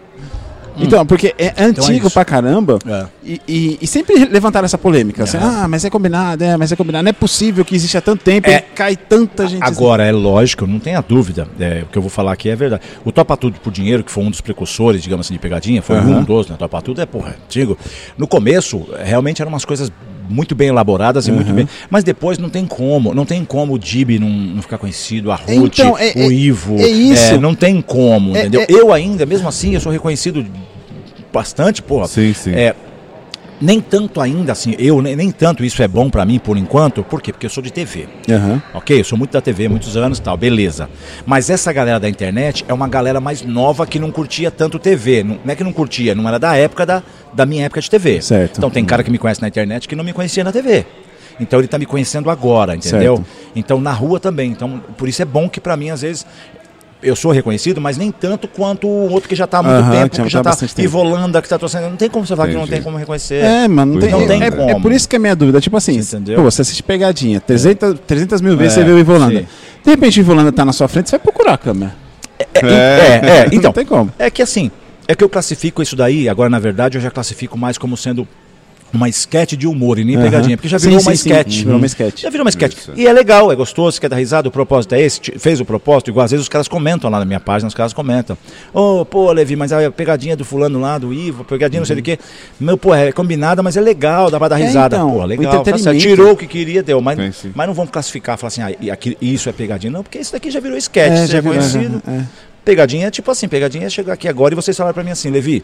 [SPEAKER 1] Então, porque é antigo
[SPEAKER 3] isso.
[SPEAKER 1] pra caramba
[SPEAKER 3] É.
[SPEAKER 1] e, e- e sempre levantaram essa polêmica. Assim, ah, mas é combinado, é, mas é combinado. Não é possível que existe há tanto tempo
[SPEAKER 3] É.
[SPEAKER 1] e cai tanta gente.
[SPEAKER 3] Agora, é lógico, não tenha dúvida. é, o que eu vou falar aqui é verdade. O Topa Tudo por Dinheiro, que foi um dos precursores, digamos assim, de pegadinha, foi um dos, né? Topa Tudo é, porra, antigo. No começo, realmente eram umas coisas muito bem elaboradas e muito bem. Mas depois não tem como. Não tem como o Dib não, não ficar conhecido, a Ruth,
[SPEAKER 1] Então, é-
[SPEAKER 3] o
[SPEAKER 1] é-
[SPEAKER 3] Ivo.
[SPEAKER 1] é isso.
[SPEAKER 3] não tem como,
[SPEAKER 1] É-
[SPEAKER 3] entendeu?
[SPEAKER 1] é-
[SPEAKER 3] Eu ainda, mesmo assim, eu sou reconhecido bastante, porra.
[SPEAKER 2] Sim, sim.
[SPEAKER 3] É, nem tanto ainda assim, eu nem, nem tanto isso é bom pra mim por enquanto, por quê? Porque eu sou de TV.
[SPEAKER 1] Aham.
[SPEAKER 3] Ok, eu sou muito da TV, muitos anos e tal, beleza. Mas essa galera da internet é uma galera mais nova que não curtia tanto TV. Não, não é que não curtia, não era da época da, da minha época de TV.
[SPEAKER 1] Certo.
[SPEAKER 3] Então tem cara que me conhece na internet que não me conhecia na TV. Então ele tá me conhecendo agora, entendeu?
[SPEAKER 1] Certo.
[SPEAKER 3] Então na rua também. Então por isso é bom que pra mim às vezes eu sou reconhecido, mas nem tanto quanto o outro que já tá há muito
[SPEAKER 1] Aham, que
[SPEAKER 3] tempo,
[SPEAKER 1] já
[SPEAKER 3] que já
[SPEAKER 1] tá
[SPEAKER 3] tá,
[SPEAKER 1] há bastante tempo.
[SPEAKER 3] Ivolanda, que tá torcendo. Não tem como você falar que não
[SPEAKER 2] Entendi.
[SPEAKER 3] tem como reconhecer.
[SPEAKER 1] É, mano, não
[SPEAKER 2] Pois
[SPEAKER 1] tem,
[SPEAKER 2] não tem
[SPEAKER 1] é,
[SPEAKER 3] como.
[SPEAKER 1] é por isso que é minha dúvida. Tipo assim,
[SPEAKER 3] Você
[SPEAKER 1] pô, você,
[SPEAKER 3] entendeu?
[SPEAKER 1] assiste pegadinha, 300, 300 mil vezes
[SPEAKER 3] É,
[SPEAKER 1] você vê o Ivolanda.
[SPEAKER 3] sim.
[SPEAKER 1] De repente o Ivolanda tá na sua frente, você vai procurar a câmera.
[SPEAKER 3] É, é, então.
[SPEAKER 1] Não tem como.
[SPEAKER 3] É que assim, é que eu classifico isso daí, agora na verdade eu já classifico mais como sendo uma esquete de humor e nem
[SPEAKER 1] Aham.
[SPEAKER 3] pegadinha, porque já
[SPEAKER 1] Sim,
[SPEAKER 3] virou uma
[SPEAKER 1] sim, sim.
[SPEAKER 3] esquete.
[SPEAKER 1] Virou uma esquete.
[SPEAKER 3] Já virou uma esquete.
[SPEAKER 2] Isso.
[SPEAKER 3] E é legal, é gostoso, você quer dar risada, o propósito é esse, te- fez o propósito, igual às vezes os caras comentam lá na minha página, os caras comentam. Ô, pô, Levi, mas a pegadinha do fulano lá, do Ivo, a pegadinha não sei do que. Meu, pô, é combinada, mas é legal, dá pra dar
[SPEAKER 1] Uhum. É,
[SPEAKER 3] risada.
[SPEAKER 1] então,
[SPEAKER 3] pô,
[SPEAKER 1] o
[SPEAKER 3] legal. tá certo,
[SPEAKER 1] entretenimento.
[SPEAKER 3] tirou o que queria, deu, mas,
[SPEAKER 2] Sim, sim.
[SPEAKER 3] mas não vamos classificar, falar assim, ah, e aqui- isso é pegadinha. Não, porque isso daqui já virou esquete,
[SPEAKER 1] É,
[SPEAKER 3] isso já é
[SPEAKER 1] virou,
[SPEAKER 3] conhecido.
[SPEAKER 1] aham, é.
[SPEAKER 3] Pegadinha é tipo assim, pegadinha é chegar aqui agora e vocês falarem pra mim assim, Levi,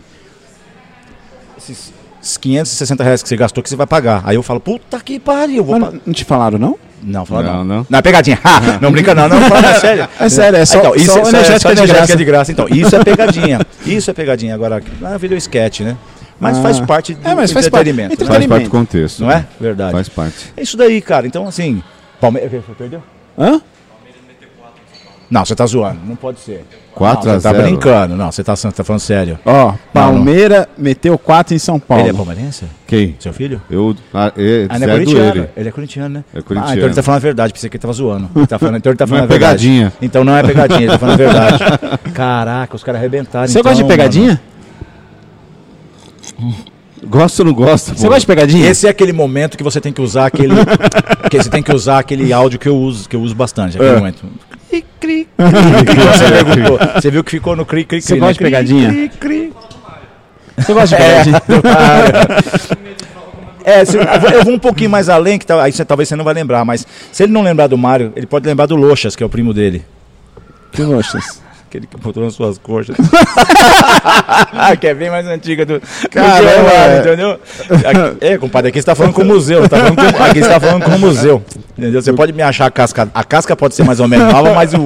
[SPEAKER 3] esses 560 reais que você gastou que você vai pagar. Aí eu falo, puta que pariu, eu vou
[SPEAKER 1] Mas
[SPEAKER 3] pagar.
[SPEAKER 1] não te falaram, não?
[SPEAKER 3] Não, fala não.
[SPEAKER 2] Não, não.
[SPEAKER 3] é pegadinha. Ha, [laughs] não brinca não, não, fala é sério.
[SPEAKER 1] É sério, é só-
[SPEAKER 3] então, isso
[SPEAKER 1] só
[SPEAKER 3] é, só
[SPEAKER 1] energética
[SPEAKER 3] energética,
[SPEAKER 1] de graça.
[SPEAKER 3] de graça. Então, isso é pegadinha. isso é pegadinha. Agora, na vida é um esquete, né? Mas
[SPEAKER 1] Ah.
[SPEAKER 3] faz parte do
[SPEAKER 1] É, mas faz parte.
[SPEAKER 3] entretenimento.
[SPEAKER 1] Entre-
[SPEAKER 3] né?
[SPEAKER 2] Faz parte
[SPEAKER 1] Entretenimento.
[SPEAKER 2] do contexto. né?
[SPEAKER 3] Não é? Verdade.
[SPEAKER 2] Faz parte.
[SPEAKER 3] É isso daí, cara. Então, assim, Palmeiras... Perdeu?
[SPEAKER 1] Hã?
[SPEAKER 3] Não, você tá zoando. Não pode ser.
[SPEAKER 2] 4 a
[SPEAKER 3] Não, você tá
[SPEAKER 2] 0.
[SPEAKER 3] brincando. Não, você tá, você tá falando sério.
[SPEAKER 1] Ó, Palmeira meteu 4 em São Paulo.
[SPEAKER 3] Ele é palmeirense?
[SPEAKER 2] Quem?
[SPEAKER 3] Seu filho?
[SPEAKER 2] Eu. Ah, é,
[SPEAKER 3] Ah, não
[SPEAKER 2] Zé
[SPEAKER 3] é
[SPEAKER 2] do
[SPEAKER 3] corintiano.
[SPEAKER 2] ele.
[SPEAKER 3] Ele. é corintiano, né?
[SPEAKER 2] É corintiano.
[SPEAKER 3] Ah, então ele tá falando a verdade, pensei que ele tava zoando. Ele tá falando, então ele tá falando
[SPEAKER 2] é
[SPEAKER 3] a verdade.
[SPEAKER 2] pegadinha.
[SPEAKER 3] Então não é pegadinha, ele tá falando a verdade. Caraca, os caras arrebentaram.
[SPEAKER 1] Você
[SPEAKER 3] então,
[SPEAKER 1] gosta de pegadinha?
[SPEAKER 3] mano.
[SPEAKER 2] Gosto ou não gosto?
[SPEAKER 1] Você gosta de pegadinha?
[SPEAKER 3] Esse é aquele momento que você tem que usar aquele. que você tem que usar aquele áudio que eu uso, que eu uso bastante. Aquele momento. Cri, cri, [laughs] cri. cri. Você perguntou. Você viu que ficou no cri, cri, cri.
[SPEAKER 1] Você gosta de
[SPEAKER 3] Cri,
[SPEAKER 1] pegadinha?
[SPEAKER 3] Cri, cri.
[SPEAKER 1] Você gosta de pegadinha?
[SPEAKER 3] É, se- eu vou- eu vou um pouquinho mais além, que tal- aí você- talvez você não vai lembrar, mas se ele não lembrar do Mário, ele pode lembrar do Loxas, que é o primo dele.
[SPEAKER 1] Que gostas?
[SPEAKER 3] Aquele que botou nas suas
[SPEAKER 2] [laughs]
[SPEAKER 3] coxas. que é bem mais antiga do, do
[SPEAKER 2] Caramba,
[SPEAKER 3] que o Mário,
[SPEAKER 2] é.
[SPEAKER 3] entendeu? Aqui- é, compadre, aqui você tá falando com o museu. Tá falando com, aqui você tá falando com o museu. Entendeu? Você pode me achar a casca. A casca pode ser mais ou menos nova, mas o,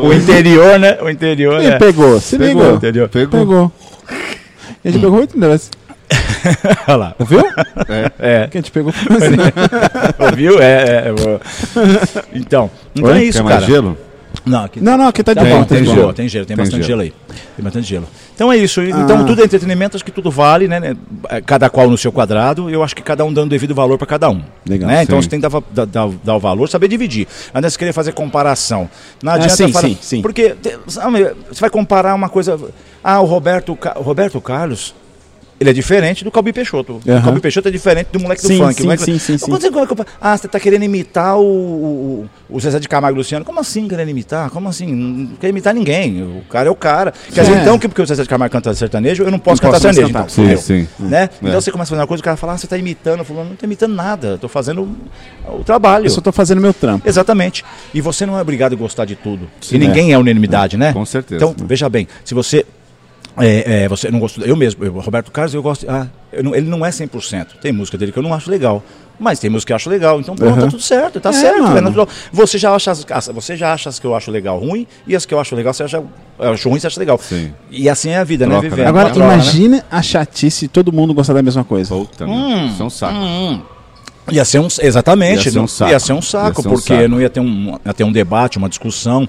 [SPEAKER 3] o interior, né? O interior,
[SPEAKER 1] Ele
[SPEAKER 3] né?
[SPEAKER 1] É. pegou, se
[SPEAKER 2] Pegou,
[SPEAKER 1] ligou.
[SPEAKER 3] Entendeu?
[SPEAKER 2] Pegou.
[SPEAKER 1] Pegou. A gente pegou muito dessa.
[SPEAKER 3] Olha lá.
[SPEAKER 1] Viu?
[SPEAKER 3] É.
[SPEAKER 1] Que a gente pegou.
[SPEAKER 3] Ouviu? É, é, é, boa. Então, então é isso,
[SPEAKER 2] Quer mais
[SPEAKER 3] cara.
[SPEAKER 2] gelo?
[SPEAKER 3] Não, aqui
[SPEAKER 1] Não, não, aqui tá de
[SPEAKER 3] Tá
[SPEAKER 1] bom,
[SPEAKER 3] bom,
[SPEAKER 1] tá
[SPEAKER 3] tem,
[SPEAKER 1] de
[SPEAKER 3] gelo,
[SPEAKER 1] bom.
[SPEAKER 3] tem gelo, tem,
[SPEAKER 2] Tem
[SPEAKER 3] bastante
[SPEAKER 2] gelo.
[SPEAKER 3] gelo. aí. Tem bastante gelo. Então é isso. Então
[SPEAKER 1] Ah.
[SPEAKER 3] tudo é entretenimento, acho que tudo vale, né? né? Cada qual no seu quadrado, eu acho que cada um dando devido valor para cada um.
[SPEAKER 1] Legal,
[SPEAKER 3] né? Então
[SPEAKER 2] sim.
[SPEAKER 3] você tem que dar, va- dar, dar- dar o valor, saber dividir. Não adianta você querer fazer comparação. Não
[SPEAKER 1] Ah,
[SPEAKER 3] adianta
[SPEAKER 1] sim,
[SPEAKER 3] falar-
[SPEAKER 1] sim, sim.
[SPEAKER 3] Porque te- sabe, você vai comparar uma coisa. Ah, o Roberto, Ca- o Roberto Carlos. Ele é diferente do Calbi Peixoto.
[SPEAKER 1] Aham.
[SPEAKER 3] O Calbi Peixoto é diferente do moleque do
[SPEAKER 1] Sim,
[SPEAKER 3] funk.
[SPEAKER 1] sim,
[SPEAKER 3] o moleque-
[SPEAKER 1] sim, sim, sim.
[SPEAKER 3] Quando você compara- Ah, você tá querendo imitar o, o, o Zezé de Camargo e Luciano. Como assim querendo imitar? Como assim? Não quer imitar ninguém. O cara é o cara. Quer dizer,
[SPEAKER 1] É.
[SPEAKER 3] então, que porque o Zezé de Camargo canta sertanejo, eu não posso
[SPEAKER 1] Não
[SPEAKER 3] cantar
[SPEAKER 1] posso mais
[SPEAKER 3] sertanejo.
[SPEAKER 1] cantar.
[SPEAKER 3] Então, fudeu,
[SPEAKER 2] Sim, sim.
[SPEAKER 3] Né?
[SPEAKER 2] É.
[SPEAKER 3] Então você começa a fazer uma coisa, o cara fala, ah, você tá imitando. Eu falo, não tô imitando nada, eu tô fazendo o trabalho.
[SPEAKER 1] Eu só tô fazendo meu trampo.
[SPEAKER 3] Exatamente. E você não é obrigado a gostar de tudo.
[SPEAKER 2] Sim,
[SPEAKER 3] e ninguém é, unanimidade, né?
[SPEAKER 2] Com certeza.
[SPEAKER 3] Então, veja bem, se você. é, é, você não gostou. Eu mesmo, eu, Roberto Carlos, eu gosto. Ah, eu não- ele não é 100%. Tem música dele que eu não acho legal. Mas tem música que eu acho legal. Então, pronto,
[SPEAKER 1] Aham.
[SPEAKER 3] tá tudo certo. Tá
[SPEAKER 1] É,
[SPEAKER 3] certo,
[SPEAKER 1] mano.
[SPEAKER 3] é natural. Você já, acha as, as- você já acha as que eu acho legal ruim e as que eu acho legal, você acha. Eu acho ruim, você acha legal.
[SPEAKER 2] Sim.
[SPEAKER 3] E assim é a vida,
[SPEAKER 2] Troca,
[SPEAKER 3] né?
[SPEAKER 2] né?
[SPEAKER 3] Vivendo.
[SPEAKER 1] Agora,
[SPEAKER 3] Uma troca, né?
[SPEAKER 1] imagine a chatice de todo mundo gostar da mesma coisa.
[SPEAKER 2] Puta, isso é um saco.
[SPEAKER 3] Ia ser um, exatamente,
[SPEAKER 2] Ia ser um
[SPEAKER 3] não-
[SPEAKER 2] saco.
[SPEAKER 3] ia ser um saco,
[SPEAKER 2] Ia ser um
[SPEAKER 3] porque
[SPEAKER 2] saco.
[SPEAKER 3] não ia ter, um, ia ter um debate, uma discussão.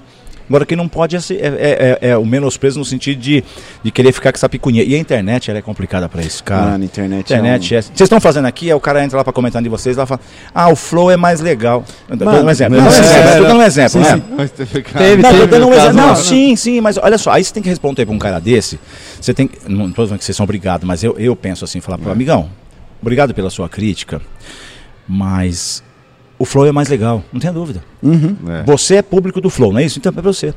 [SPEAKER 3] Agora, quem não pode é, se- é, é- é- é o menosprezo no sentido de, de querer ficar com essa picuinha. E a internet, ela é complicada pra isso, cara.
[SPEAKER 1] Mano, internet
[SPEAKER 3] internet
[SPEAKER 1] é
[SPEAKER 2] um
[SPEAKER 3] é... Vocês estão fazendo aqui, aí o cara entra lá pra comentar de vocês, lá fala, ah, o flow é mais legal. Eu tô dando
[SPEAKER 1] Mano,
[SPEAKER 3] um exemplo, eu
[SPEAKER 1] não,
[SPEAKER 3] tô dando um
[SPEAKER 1] é,
[SPEAKER 3] exemplo,
[SPEAKER 1] é,
[SPEAKER 3] eu tô dando um exemplo, né?
[SPEAKER 2] Mas teve, cara.
[SPEAKER 1] Teve,
[SPEAKER 3] Não,
[SPEAKER 1] teve.
[SPEAKER 3] eu dando um
[SPEAKER 1] no
[SPEAKER 3] exemplo.
[SPEAKER 1] caso, né?
[SPEAKER 3] Não,
[SPEAKER 1] ó.
[SPEAKER 3] sim, sim, mas olha só, aí você tem que responder pra um cara desse. Você tem. que- Não tô falando que vocês são obrigados, mas eu, eu penso assim, falar
[SPEAKER 1] É.
[SPEAKER 3] pro amigão, obrigado pela sua crítica, mas o Flow é mais legal, não tenha dúvida.
[SPEAKER 2] É.
[SPEAKER 3] Você é público do Flow, não é isso? Então é pra você.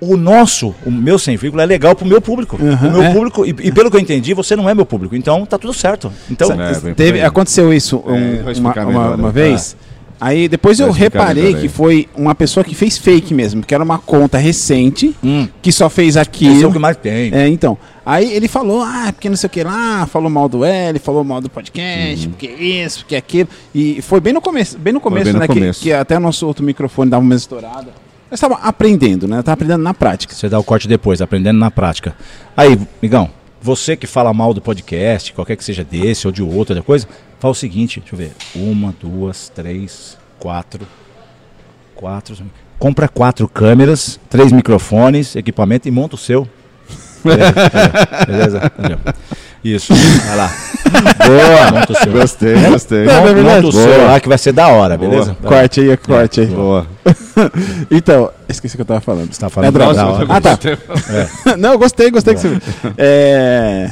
[SPEAKER 3] O nosso, o meu sem vírgula, é legal pro meu público.
[SPEAKER 1] Uhum,
[SPEAKER 3] o meu
[SPEAKER 1] é.
[SPEAKER 3] público, e, e pelo que eu entendi, você não é meu público. Então tá tudo certo. Então,
[SPEAKER 2] Certo. É, bem por
[SPEAKER 1] Teve,
[SPEAKER 2] aí.
[SPEAKER 1] aconteceu isso um-
[SPEAKER 2] É, vai
[SPEAKER 1] uma,
[SPEAKER 2] explicar
[SPEAKER 1] uma-
[SPEAKER 2] melhor,
[SPEAKER 1] uma
[SPEAKER 2] né?
[SPEAKER 1] vez. Aí depois eu
[SPEAKER 2] Vai explicar
[SPEAKER 1] reparei
[SPEAKER 2] melhor aí.
[SPEAKER 1] que foi uma pessoa que fez fake mesmo, que era uma conta recente,
[SPEAKER 3] Hum.
[SPEAKER 1] que só fez
[SPEAKER 3] esse é o
[SPEAKER 1] aquilo.
[SPEAKER 3] que mais tem.
[SPEAKER 1] É, então. Aí ele falou, ah, porque não sei o que lá, falou mal do L, falou mal do podcast, porque isso, porque aquilo. E foi bem no começo, bem no começo,
[SPEAKER 2] bem no
[SPEAKER 1] né? que-
[SPEAKER 2] começo.
[SPEAKER 1] Que, até o nosso outro microfone dava uma estourada. Nós estava aprendendo, né? Tava aprendendo na prática.
[SPEAKER 3] Você dá o corte depois, aprendendo na prática. Aí, migão, você que fala mal do podcast, qualquer que seja desse ou de outra coisa, fala o seguinte, deixa eu ver. Uma, duas, três, quatro. Quatro. Compra quatro câmeras, três microfones, equipamento e monta
[SPEAKER 1] [laughs]
[SPEAKER 3] o seu. Beleza? Beleza? Isso. Vai lá. Boa! Monta o seu.
[SPEAKER 2] Gostei, gostei.
[SPEAKER 1] Não,
[SPEAKER 3] Mon-
[SPEAKER 1] não,
[SPEAKER 3] Monta o
[SPEAKER 2] Boa.
[SPEAKER 3] seu lá que vai ser da hora,
[SPEAKER 2] Boa.
[SPEAKER 3] beleza?
[SPEAKER 1] Corte aí, corte aí.
[SPEAKER 2] Boa.
[SPEAKER 1] Então, esqueci o que eu tava falando.
[SPEAKER 3] Você tá falando
[SPEAKER 1] é droga.
[SPEAKER 3] da hora.
[SPEAKER 1] Ah, tá. [laughs] não, eu gostei, gostei que você. É.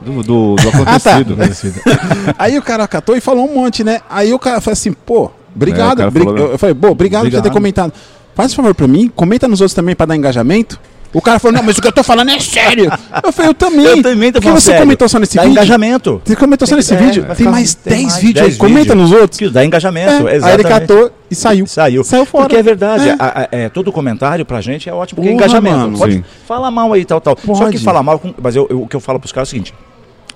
[SPEAKER 2] Do, do, Ah, do
[SPEAKER 1] tá.
[SPEAKER 2] acontecido.
[SPEAKER 1] [laughs] Aí o cara catou e falou um monte, né? Aí o cara falou assim, pô,
[SPEAKER 2] É, o
[SPEAKER 1] obrigado.
[SPEAKER 2] cara
[SPEAKER 1] bri-
[SPEAKER 2] falou mesmo.
[SPEAKER 1] eu falei, pô, obrigado, por você ter
[SPEAKER 3] né? Obrigado.
[SPEAKER 1] comentado. Faz um favor pra mim, comenta nos outros também pra dar engajamento. O cara falou, não, mas o que eu tô falando é sério. Eu falei, eu também.
[SPEAKER 3] Eu também tô
[SPEAKER 1] Por que
[SPEAKER 3] falando
[SPEAKER 1] você
[SPEAKER 3] sério.
[SPEAKER 1] comentou só nesse
[SPEAKER 3] Dá
[SPEAKER 1] vídeo?
[SPEAKER 3] engajamento.
[SPEAKER 1] Você comentou só
[SPEAKER 3] Tem-
[SPEAKER 1] nesse
[SPEAKER 3] é,
[SPEAKER 1] tá vídeo?
[SPEAKER 3] vai
[SPEAKER 1] Tem
[SPEAKER 3] ficar-
[SPEAKER 1] mais
[SPEAKER 3] tem
[SPEAKER 1] 10
[SPEAKER 3] mais
[SPEAKER 1] vídeos aí,
[SPEAKER 3] 10
[SPEAKER 1] comenta
[SPEAKER 3] vídeos.
[SPEAKER 1] nos outros.
[SPEAKER 3] Que dá engajamento,
[SPEAKER 1] É, Aí ele
[SPEAKER 3] exatamente.
[SPEAKER 1] catou e saiu.
[SPEAKER 3] Saiu.
[SPEAKER 1] Saiu fora.
[SPEAKER 3] Porque é verdade.
[SPEAKER 1] É.
[SPEAKER 3] a- a- é, todo comentário pra gente é ótimo, porque é
[SPEAKER 1] Porra, mano.
[SPEAKER 3] engajamento.
[SPEAKER 2] Sim.
[SPEAKER 3] Pode falar mal aí, tal, tal. Só
[SPEAKER 1] Pode.
[SPEAKER 3] que falar mal, com- mas eu- eu- o que eu falo pros caras é o seguinte.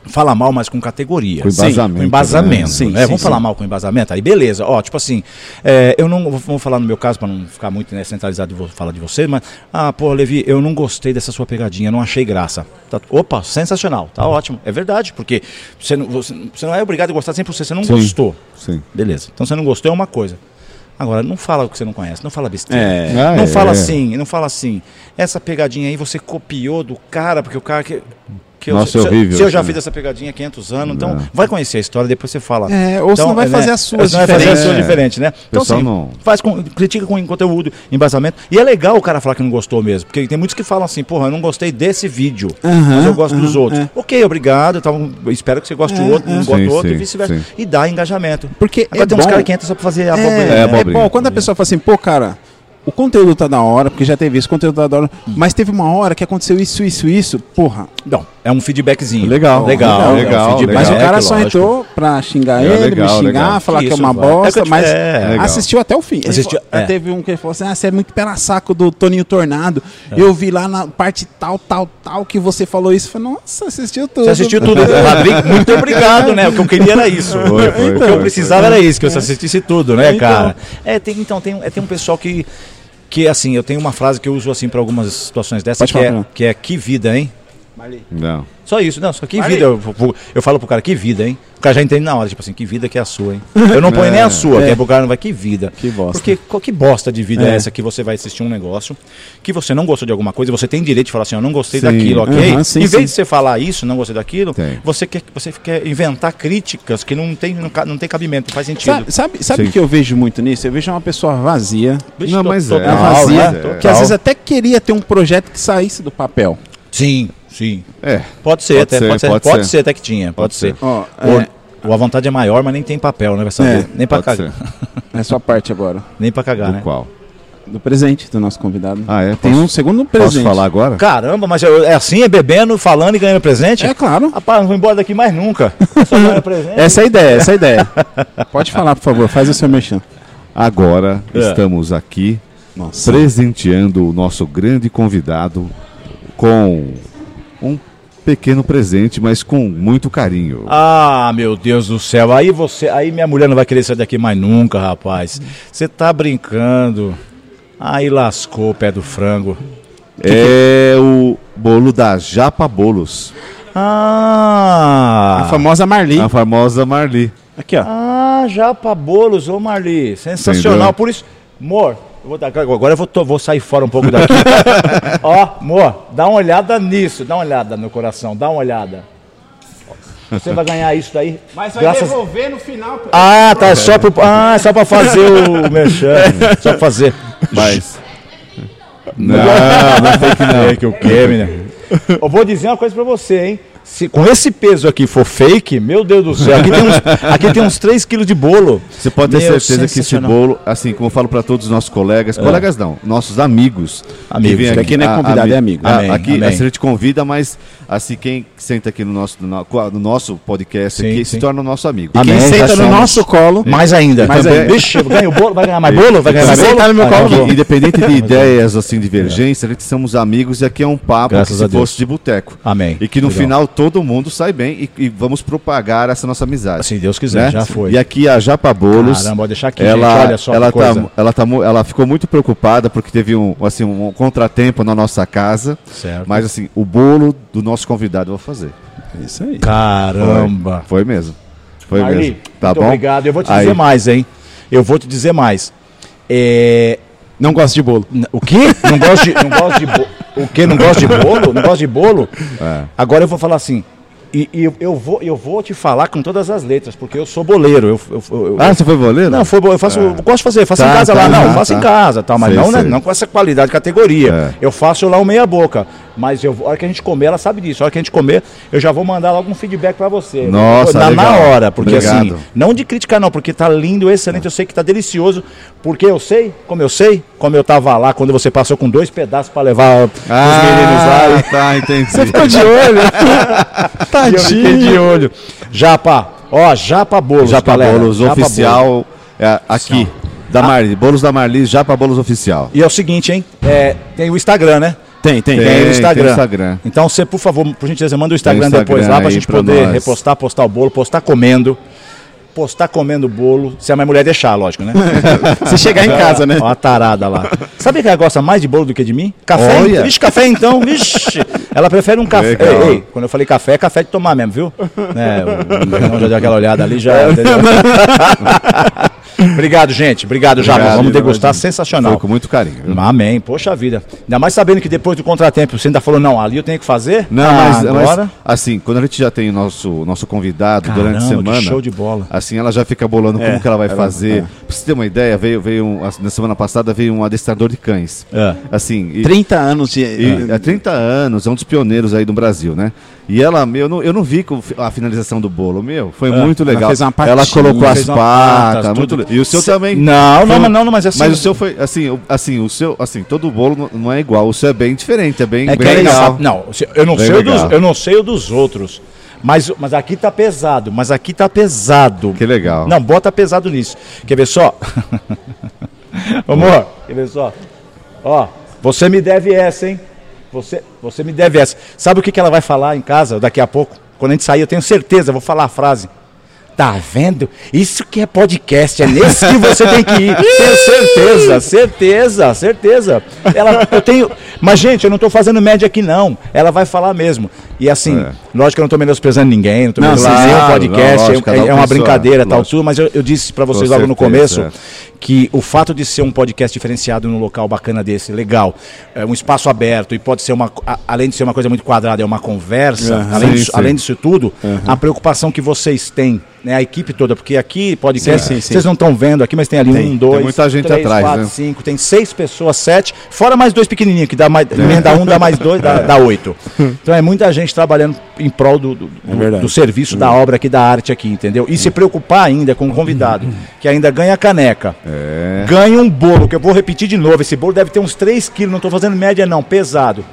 [SPEAKER 3] Fala mal, mas com categoria.
[SPEAKER 2] Com embasamento,
[SPEAKER 3] Sim, com embasamento.
[SPEAKER 2] né?
[SPEAKER 3] Né?
[SPEAKER 2] Sim,
[SPEAKER 3] Vamos falar mal com embasamento? Aí beleza. Ó, tipo assim, é, eu não. Vou falar no meu caso, pra não ficar muito né, centralizado e vou falar de você, mas. Ah, pô, Levi, eu não gostei dessa sua pegadinha, não achei graça. Tá- opa, sensacional, tá ótimo. É verdade, porque você não, você- você não é obrigado a gostar 100%, você não gostou.
[SPEAKER 2] Sim.
[SPEAKER 3] Beleza. Então você não gostou é uma coisa. Agora, não fala o que você não conhece, não fala besteira.
[SPEAKER 1] É.
[SPEAKER 2] Ah,
[SPEAKER 3] não
[SPEAKER 2] é,
[SPEAKER 3] fala
[SPEAKER 2] é.
[SPEAKER 3] assim, não fala assim. Essa pegadinha aí você copiou do cara, porque o cara que. que
[SPEAKER 2] Nossa,
[SPEAKER 3] se-
[SPEAKER 2] é horrível É.
[SPEAKER 3] Se eu
[SPEAKER 2] isso,
[SPEAKER 3] já
[SPEAKER 2] né?
[SPEAKER 3] fiz essa pegadinha há 500 anos, então vai conhecer a história, depois você fala.
[SPEAKER 1] É, ou
[SPEAKER 3] então,
[SPEAKER 1] senão vai
[SPEAKER 3] né,
[SPEAKER 1] fazer a sua
[SPEAKER 3] senão vai fazer a
[SPEAKER 1] diferente.
[SPEAKER 3] sua
[SPEAKER 1] É.
[SPEAKER 3] diferente, né? Então,
[SPEAKER 2] Pessoal
[SPEAKER 3] assim,
[SPEAKER 2] não-
[SPEAKER 3] faz com, critica com conteúdo, embasamento. E é legal o cara falar que não gostou mesmo, porque tem muitos que falam assim, porra, eu não gostei desse vídeo,
[SPEAKER 1] Aham,
[SPEAKER 3] mas eu gosto dos
[SPEAKER 1] aham,
[SPEAKER 3] outros.
[SPEAKER 1] é.
[SPEAKER 3] Ok, obrigado, então, eu espero que você goste do outro, não gosta
[SPEAKER 2] Sim,
[SPEAKER 3] do outro
[SPEAKER 2] sim,
[SPEAKER 3] e vice-versa.
[SPEAKER 2] sim.
[SPEAKER 3] E dá engajamento.
[SPEAKER 1] Porque
[SPEAKER 3] Agora
[SPEAKER 1] é
[SPEAKER 3] tem uns
[SPEAKER 1] bom.
[SPEAKER 3] caras que entram só pra fazer a
[SPEAKER 1] É,
[SPEAKER 3] bobeira. né?
[SPEAKER 1] é,
[SPEAKER 2] abobrinha.
[SPEAKER 1] bom, quando a pessoa fala assim, pô, cara, O conteúdo tá da hora, porque já teve isso, o conteúdo tá da hora. Mas teve uma hora que aconteceu isso, isso, isso. Porra.
[SPEAKER 3] Não, é um feedbackzinho.
[SPEAKER 2] Legal,
[SPEAKER 3] legal,
[SPEAKER 2] legal, legal,
[SPEAKER 3] feedback, é
[SPEAKER 1] Mas o cara só
[SPEAKER 3] lógico.
[SPEAKER 1] entrou pra xingar
[SPEAKER 2] É,
[SPEAKER 1] ele,
[SPEAKER 2] legal,
[SPEAKER 1] me xingar,
[SPEAKER 2] legal.
[SPEAKER 1] falar que é
[SPEAKER 3] Isso,
[SPEAKER 1] uma
[SPEAKER 3] vai.
[SPEAKER 1] bosta,
[SPEAKER 3] É que eu-
[SPEAKER 1] mas
[SPEAKER 3] é,
[SPEAKER 2] legal.
[SPEAKER 1] assistiu até o fim. Ele
[SPEAKER 3] Assistiu-
[SPEAKER 1] falou-
[SPEAKER 3] é.
[SPEAKER 1] Teve um que ele falou assim: ah, você é muito pela saco do Toninho Tornado.
[SPEAKER 2] É.
[SPEAKER 1] Eu vi lá na parte tal, tal, tal que você falou isso. Eu falei, nossa, assistiu tudo.
[SPEAKER 3] Você
[SPEAKER 1] [laughs]
[SPEAKER 3] assistiu tudo. Rodrigo, muito obrigado, né? O que eu queria era isso.
[SPEAKER 2] Foi, foi,
[SPEAKER 3] o que
[SPEAKER 2] foi,
[SPEAKER 3] eu
[SPEAKER 2] foi.
[SPEAKER 3] precisava era isso, que eu assistisse tudo, né,
[SPEAKER 1] É. Então.
[SPEAKER 3] cara? É, tem, então, tem, é, tem um pessoal que. Que assim, eu tenho uma frase que eu uso assim pra algumas situações dessas,
[SPEAKER 1] Pode
[SPEAKER 3] que
[SPEAKER 1] falar,
[SPEAKER 3] é,
[SPEAKER 1] Fernando.
[SPEAKER 3] que é que vida, hein?
[SPEAKER 2] Não.
[SPEAKER 3] Só isso, não, só que vida. Eu, eu- eu falo pro cara, que vida, hein? O cara já entende na hora, tipo assim, que vida que é a sua, hein? Eu não ponho nem a sua, porque pro cara não vai, que vida.
[SPEAKER 1] Que bosta.
[SPEAKER 3] Porque qual que bosta de vida é.
[SPEAKER 1] É.
[SPEAKER 3] essa que você vai assistir um negócio, que você não gostou de alguma coisa, você tem direito de falar assim, eu não gostei
[SPEAKER 2] Sim.
[SPEAKER 3] daquilo, ok?
[SPEAKER 1] Aham, sim,
[SPEAKER 3] em vez
[SPEAKER 1] sim.
[SPEAKER 3] de você falar isso, não gostei daquilo,
[SPEAKER 2] Tem.
[SPEAKER 3] você quer, você quer inventar críticas que não tem, não, ca- não tem cabimento, não faz sentido.
[SPEAKER 1] Sabe, sabe, sabe
[SPEAKER 2] Sim.
[SPEAKER 1] o que eu vejo muito nisso? Eu vejo uma pessoa vazia,
[SPEAKER 3] Bicho,
[SPEAKER 2] Não,
[SPEAKER 3] tô-
[SPEAKER 2] mas
[SPEAKER 3] tô-
[SPEAKER 2] é.
[SPEAKER 1] é,
[SPEAKER 3] tô-
[SPEAKER 1] vazia,
[SPEAKER 2] né?
[SPEAKER 3] tô- Tá
[SPEAKER 1] que às vezes até queria ter um projeto que saísse do papel.
[SPEAKER 3] Sim, sim.
[SPEAKER 2] É.
[SPEAKER 3] Pode ser,
[SPEAKER 2] Pode
[SPEAKER 3] até,
[SPEAKER 2] ser,
[SPEAKER 3] pode, ser,
[SPEAKER 2] pode
[SPEAKER 3] pode,
[SPEAKER 2] ser.
[SPEAKER 3] ser. até que tinha, pode,
[SPEAKER 2] Pode ser.
[SPEAKER 3] ser.
[SPEAKER 1] Ó,
[SPEAKER 3] Ou-
[SPEAKER 1] é,
[SPEAKER 3] ou a vontade é maior, mas nem tem papel, né? Vai saber.
[SPEAKER 1] É,
[SPEAKER 3] nem pra
[SPEAKER 2] Pode
[SPEAKER 3] cagar.
[SPEAKER 2] ser.
[SPEAKER 1] é sua parte agora.
[SPEAKER 3] Nem pra cagar,
[SPEAKER 2] Do
[SPEAKER 3] né?
[SPEAKER 2] qual?
[SPEAKER 1] Do presente do nosso convidado.
[SPEAKER 2] Ah, é?
[SPEAKER 1] Tem
[SPEAKER 2] Posso-
[SPEAKER 1] um segundo
[SPEAKER 2] Posso
[SPEAKER 1] presente.
[SPEAKER 2] falar agora?
[SPEAKER 3] Caramba, mas eu- é assim, é bebendo, falando e ganhando presente?
[SPEAKER 1] É claro.
[SPEAKER 3] Rapaz, não vou embora daqui mais nunca. Só ganhando presente.
[SPEAKER 1] Essa [laughs] é a ideia, essa é a ideia. [laughs] Pode falar, por favor, faz o seu mexão.
[SPEAKER 2] Agora
[SPEAKER 3] É.
[SPEAKER 2] estamos aqui
[SPEAKER 1] Nossa.
[SPEAKER 2] presenteando o nosso grande convidado com um pequeno presente, mas com muito carinho.
[SPEAKER 3] Ah, meu Deus do céu. Aí você, aí minha mulher não vai querer sair daqui mais nunca, rapaz. Você tá brincando. Aí lascou o pé do frango.
[SPEAKER 2] é o bolo da Japa Bolos,
[SPEAKER 1] A
[SPEAKER 3] Ah!
[SPEAKER 1] famosa Marli.
[SPEAKER 2] a famosa Marli.
[SPEAKER 1] Aqui, ó.
[SPEAKER 3] Ah, Japa Bolos, ô Marli. Sensacional.
[SPEAKER 2] Entendeu?
[SPEAKER 3] Por isso, amor, eu vou dar- agora eu vou, to- vou sair fora um pouco [laughs] daqui. Ó, amor, dá uma olhada nisso, dá uma olhada no coração, dá uma olhada. Você vai ganhar isso daí. graças-
[SPEAKER 1] devolver no final.
[SPEAKER 3] Ah, tá, só pro, ah, só pra fazer [laughs] o merchan. Só pra fazer.
[SPEAKER 2] Mas
[SPEAKER 3] Não, não foi que não. É que eu quero, menino. Eu vou dizer uma coisa pra você, hein? Se com esse peso aqui for fake, meu Deus do céu, aqui tem uns, aqui tem uns 3 quilos de bolo.
[SPEAKER 2] você pode ter
[SPEAKER 3] Meu,
[SPEAKER 2] certeza que esse
[SPEAKER 3] sensacional. É.
[SPEAKER 2] bolo, assim como eu falo para todos os nossos colegas, colegas não, nossos amigos.
[SPEAKER 3] Amigos,
[SPEAKER 2] vêm
[SPEAKER 3] que
[SPEAKER 1] aqui não é
[SPEAKER 2] a-
[SPEAKER 1] convidado,
[SPEAKER 2] ami-
[SPEAKER 1] é amigo.
[SPEAKER 2] a-
[SPEAKER 3] Amém,
[SPEAKER 2] aqui
[SPEAKER 3] amém.
[SPEAKER 2] assim, a gente convida, mas assim, quem senta aqui no nosso, no, no nosso podcast
[SPEAKER 3] Sim,
[SPEAKER 2] aqui se
[SPEAKER 3] sim.
[SPEAKER 2] torna o nosso amigo.
[SPEAKER 3] Amém.
[SPEAKER 1] Quem
[SPEAKER 3] Bem,
[SPEAKER 1] senta
[SPEAKER 3] já
[SPEAKER 1] no
[SPEAKER 3] somos.
[SPEAKER 1] nosso
[SPEAKER 2] É.
[SPEAKER 1] colo.
[SPEAKER 3] Mais ainda.
[SPEAKER 1] Mais
[SPEAKER 3] Também.
[SPEAKER 1] ainda.
[SPEAKER 3] Vixe, ganha o bolo, vai ganhar mais bolo? Vai ganhar
[SPEAKER 1] Se
[SPEAKER 3] mais bolo?
[SPEAKER 1] sentar no meu
[SPEAKER 3] Ah,
[SPEAKER 1] colo,
[SPEAKER 3] tá bom. É.
[SPEAKER 2] Aqui, independente
[SPEAKER 3] [laughs]
[SPEAKER 2] de ideias assim divergências, a gente somos amigos e aqui é um papo
[SPEAKER 3] Graças
[SPEAKER 2] que se
[SPEAKER 3] a Deus.
[SPEAKER 2] fosse de boteco.
[SPEAKER 3] Amém.
[SPEAKER 2] E que no
[SPEAKER 3] Legal.
[SPEAKER 2] final todo mundo sai bem e, e vamos propagar essa nossa amizade.
[SPEAKER 3] Se Assim, Deus quiser,
[SPEAKER 2] né?
[SPEAKER 3] é, já foi.
[SPEAKER 2] E aqui a Japa Bolos.
[SPEAKER 3] Caramba, vou deixar aqui,
[SPEAKER 2] ela,
[SPEAKER 3] gente, olha só
[SPEAKER 2] ela
[SPEAKER 3] que coisa.
[SPEAKER 2] tá, ela tá mu- ela ficou muito preocupada porque teve um assim um contratempo na nossa casa.
[SPEAKER 3] Certo.
[SPEAKER 2] Mas assim, o bolo do nosso convidado eu vou fazer.
[SPEAKER 1] Isso aí.
[SPEAKER 3] Caramba.
[SPEAKER 2] Foi mesmo. Foi
[SPEAKER 3] Marli,
[SPEAKER 2] mesmo. Tá
[SPEAKER 3] muito
[SPEAKER 2] bom?
[SPEAKER 3] obrigado. Eu vou te
[SPEAKER 2] Aí.
[SPEAKER 3] dizer mais, hein? Eu vou te dizer mais. É,
[SPEAKER 1] Não gosto de bolo.
[SPEAKER 3] n- O quê? Não gosto de, não gosto de bolo. O quê? Não gosto de bolo? Não gosto de bolo?
[SPEAKER 2] É.
[SPEAKER 3] Agora eu vou falar assim. E, e eu, eu vou, eu vou te falar com todas as letras, porque eu sou boleiro. Eu, eu- eu-
[SPEAKER 2] Ah, você foi boleiro?
[SPEAKER 3] Não, foi bom. Eu faço, eu gosto de fazer, faço
[SPEAKER 2] Tá,
[SPEAKER 3] em casa
[SPEAKER 2] tá,
[SPEAKER 3] lá, não,
[SPEAKER 2] tá,
[SPEAKER 3] faço
[SPEAKER 2] tá.
[SPEAKER 3] em casa, tal, mas
[SPEAKER 2] Sei,
[SPEAKER 3] não, né,
[SPEAKER 2] sei.
[SPEAKER 3] não com essa qualidade de categoria.
[SPEAKER 2] É.
[SPEAKER 3] Eu faço lá o meia boca, mas eu, a hora que a gente comer, ela sabe disso. A hora que a gente comer, eu já vou mandar logo um feedback pra você.
[SPEAKER 2] Nossa,
[SPEAKER 3] na, na
[SPEAKER 2] legal.
[SPEAKER 3] hora, porque
[SPEAKER 2] Obrigado.
[SPEAKER 3] assim, não de criticar não, porque tá lindo, excelente, eu sei que tá delicioso, porque eu sei, como eu sei, como eu tava lá quando você passou com dois pedaços pra levar
[SPEAKER 2] Ah,
[SPEAKER 3] os meninos lá. e-
[SPEAKER 2] tá, entendi.
[SPEAKER 1] Ficou de olho.
[SPEAKER 3] E eu fiquei de olho. Japa, ó, Japa Bolos,
[SPEAKER 2] Japa
[SPEAKER 3] galera,
[SPEAKER 2] Bolos
[SPEAKER 3] Japa
[SPEAKER 2] oficial é, aqui da Marli, bolos da Marli, Japa Bolos oficial.
[SPEAKER 3] E é o seguinte, hein? É, tem o Instagram, né?
[SPEAKER 1] Tem, tem.
[SPEAKER 2] Tem.
[SPEAKER 3] Tem, o Instagram.
[SPEAKER 2] tem o Instagram.
[SPEAKER 3] Então você, por favor, por gentileza, manda o Instagram,
[SPEAKER 2] Tem o
[SPEAKER 3] depois
[SPEAKER 2] Instagram
[SPEAKER 3] lá pra
[SPEAKER 2] aí
[SPEAKER 3] gente
[SPEAKER 2] pra
[SPEAKER 3] poder
[SPEAKER 2] nós.
[SPEAKER 3] repostar, postar o bolo, postar comendo. Postar comendo bolo, se a minha mulher deixar, lógico,
[SPEAKER 2] [laughs]
[SPEAKER 3] né?
[SPEAKER 1] [laughs] Se [laughs] chegar em casa, né?
[SPEAKER 3] Ó a tarada lá. Sabe que ela gosta mais de bolo do que de mim? Café?
[SPEAKER 2] Olha.
[SPEAKER 3] Vixe, café então, vixe. Ela prefere um café.
[SPEAKER 2] Legal.
[SPEAKER 3] Ei, ei, quando eu falei café, é café de tomar mesmo, viu? Né, o Bernão já deu aquela olhada
[SPEAKER 2] [laughs]
[SPEAKER 3] ali, já. entendeu? [laughs] Obrigado, gente. Obrigado, Japa.
[SPEAKER 2] Obrigado,
[SPEAKER 3] Vamos
[SPEAKER 2] Japa.
[SPEAKER 3] degustar, sensacional.
[SPEAKER 2] Foi com muito carinho. viu?
[SPEAKER 3] Amém, poxa vida. Ainda mais sabendo que depois do contratempo você ainda falou, não, ali eu tenho que fazer.
[SPEAKER 2] Não,
[SPEAKER 3] Ah,
[SPEAKER 2] mas, mas,
[SPEAKER 3] agora.
[SPEAKER 2] assim, quando a gente já tem o nosso, nosso convidado
[SPEAKER 3] Caramba,
[SPEAKER 2] durante a
[SPEAKER 3] que
[SPEAKER 2] semana.
[SPEAKER 3] show de bola. É,
[SPEAKER 2] Assim, ela já fica bolando como que ela vai fazer. Pra você ter uma ideia, veio, veio um- na semana passada veio um adestrador de cães.
[SPEAKER 3] É. Ah.
[SPEAKER 2] Assim, e-
[SPEAKER 1] 30 anos de. Ah.
[SPEAKER 2] é E há 30 anos, é um dos pioneiros aí do Brasil, né? E ela, meu, eu não, eu não vi com a finalização do bolo, meu.
[SPEAKER 3] É.
[SPEAKER 2] Foi
[SPEAKER 1] Ah,
[SPEAKER 2] muito
[SPEAKER 1] ela
[SPEAKER 2] legal.
[SPEAKER 1] fez uma
[SPEAKER 2] ela
[SPEAKER 1] patinha,
[SPEAKER 2] colocou as
[SPEAKER 3] fez uma pata,
[SPEAKER 2] patas, muito
[SPEAKER 3] tudo.
[SPEAKER 2] le- E o seu
[SPEAKER 3] Cê-
[SPEAKER 2] também.
[SPEAKER 3] Não,
[SPEAKER 2] Foi
[SPEAKER 3] não,
[SPEAKER 2] um-
[SPEAKER 3] mas não, não, mas assim.
[SPEAKER 2] Mas o seu foi, assim, o- assim, o seu, assim, todo bolo não- não é igual. O seu é bem diferente, é bem,
[SPEAKER 3] É que
[SPEAKER 2] bem
[SPEAKER 3] é
[SPEAKER 2] legal.
[SPEAKER 3] engraçado. Não, se- eu não,
[SPEAKER 2] Bem
[SPEAKER 3] sei o
[SPEAKER 2] legal.
[SPEAKER 3] dos, eu não sei o dos outros. Mas, mas aqui tá pesado, mas aqui tá pesado.
[SPEAKER 2] Que legal.
[SPEAKER 3] Não, bota pesado nisso. Quer ver só? [laughs] Amor, quer ver só? Ó, você me deve essa, hein? Você, você me deve essa. Sabe o que, que ela vai falar em casa daqui a pouco? Quando a gente sair, eu tenho certeza, eu vou falar a frase. Tá vendo? Isso que é podcast, é nesse que você tem que
[SPEAKER 2] [laughs]
[SPEAKER 3] ir. Tenho certeza, certeza, certeza. Ela, eu tenho. Mas, gente, eu não tô fazendo média aqui, não. Ela vai falar mesmo. E assim,
[SPEAKER 2] É.
[SPEAKER 3] lógico que eu não tô menosprezando ninguém, não tô
[SPEAKER 1] Não,
[SPEAKER 3] menosprezando
[SPEAKER 2] sim,
[SPEAKER 3] nenhum
[SPEAKER 2] claro,
[SPEAKER 3] podcast,
[SPEAKER 2] não,
[SPEAKER 3] é-
[SPEAKER 2] lógico, cada um
[SPEAKER 3] é,
[SPEAKER 2] tem
[SPEAKER 3] uma
[SPEAKER 2] sua-
[SPEAKER 3] brincadeira, tal,
[SPEAKER 2] lógico.
[SPEAKER 3] tudo, mas eu, eu disse pra vocês
[SPEAKER 2] Com
[SPEAKER 3] logo no
[SPEAKER 2] certeza,
[SPEAKER 3] começo
[SPEAKER 2] é.
[SPEAKER 3] que o fato de ser um podcast diferenciado num local bacana desse, legal, é um espaço aberto e pode ser uma, a- além de ser uma coisa muito quadrada, é uma conversa,
[SPEAKER 1] Aham.
[SPEAKER 3] além,
[SPEAKER 2] Sim,
[SPEAKER 3] disso,
[SPEAKER 2] sim.
[SPEAKER 3] além disso tudo, a preocupação que vocês têm, né, a equipe toda, porque aqui podcast,
[SPEAKER 1] Sim, sim, sim.
[SPEAKER 3] vocês não estão vendo aqui, mas tem ali
[SPEAKER 2] Tem.
[SPEAKER 3] um, dois,
[SPEAKER 2] Tem muita gente
[SPEAKER 3] três,
[SPEAKER 2] atrás,
[SPEAKER 3] quatro,
[SPEAKER 2] né?
[SPEAKER 3] cinco, tem seis pessoas, sete, fora mais dois pequenininhos, que dá mais,
[SPEAKER 1] É.
[SPEAKER 3] emenda um, dá mais dois, dá,
[SPEAKER 1] [laughs]
[SPEAKER 3] dá oito. Então é muita gente trabalhando em prol do, do,
[SPEAKER 1] É verdade.
[SPEAKER 3] do serviço, da obra aqui, da arte aqui, entendeu? E se preocupar ainda com o convidado,
[SPEAKER 1] Uhum.
[SPEAKER 3] que ainda ganha caneca,
[SPEAKER 1] É.
[SPEAKER 3] ganha um bolo, que eu vou repetir de novo, esse bolo deve ter uns 3 quilos, não tô fazendo média não, pesado.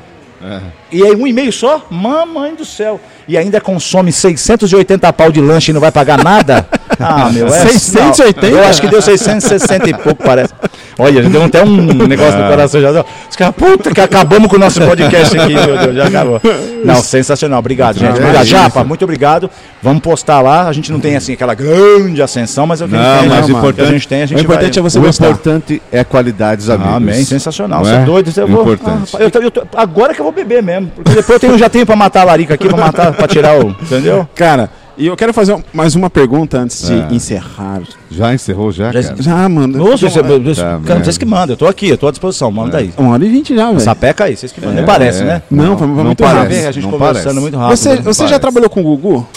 [SPEAKER 1] É.
[SPEAKER 3] E aí um e meio só? Mamãe do céu. E ainda consome 680 pau de lanche e não vai pagar
[SPEAKER 1] [laughs]
[SPEAKER 3] nada? Ah, meu, é...
[SPEAKER 1] 680?
[SPEAKER 3] Eu acho que deu 660 e pouco, parece. Olha, já deu até um negócio
[SPEAKER 2] Ah.
[SPEAKER 3] no coração. Já deu. Os caras, puta, que acabamos com o nosso podcast aqui, meu Deus, já acabou. Não, sensacional. Obrigado, gente.
[SPEAKER 2] Não,
[SPEAKER 3] Obrigado.
[SPEAKER 2] é
[SPEAKER 3] Japa, muito obrigado. Vamos postar lá. A gente não tem, assim, aquela grande ascensão, mas eu
[SPEAKER 2] Não, mas o
[SPEAKER 3] que a
[SPEAKER 2] importante-
[SPEAKER 3] gente tem, a gente
[SPEAKER 1] o importante
[SPEAKER 3] vai...
[SPEAKER 1] é você
[SPEAKER 2] o
[SPEAKER 1] gostar.
[SPEAKER 2] importante é a qualidade dos amigos.
[SPEAKER 3] Ah, Amém, sensacional.
[SPEAKER 2] Não
[SPEAKER 3] Você é doido, você eu vou. Ah,
[SPEAKER 2] Importante.
[SPEAKER 3] rapaz, eu tô- eu tô- agora que eu vou beber mesmo. Porque depois eu tenho- já tenho pra matar a larica aqui, pra matar, pra tirar o. Entendeu?
[SPEAKER 1] Cara, e eu quero fazer um- mais uma pergunta antes de
[SPEAKER 2] É.
[SPEAKER 1] encerrar.
[SPEAKER 2] Já encerrou, já,
[SPEAKER 3] Já
[SPEAKER 2] cara?
[SPEAKER 1] Já, mano.
[SPEAKER 3] Nossa, você,
[SPEAKER 2] tá,
[SPEAKER 3] cara,
[SPEAKER 2] merda.
[SPEAKER 3] vocês que mandam. Eu tô aqui, eu tô à disposição. Manda aí.
[SPEAKER 1] Uma hora e vinte já, velho.
[SPEAKER 3] Sapeca aí, vocês que mandam.
[SPEAKER 2] É,
[SPEAKER 3] Nem parece,
[SPEAKER 2] é.
[SPEAKER 3] né?
[SPEAKER 1] Não, foi, foi
[SPEAKER 2] Não
[SPEAKER 1] muito
[SPEAKER 3] Você
[SPEAKER 2] parece.
[SPEAKER 1] rápido.
[SPEAKER 3] vê a gente
[SPEAKER 2] não
[SPEAKER 3] conversando
[SPEAKER 2] parece.
[SPEAKER 3] muito rápido.
[SPEAKER 1] Você,
[SPEAKER 3] né?
[SPEAKER 1] você já
[SPEAKER 2] parece.
[SPEAKER 1] trabalhou com o Gugu?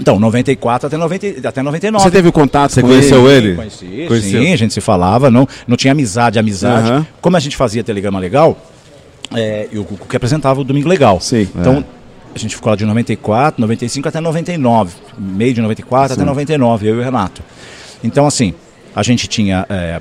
[SPEAKER 3] Então, 94 até, 90, até 99.
[SPEAKER 1] Você teve contato
[SPEAKER 2] Você
[SPEAKER 1] com
[SPEAKER 2] conheceu
[SPEAKER 1] ele?
[SPEAKER 2] ele?
[SPEAKER 3] Conheci,
[SPEAKER 2] Conheceu.
[SPEAKER 3] sim, a gente se falava, não, não tinha amizade, amizade.
[SPEAKER 1] Aham.
[SPEAKER 3] Como a gente fazia Telegrama Legal, é, e o Cuco que apresentava o Domingo Legal.
[SPEAKER 1] Sim. É.
[SPEAKER 3] Então, a gente ficou lá de 94, 95 até 99, meio de 94 até 99, eu e o Renato. Então, assim, a gente tinha... é,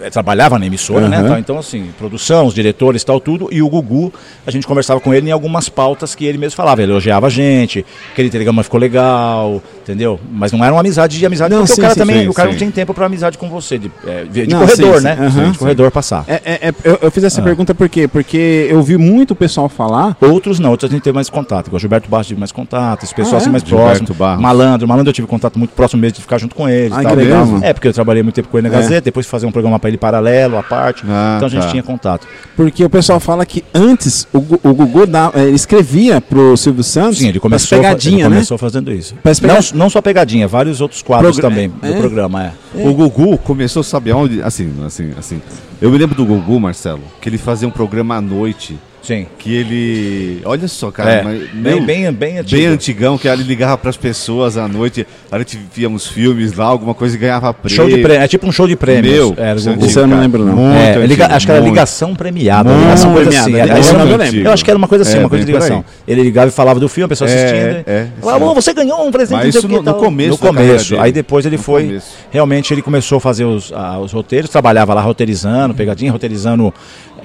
[SPEAKER 3] é, trabalhava na emissora, né?
[SPEAKER 1] Aham.
[SPEAKER 3] tal, então, assim, produção, os diretores, tal, tudo. E o Gugu, a gente conversava com ele em algumas pautas que ele mesmo falava. Ele elogiava a gente, aquele telegrama ficou legal, entendeu? Mas não era uma amizade de amizade,
[SPEAKER 1] Não,
[SPEAKER 3] porque
[SPEAKER 1] sim,
[SPEAKER 3] o cara
[SPEAKER 1] sim,
[SPEAKER 3] também,
[SPEAKER 2] sim,
[SPEAKER 3] o cara
[SPEAKER 2] sim.
[SPEAKER 3] não tem tempo pra amizade com você, de, é, de
[SPEAKER 1] Não,
[SPEAKER 3] corredor,
[SPEAKER 1] sim, sim,
[SPEAKER 3] né?
[SPEAKER 1] aham.
[SPEAKER 3] de corredor passar.
[SPEAKER 1] É, é, é, eu, eu fiz essa pergunta por quê? Porque eu vi muito o pessoal falar.
[SPEAKER 3] Outros não, outros a gente teve mais contato. Igual Gilberto Barros tive mais contato, esse pessoal
[SPEAKER 1] Ah,
[SPEAKER 3] assim
[SPEAKER 1] é?
[SPEAKER 3] mais
[SPEAKER 2] Gilberto
[SPEAKER 3] próximo.
[SPEAKER 2] Barros.
[SPEAKER 3] Malandro, malandro eu tive contato muito próximo mesmo de ficar junto com ele. e
[SPEAKER 1] Ai,
[SPEAKER 3] tal.
[SPEAKER 1] Ah, que legal,
[SPEAKER 3] Mesmo?
[SPEAKER 1] mano.
[SPEAKER 3] É, porque eu trabalhei muito tempo com ele na
[SPEAKER 1] É.
[SPEAKER 3] Gazeta, depois fazer um programa pra ele paralelo, à parte.
[SPEAKER 2] Ah,
[SPEAKER 3] então a gente
[SPEAKER 2] tá.
[SPEAKER 3] tinha contato.
[SPEAKER 1] Porque o pessoal fala que antes o, Gu- o Gugu dá- eh, ele escrevia pro Silvio Santos
[SPEAKER 3] Sim, ele começou,
[SPEAKER 1] as pegadinhas,
[SPEAKER 3] ele
[SPEAKER 1] né?
[SPEAKER 3] começou fazendo isso.
[SPEAKER 1] Parece pega-
[SPEAKER 3] Não, não só pegadinha, vários outros quadros
[SPEAKER 1] Progra-
[SPEAKER 3] também
[SPEAKER 1] É.
[SPEAKER 3] do programa, é.
[SPEAKER 2] O Gugu começou, sabe aonde? Assim, assim, assim. Eu me lembro do Gugu, Marcelo, que ele fazia um programa à noite.
[SPEAKER 3] Sim.
[SPEAKER 2] Que ele. Olha só,
[SPEAKER 1] Ah,
[SPEAKER 2] cara.
[SPEAKER 3] É,
[SPEAKER 2] mas-
[SPEAKER 3] bem-
[SPEAKER 2] meu,
[SPEAKER 3] bem- bem antigo.
[SPEAKER 2] Bem antigão, que ele ligava pras pessoas à noite. A gente via uns filmes lá, alguma coisa e ganhava prêmio.
[SPEAKER 3] Show de prêmio, é tipo um show de prêmios.
[SPEAKER 2] Meu,
[SPEAKER 3] era o
[SPEAKER 2] isso é
[SPEAKER 3] Gugu.
[SPEAKER 1] Isso eu não lembro, não.
[SPEAKER 2] Muito
[SPEAKER 3] É,
[SPEAKER 2] antigo,
[SPEAKER 3] liga- acho que era
[SPEAKER 2] muito.
[SPEAKER 3] ligação premiada.
[SPEAKER 1] Muito
[SPEAKER 3] ligação coisa
[SPEAKER 1] premiada,
[SPEAKER 3] assim, era-
[SPEAKER 1] ligação
[SPEAKER 3] era-
[SPEAKER 1] eu lembro.
[SPEAKER 2] antigo.
[SPEAKER 3] eu acho que era uma coisa assim,
[SPEAKER 2] É,
[SPEAKER 3] uma coisa de
[SPEAKER 2] bem por aí.
[SPEAKER 3] ligação. Ele ligava e falava do filme, a pessoa
[SPEAKER 2] É,
[SPEAKER 3] assistia.
[SPEAKER 2] é,
[SPEAKER 3] falava,
[SPEAKER 2] sim.
[SPEAKER 3] "Ô, você ganhou um presente
[SPEAKER 2] Mas
[SPEAKER 3] não sei
[SPEAKER 2] isso
[SPEAKER 3] o quê
[SPEAKER 2] no-
[SPEAKER 3] e
[SPEAKER 2] no
[SPEAKER 3] tal."
[SPEAKER 2] começo
[SPEAKER 3] No
[SPEAKER 2] da carreira
[SPEAKER 3] começo.
[SPEAKER 2] dele.
[SPEAKER 3] Aí depois ele
[SPEAKER 2] No
[SPEAKER 3] foi.
[SPEAKER 2] começo.
[SPEAKER 3] Realmente ele começou a fazer os, ah, os roteiros, trabalhava lá roteirizando, pegadinha, roteirizando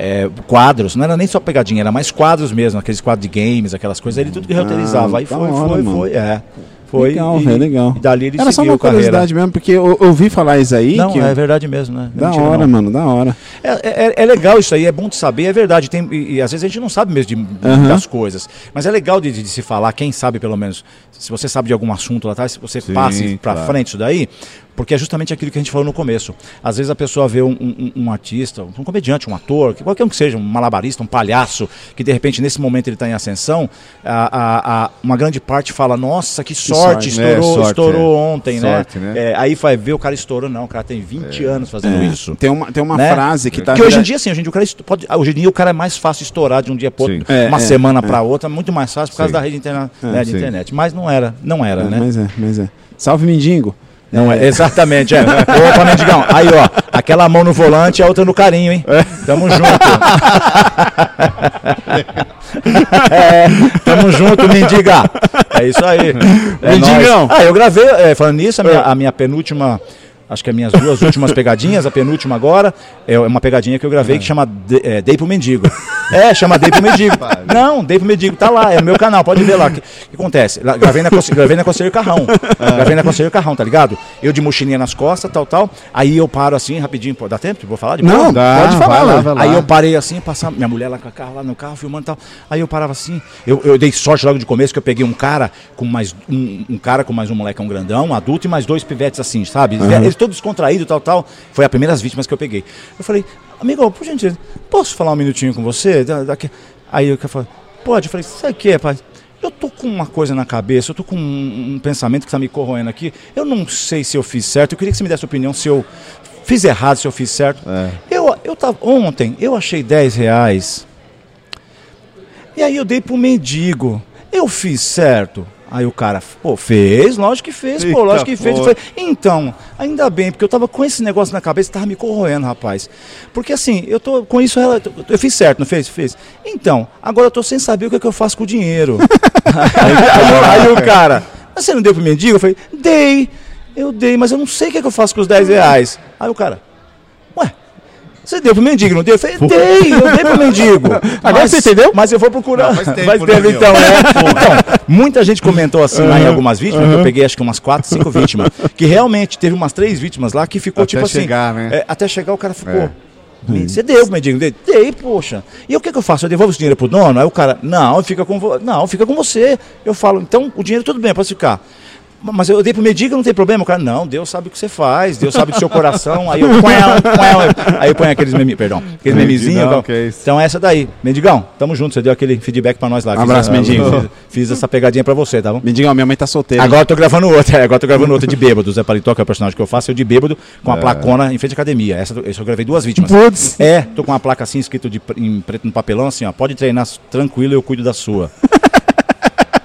[SPEAKER 3] é, quadros. Não era nem só pegadinha, era mais quadros mesmo, aqueles quadros de games, aquelas coisas. Ele tudo que
[SPEAKER 2] Ah,
[SPEAKER 3] roteirizava. Aí
[SPEAKER 1] da
[SPEAKER 3] foi,
[SPEAKER 1] hora,
[SPEAKER 3] foi,
[SPEAKER 1] mano.
[SPEAKER 3] foi. É. Foi.
[SPEAKER 1] legal,
[SPEAKER 3] e-
[SPEAKER 2] é
[SPEAKER 1] velho, legal.
[SPEAKER 3] E dali ele
[SPEAKER 1] Era só
[SPEAKER 3] seguiu
[SPEAKER 1] uma
[SPEAKER 3] carreira.
[SPEAKER 1] curiosidade mesmo, porque eu eu ouvi falar isso aí.
[SPEAKER 3] Não,
[SPEAKER 1] que
[SPEAKER 3] é verdade mesmo, né?
[SPEAKER 1] Da
[SPEAKER 3] Mentira,
[SPEAKER 1] hora,
[SPEAKER 3] não.
[SPEAKER 1] mano, da hora.
[SPEAKER 3] É, é- é legal isso aí, é bom de saber, é verdade. Tem, e, e às vezes a gente não sabe mesmo de,
[SPEAKER 1] Aham.
[SPEAKER 3] das coisas. Mas é legal de, de se falar, quem sabe pelo menos. Se você sabe de algum assunto lá atrás, se você
[SPEAKER 2] Sim,
[SPEAKER 3] passa pra
[SPEAKER 2] claro.
[SPEAKER 3] frente isso daí. Porque é justamente aquilo que a gente falou no começo. Às vezes a pessoa vê um, um- um artista, um comediante, um ator, que- qualquer um que seja, um malabarista, um palhaço, que de repente nesse momento ele está em ascensão, a- a- a- uma grande parte fala: Nossa, que sorte,
[SPEAKER 1] sorte,
[SPEAKER 2] né?
[SPEAKER 3] estourou,
[SPEAKER 2] Sorte,
[SPEAKER 3] estourou
[SPEAKER 2] é.
[SPEAKER 3] ontem,
[SPEAKER 2] Sorte,
[SPEAKER 3] né?
[SPEAKER 2] né? É.
[SPEAKER 3] É, aí vai ver o cara estourou, não, o cara tem 20 anos fazendo isso.
[SPEAKER 1] Tem uma, tem uma
[SPEAKER 3] Né?
[SPEAKER 1] frase que tá.
[SPEAKER 3] Porque hoje em dia, assim, hoje em dia, o cara estu- pode, hoje em dia o cara é mais fácil estourar de um dia para outro,
[SPEAKER 2] Sim.
[SPEAKER 1] É,
[SPEAKER 3] uma
[SPEAKER 1] é,
[SPEAKER 3] semana pra para outra, muito mais fácil por causa
[SPEAKER 2] Sim.
[SPEAKER 3] da rede interna né, de
[SPEAKER 2] sim.
[SPEAKER 3] internet. Mas não era, não era,
[SPEAKER 1] É,
[SPEAKER 3] né?
[SPEAKER 1] Mas é, mas é. Salve, Mindingo.
[SPEAKER 3] Não é, exatamente, é. Opa, mendigão. Aí, ó, aquela mão no volante e a outra no carinho, hein?
[SPEAKER 1] É. [laughs]
[SPEAKER 3] Tamo junto. É, tamo junto, mendiga. É isso aí. É
[SPEAKER 1] Mendigão.
[SPEAKER 3] nóis. Ah, eu gravei, é, falando nisso, a minha, a minha penúltima. Acho que é as minhas duas últimas pegadinhas, a penúltima agora, é uma pegadinha que eu gravei que chama De- é, Dei pro Mendigo. É, chama Dei pro Mendigo. Não, Dei pro Mendigo, tá lá, é o meu canal, pode ver lá. O que, que acontece? Lá, gravei, na, Conse- gravei na Conselheiro Carrão. Gravei na Conselheiro Carrão, tá ligado? Eu de mochilinha nas costas, tal, tal. Aí eu paro assim, rapidinho, pô, dá tempo? Vou falar depois?
[SPEAKER 1] Não,
[SPEAKER 2] dá,
[SPEAKER 3] pode falar.
[SPEAKER 2] vai lá,
[SPEAKER 3] né?
[SPEAKER 2] vai lá.
[SPEAKER 3] Aí eu parei assim, passava, minha mulher lá com a carro, lá no carro, filmando e tal. Aí eu parava assim, eu, eu dei sorte logo de começo que eu peguei um cara com mais um, um cara com mais um molecão grandão, um adulto e mais dois pivetes assim, sabe? Eles todos descontraídos, tal, tal. Foi a primeira vítimas que eu peguei. Eu falei, amigo, por gentileza, posso falar um minutinho com você? Da- daqui- Aí o cara falou, pode. Eu falei, sabe o que, pai? Eu tô com uma coisa na cabeça, eu tô com um, um pensamento que tá me corroendo aqui. Eu não sei se eu fiz certo, eu queria que você me desse opinião se eu fiz errado, se eu fiz certo. Eu, eu tava, ontem eu achei 10 reais. E aí eu dei pro mendigo. Eu fiz certo. Aí o cara, pô, fez, lógico que fez, pô,
[SPEAKER 2] Eita,
[SPEAKER 3] lógico que fez. Eu
[SPEAKER 2] pô.
[SPEAKER 3] falei, então, ainda bem, porque eu tava com esse negócio na cabeça, tava me corroendo, rapaz. Porque assim, eu tô com isso, eu tô- eu fiz certo, não fez? Fez. Então, agora eu tô sem saber o que, é que eu faço com o dinheiro. aí, aí o cara, mas você não deu pro mendigo? Eu falei, dei, eu dei, mas eu não sei o que, é que eu faço com os 10 reais. Aí o cara, ué, você deu pro mendigo, não deu? Eu falei, dei, eu dei pro mendigo.
[SPEAKER 1] Agora
[SPEAKER 3] Mas-
[SPEAKER 1] você entendeu?
[SPEAKER 3] Mas eu vou procurar.
[SPEAKER 2] Não, faz tempo,
[SPEAKER 3] Faz
[SPEAKER 2] né,
[SPEAKER 3] tempo,
[SPEAKER 2] meu?
[SPEAKER 3] então, né? Então, muita gente comentou assim lá em algumas vítimas, que eu peguei acho que umas quatro, cinco vítimas, que realmente teve umas três vítimas lá que ficou
[SPEAKER 2] Até
[SPEAKER 3] tipo assim.
[SPEAKER 2] chegar, né?
[SPEAKER 3] é, até chegar o cara ficou.
[SPEAKER 2] É.
[SPEAKER 3] "Me- Você deu pro mendigo? Dei, dei, poxa. E o que, que eu faço? Eu devolvo esse dinheiro pro dono? Aí o cara, não, fica com, vo- não, fica com você. Eu falo, então o dinheiro tudo bem, pode ficar. Mas eu dei pro mendigo, não tem problema. O cara, não, Deus sabe o que você faz, Deus sabe do seu coração. Aí eu põe, aí eu ponho aqueles memes, perdão, aqueles memezinhos.
[SPEAKER 2] Mendigão,
[SPEAKER 3] tal.
[SPEAKER 2] que é isso.
[SPEAKER 3] Então é essa daí. Mendigão, tamo junto, você deu aquele feedback pra nós lá. Fiz
[SPEAKER 1] Abraço,
[SPEAKER 3] a-
[SPEAKER 1] mendigo.
[SPEAKER 3] Fiz, fiz essa pegadinha pra você, tá bom?
[SPEAKER 1] Mendigão, minha mãe tá solteira.
[SPEAKER 3] Agora eu tô gravando outra, [laughs] agora eu tô gravando outra de bêbado. Zé Paletó, que é o personagem que eu faço, eu de bêbado com a
[SPEAKER 2] É.
[SPEAKER 3] placona em frente à academia. Essa, do- essa eu gravei duas vítimas.
[SPEAKER 1] Putz.
[SPEAKER 3] É, tô com uma placa assim, escrito de, pr- em preto no papelão, assim, ó. Pode treinar s- tranquilo, eu cuido
[SPEAKER 1] [laughs]
[SPEAKER 3] da sua.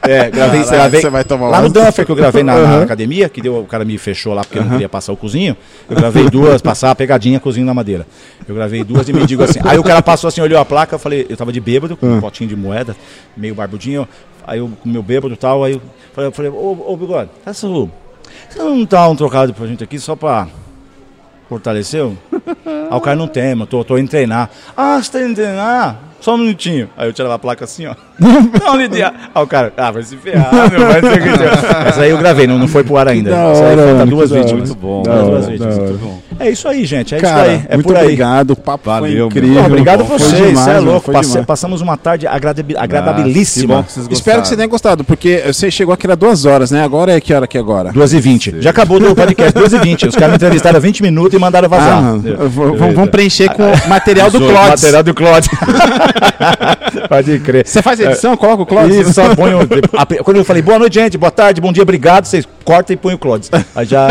[SPEAKER 3] É, gravei,
[SPEAKER 1] Caraca,
[SPEAKER 3] gravei
[SPEAKER 1] você vai tomar
[SPEAKER 3] lá no
[SPEAKER 1] umas.
[SPEAKER 3] Duffer que eu gravei na, na academia, que deu, o cara me fechou lá porque eu não queria passar o cozinho. Eu gravei duas, passar a pegadinha, cozinho na madeira. Eu gravei duas e me digo assim. Aí o cara passou assim, olhou a placa, eu falei, eu tava de bêbado,
[SPEAKER 1] Ah.
[SPEAKER 3] com um potinho de moeda, meio barbudinho, aí eu com meu bêbado e tal, aí eu falei, eu falei, ô, ô bigode, essa, você não dá um trocado pra gente aqui só pra fortaleceu? Ah, Aí o cara não tem, mano, tô, tô indo treinar. Ah, você tá indo treinar? Só um minutinho. Aí eu tirava a placa assim, ó. [laughs] Não, Lidia. Aí o cara, ah, vai se ferrar, meu, vai se
[SPEAKER 1] [laughs]
[SPEAKER 3] ferrar. é. Essa aí eu gravei, não, não foi pro ar ainda.
[SPEAKER 1] da
[SPEAKER 3] Essa aí
[SPEAKER 1] hora,
[SPEAKER 3] foi pra
[SPEAKER 1] mano,
[SPEAKER 3] duas
[SPEAKER 1] que da
[SPEAKER 3] vítimas.
[SPEAKER 2] Muito bom,
[SPEAKER 3] Pra
[SPEAKER 1] Da
[SPEAKER 3] duas
[SPEAKER 1] hora,
[SPEAKER 3] vítimas.
[SPEAKER 1] da hora.
[SPEAKER 3] É isso aí, gente, é
[SPEAKER 1] Cara,
[SPEAKER 3] isso aí. É
[SPEAKER 1] muito
[SPEAKER 3] por aí.
[SPEAKER 1] obrigado, o papo foi
[SPEAKER 2] Valeu, meu.
[SPEAKER 1] incrível.
[SPEAKER 2] Pô,
[SPEAKER 3] Obrigado a
[SPEAKER 1] Foi
[SPEAKER 3] vocês,
[SPEAKER 1] demais,
[SPEAKER 3] você é
[SPEAKER 1] mano,
[SPEAKER 3] louco.
[SPEAKER 1] foi
[SPEAKER 3] passe-
[SPEAKER 1] demais.
[SPEAKER 3] passamos uma tarde agradabi-
[SPEAKER 2] Ah,
[SPEAKER 3] agradabilíssima.
[SPEAKER 2] que bom que vocês
[SPEAKER 1] Espero que você
[SPEAKER 2] gostaram.
[SPEAKER 1] tenha gostado, porque você chegou aqui era duas horas, né? Agora é que hora que é agora?
[SPEAKER 3] 2h20. Já acabou o podcast, 2h20. Os caras me entrevistaram há 20 minutos e mandaram
[SPEAKER 1] Ah,
[SPEAKER 3] vazar.
[SPEAKER 1] mano, v- vamos vamos preencher com
[SPEAKER 3] [laughs]
[SPEAKER 1] material do
[SPEAKER 3] Zoe,
[SPEAKER 1] Clods.
[SPEAKER 3] Ah, Material do Clóvis.
[SPEAKER 1] [laughs]
[SPEAKER 3] Pode crer.
[SPEAKER 1] Você faz edição, coloca o Clods?
[SPEAKER 3] É. Isso, só põe o... a- Quando eu falei, boa noite, gente, boa tarde, bom dia, obrigado, vocês cortam e põem o Clóvis. Aí já...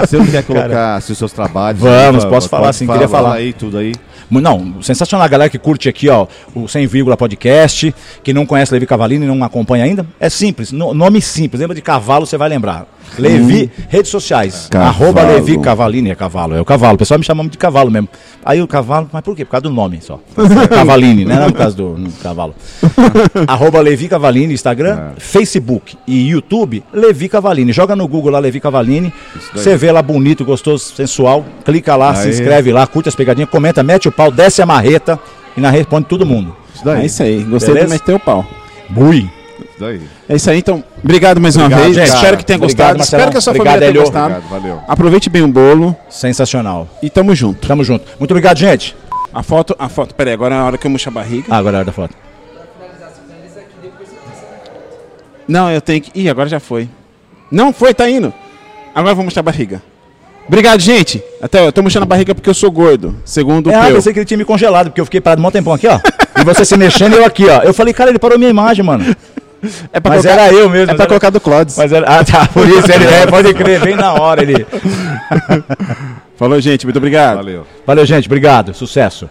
[SPEAKER 2] Você não quer colocar assim, os seus trabalhos?
[SPEAKER 3] Vamos,
[SPEAKER 2] né?
[SPEAKER 3] posso falar,
[SPEAKER 2] Pode
[SPEAKER 3] sim, queria
[SPEAKER 2] fala
[SPEAKER 3] falar.
[SPEAKER 2] aí tudo aí.
[SPEAKER 3] Não, sensacional a galera que curte aqui, ó, o Sem Vírgula Podcast, que não conhece Levi Cavalini e não acompanha ainda. É simples, no- nome simples, lembra de cavalo, você vai lembrar. Levi, redes sociais,
[SPEAKER 2] Cavalo.
[SPEAKER 3] arroba Levi Cavalini, é cavalo, é o cavalo, o pessoal me chama muito de cavalo mesmo. Aí o cavalo, mas por quê? Por causa do nome só. Cavalini, né? Não é por causa do do cavalo. [laughs] Arroba Levi Cavalini, Instagram, Facebook e YouTube, Levi Cavalini. Joga no Google lá, Levi Cavalini. Você vê lá bonito, gostoso, sensual. Clica lá, se
[SPEAKER 2] Aí.
[SPEAKER 3] inscreve lá, curte as pegadinhas, comenta, mete o pau, desce a marreta e na responde todo mundo.
[SPEAKER 2] Isso
[SPEAKER 1] [laughs] É
[SPEAKER 2] daí.
[SPEAKER 1] isso aí, gostei
[SPEAKER 3] Beleza?
[SPEAKER 1] de meter o pau.
[SPEAKER 3] Bui.
[SPEAKER 2] Isso daí.
[SPEAKER 1] É isso aí, então. Obrigado mais uma
[SPEAKER 2] Obrigado,
[SPEAKER 1] vez.
[SPEAKER 2] gente.
[SPEAKER 1] Espero que tenha
[SPEAKER 3] Obrigado,
[SPEAKER 1] gostado.
[SPEAKER 3] Marcelão.
[SPEAKER 1] Espero que a sua
[SPEAKER 3] Obrigado,
[SPEAKER 1] família tenha
[SPEAKER 3] Elio.
[SPEAKER 1] gostado.
[SPEAKER 2] Obrigado, valeu.
[SPEAKER 1] Aproveite bem o bolo
[SPEAKER 3] Sensacional.
[SPEAKER 1] e tamo junto.
[SPEAKER 3] Tamo junto. Muito obrigado, gente.
[SPEAKER 1] A foto, a foto. Peraí, agora é a hora que eu murcho a barriga.
[SPEAKER 3] Ah, agora é a hora da foto.
[SPEAKER 1] Não, eu tenho que. Ih, agora já foi. Não foi, tá indo. Agora eu vou mostrar a barriga. Obrigado, gente. Até eu tô mostrando a barriga porque eu sou gordo, segundo o
[SPEAKER 3] ah,
[SPEAKER 1] teu.
[SPEAKER 3] pensei que ele tinha me congelado, porque eu fiquei parado um tempão aqui, ó. E você se mexendo e eu aqui, ó. Eu falei, cara, ele parou minha imagem, mano.
[SPEAKER 1] É pra
[SPEAKER 3] Mas
[SPEAKER 1] colocar,
[SPEAKER 3] era eu mesmo.
[SPEAKER 1] é pra colocar do Clodes.
[SPEAKER 3] Mas era... Ah, tá. Por isso, ele é, pode crer, bem na hora ele.
[SPEAKER 1] Falou, gente. Muito obrigado.
[SPEAKER 2] Valeu.
[SPEAKER 3] Valeu, gente. Obrigado. Sucesso.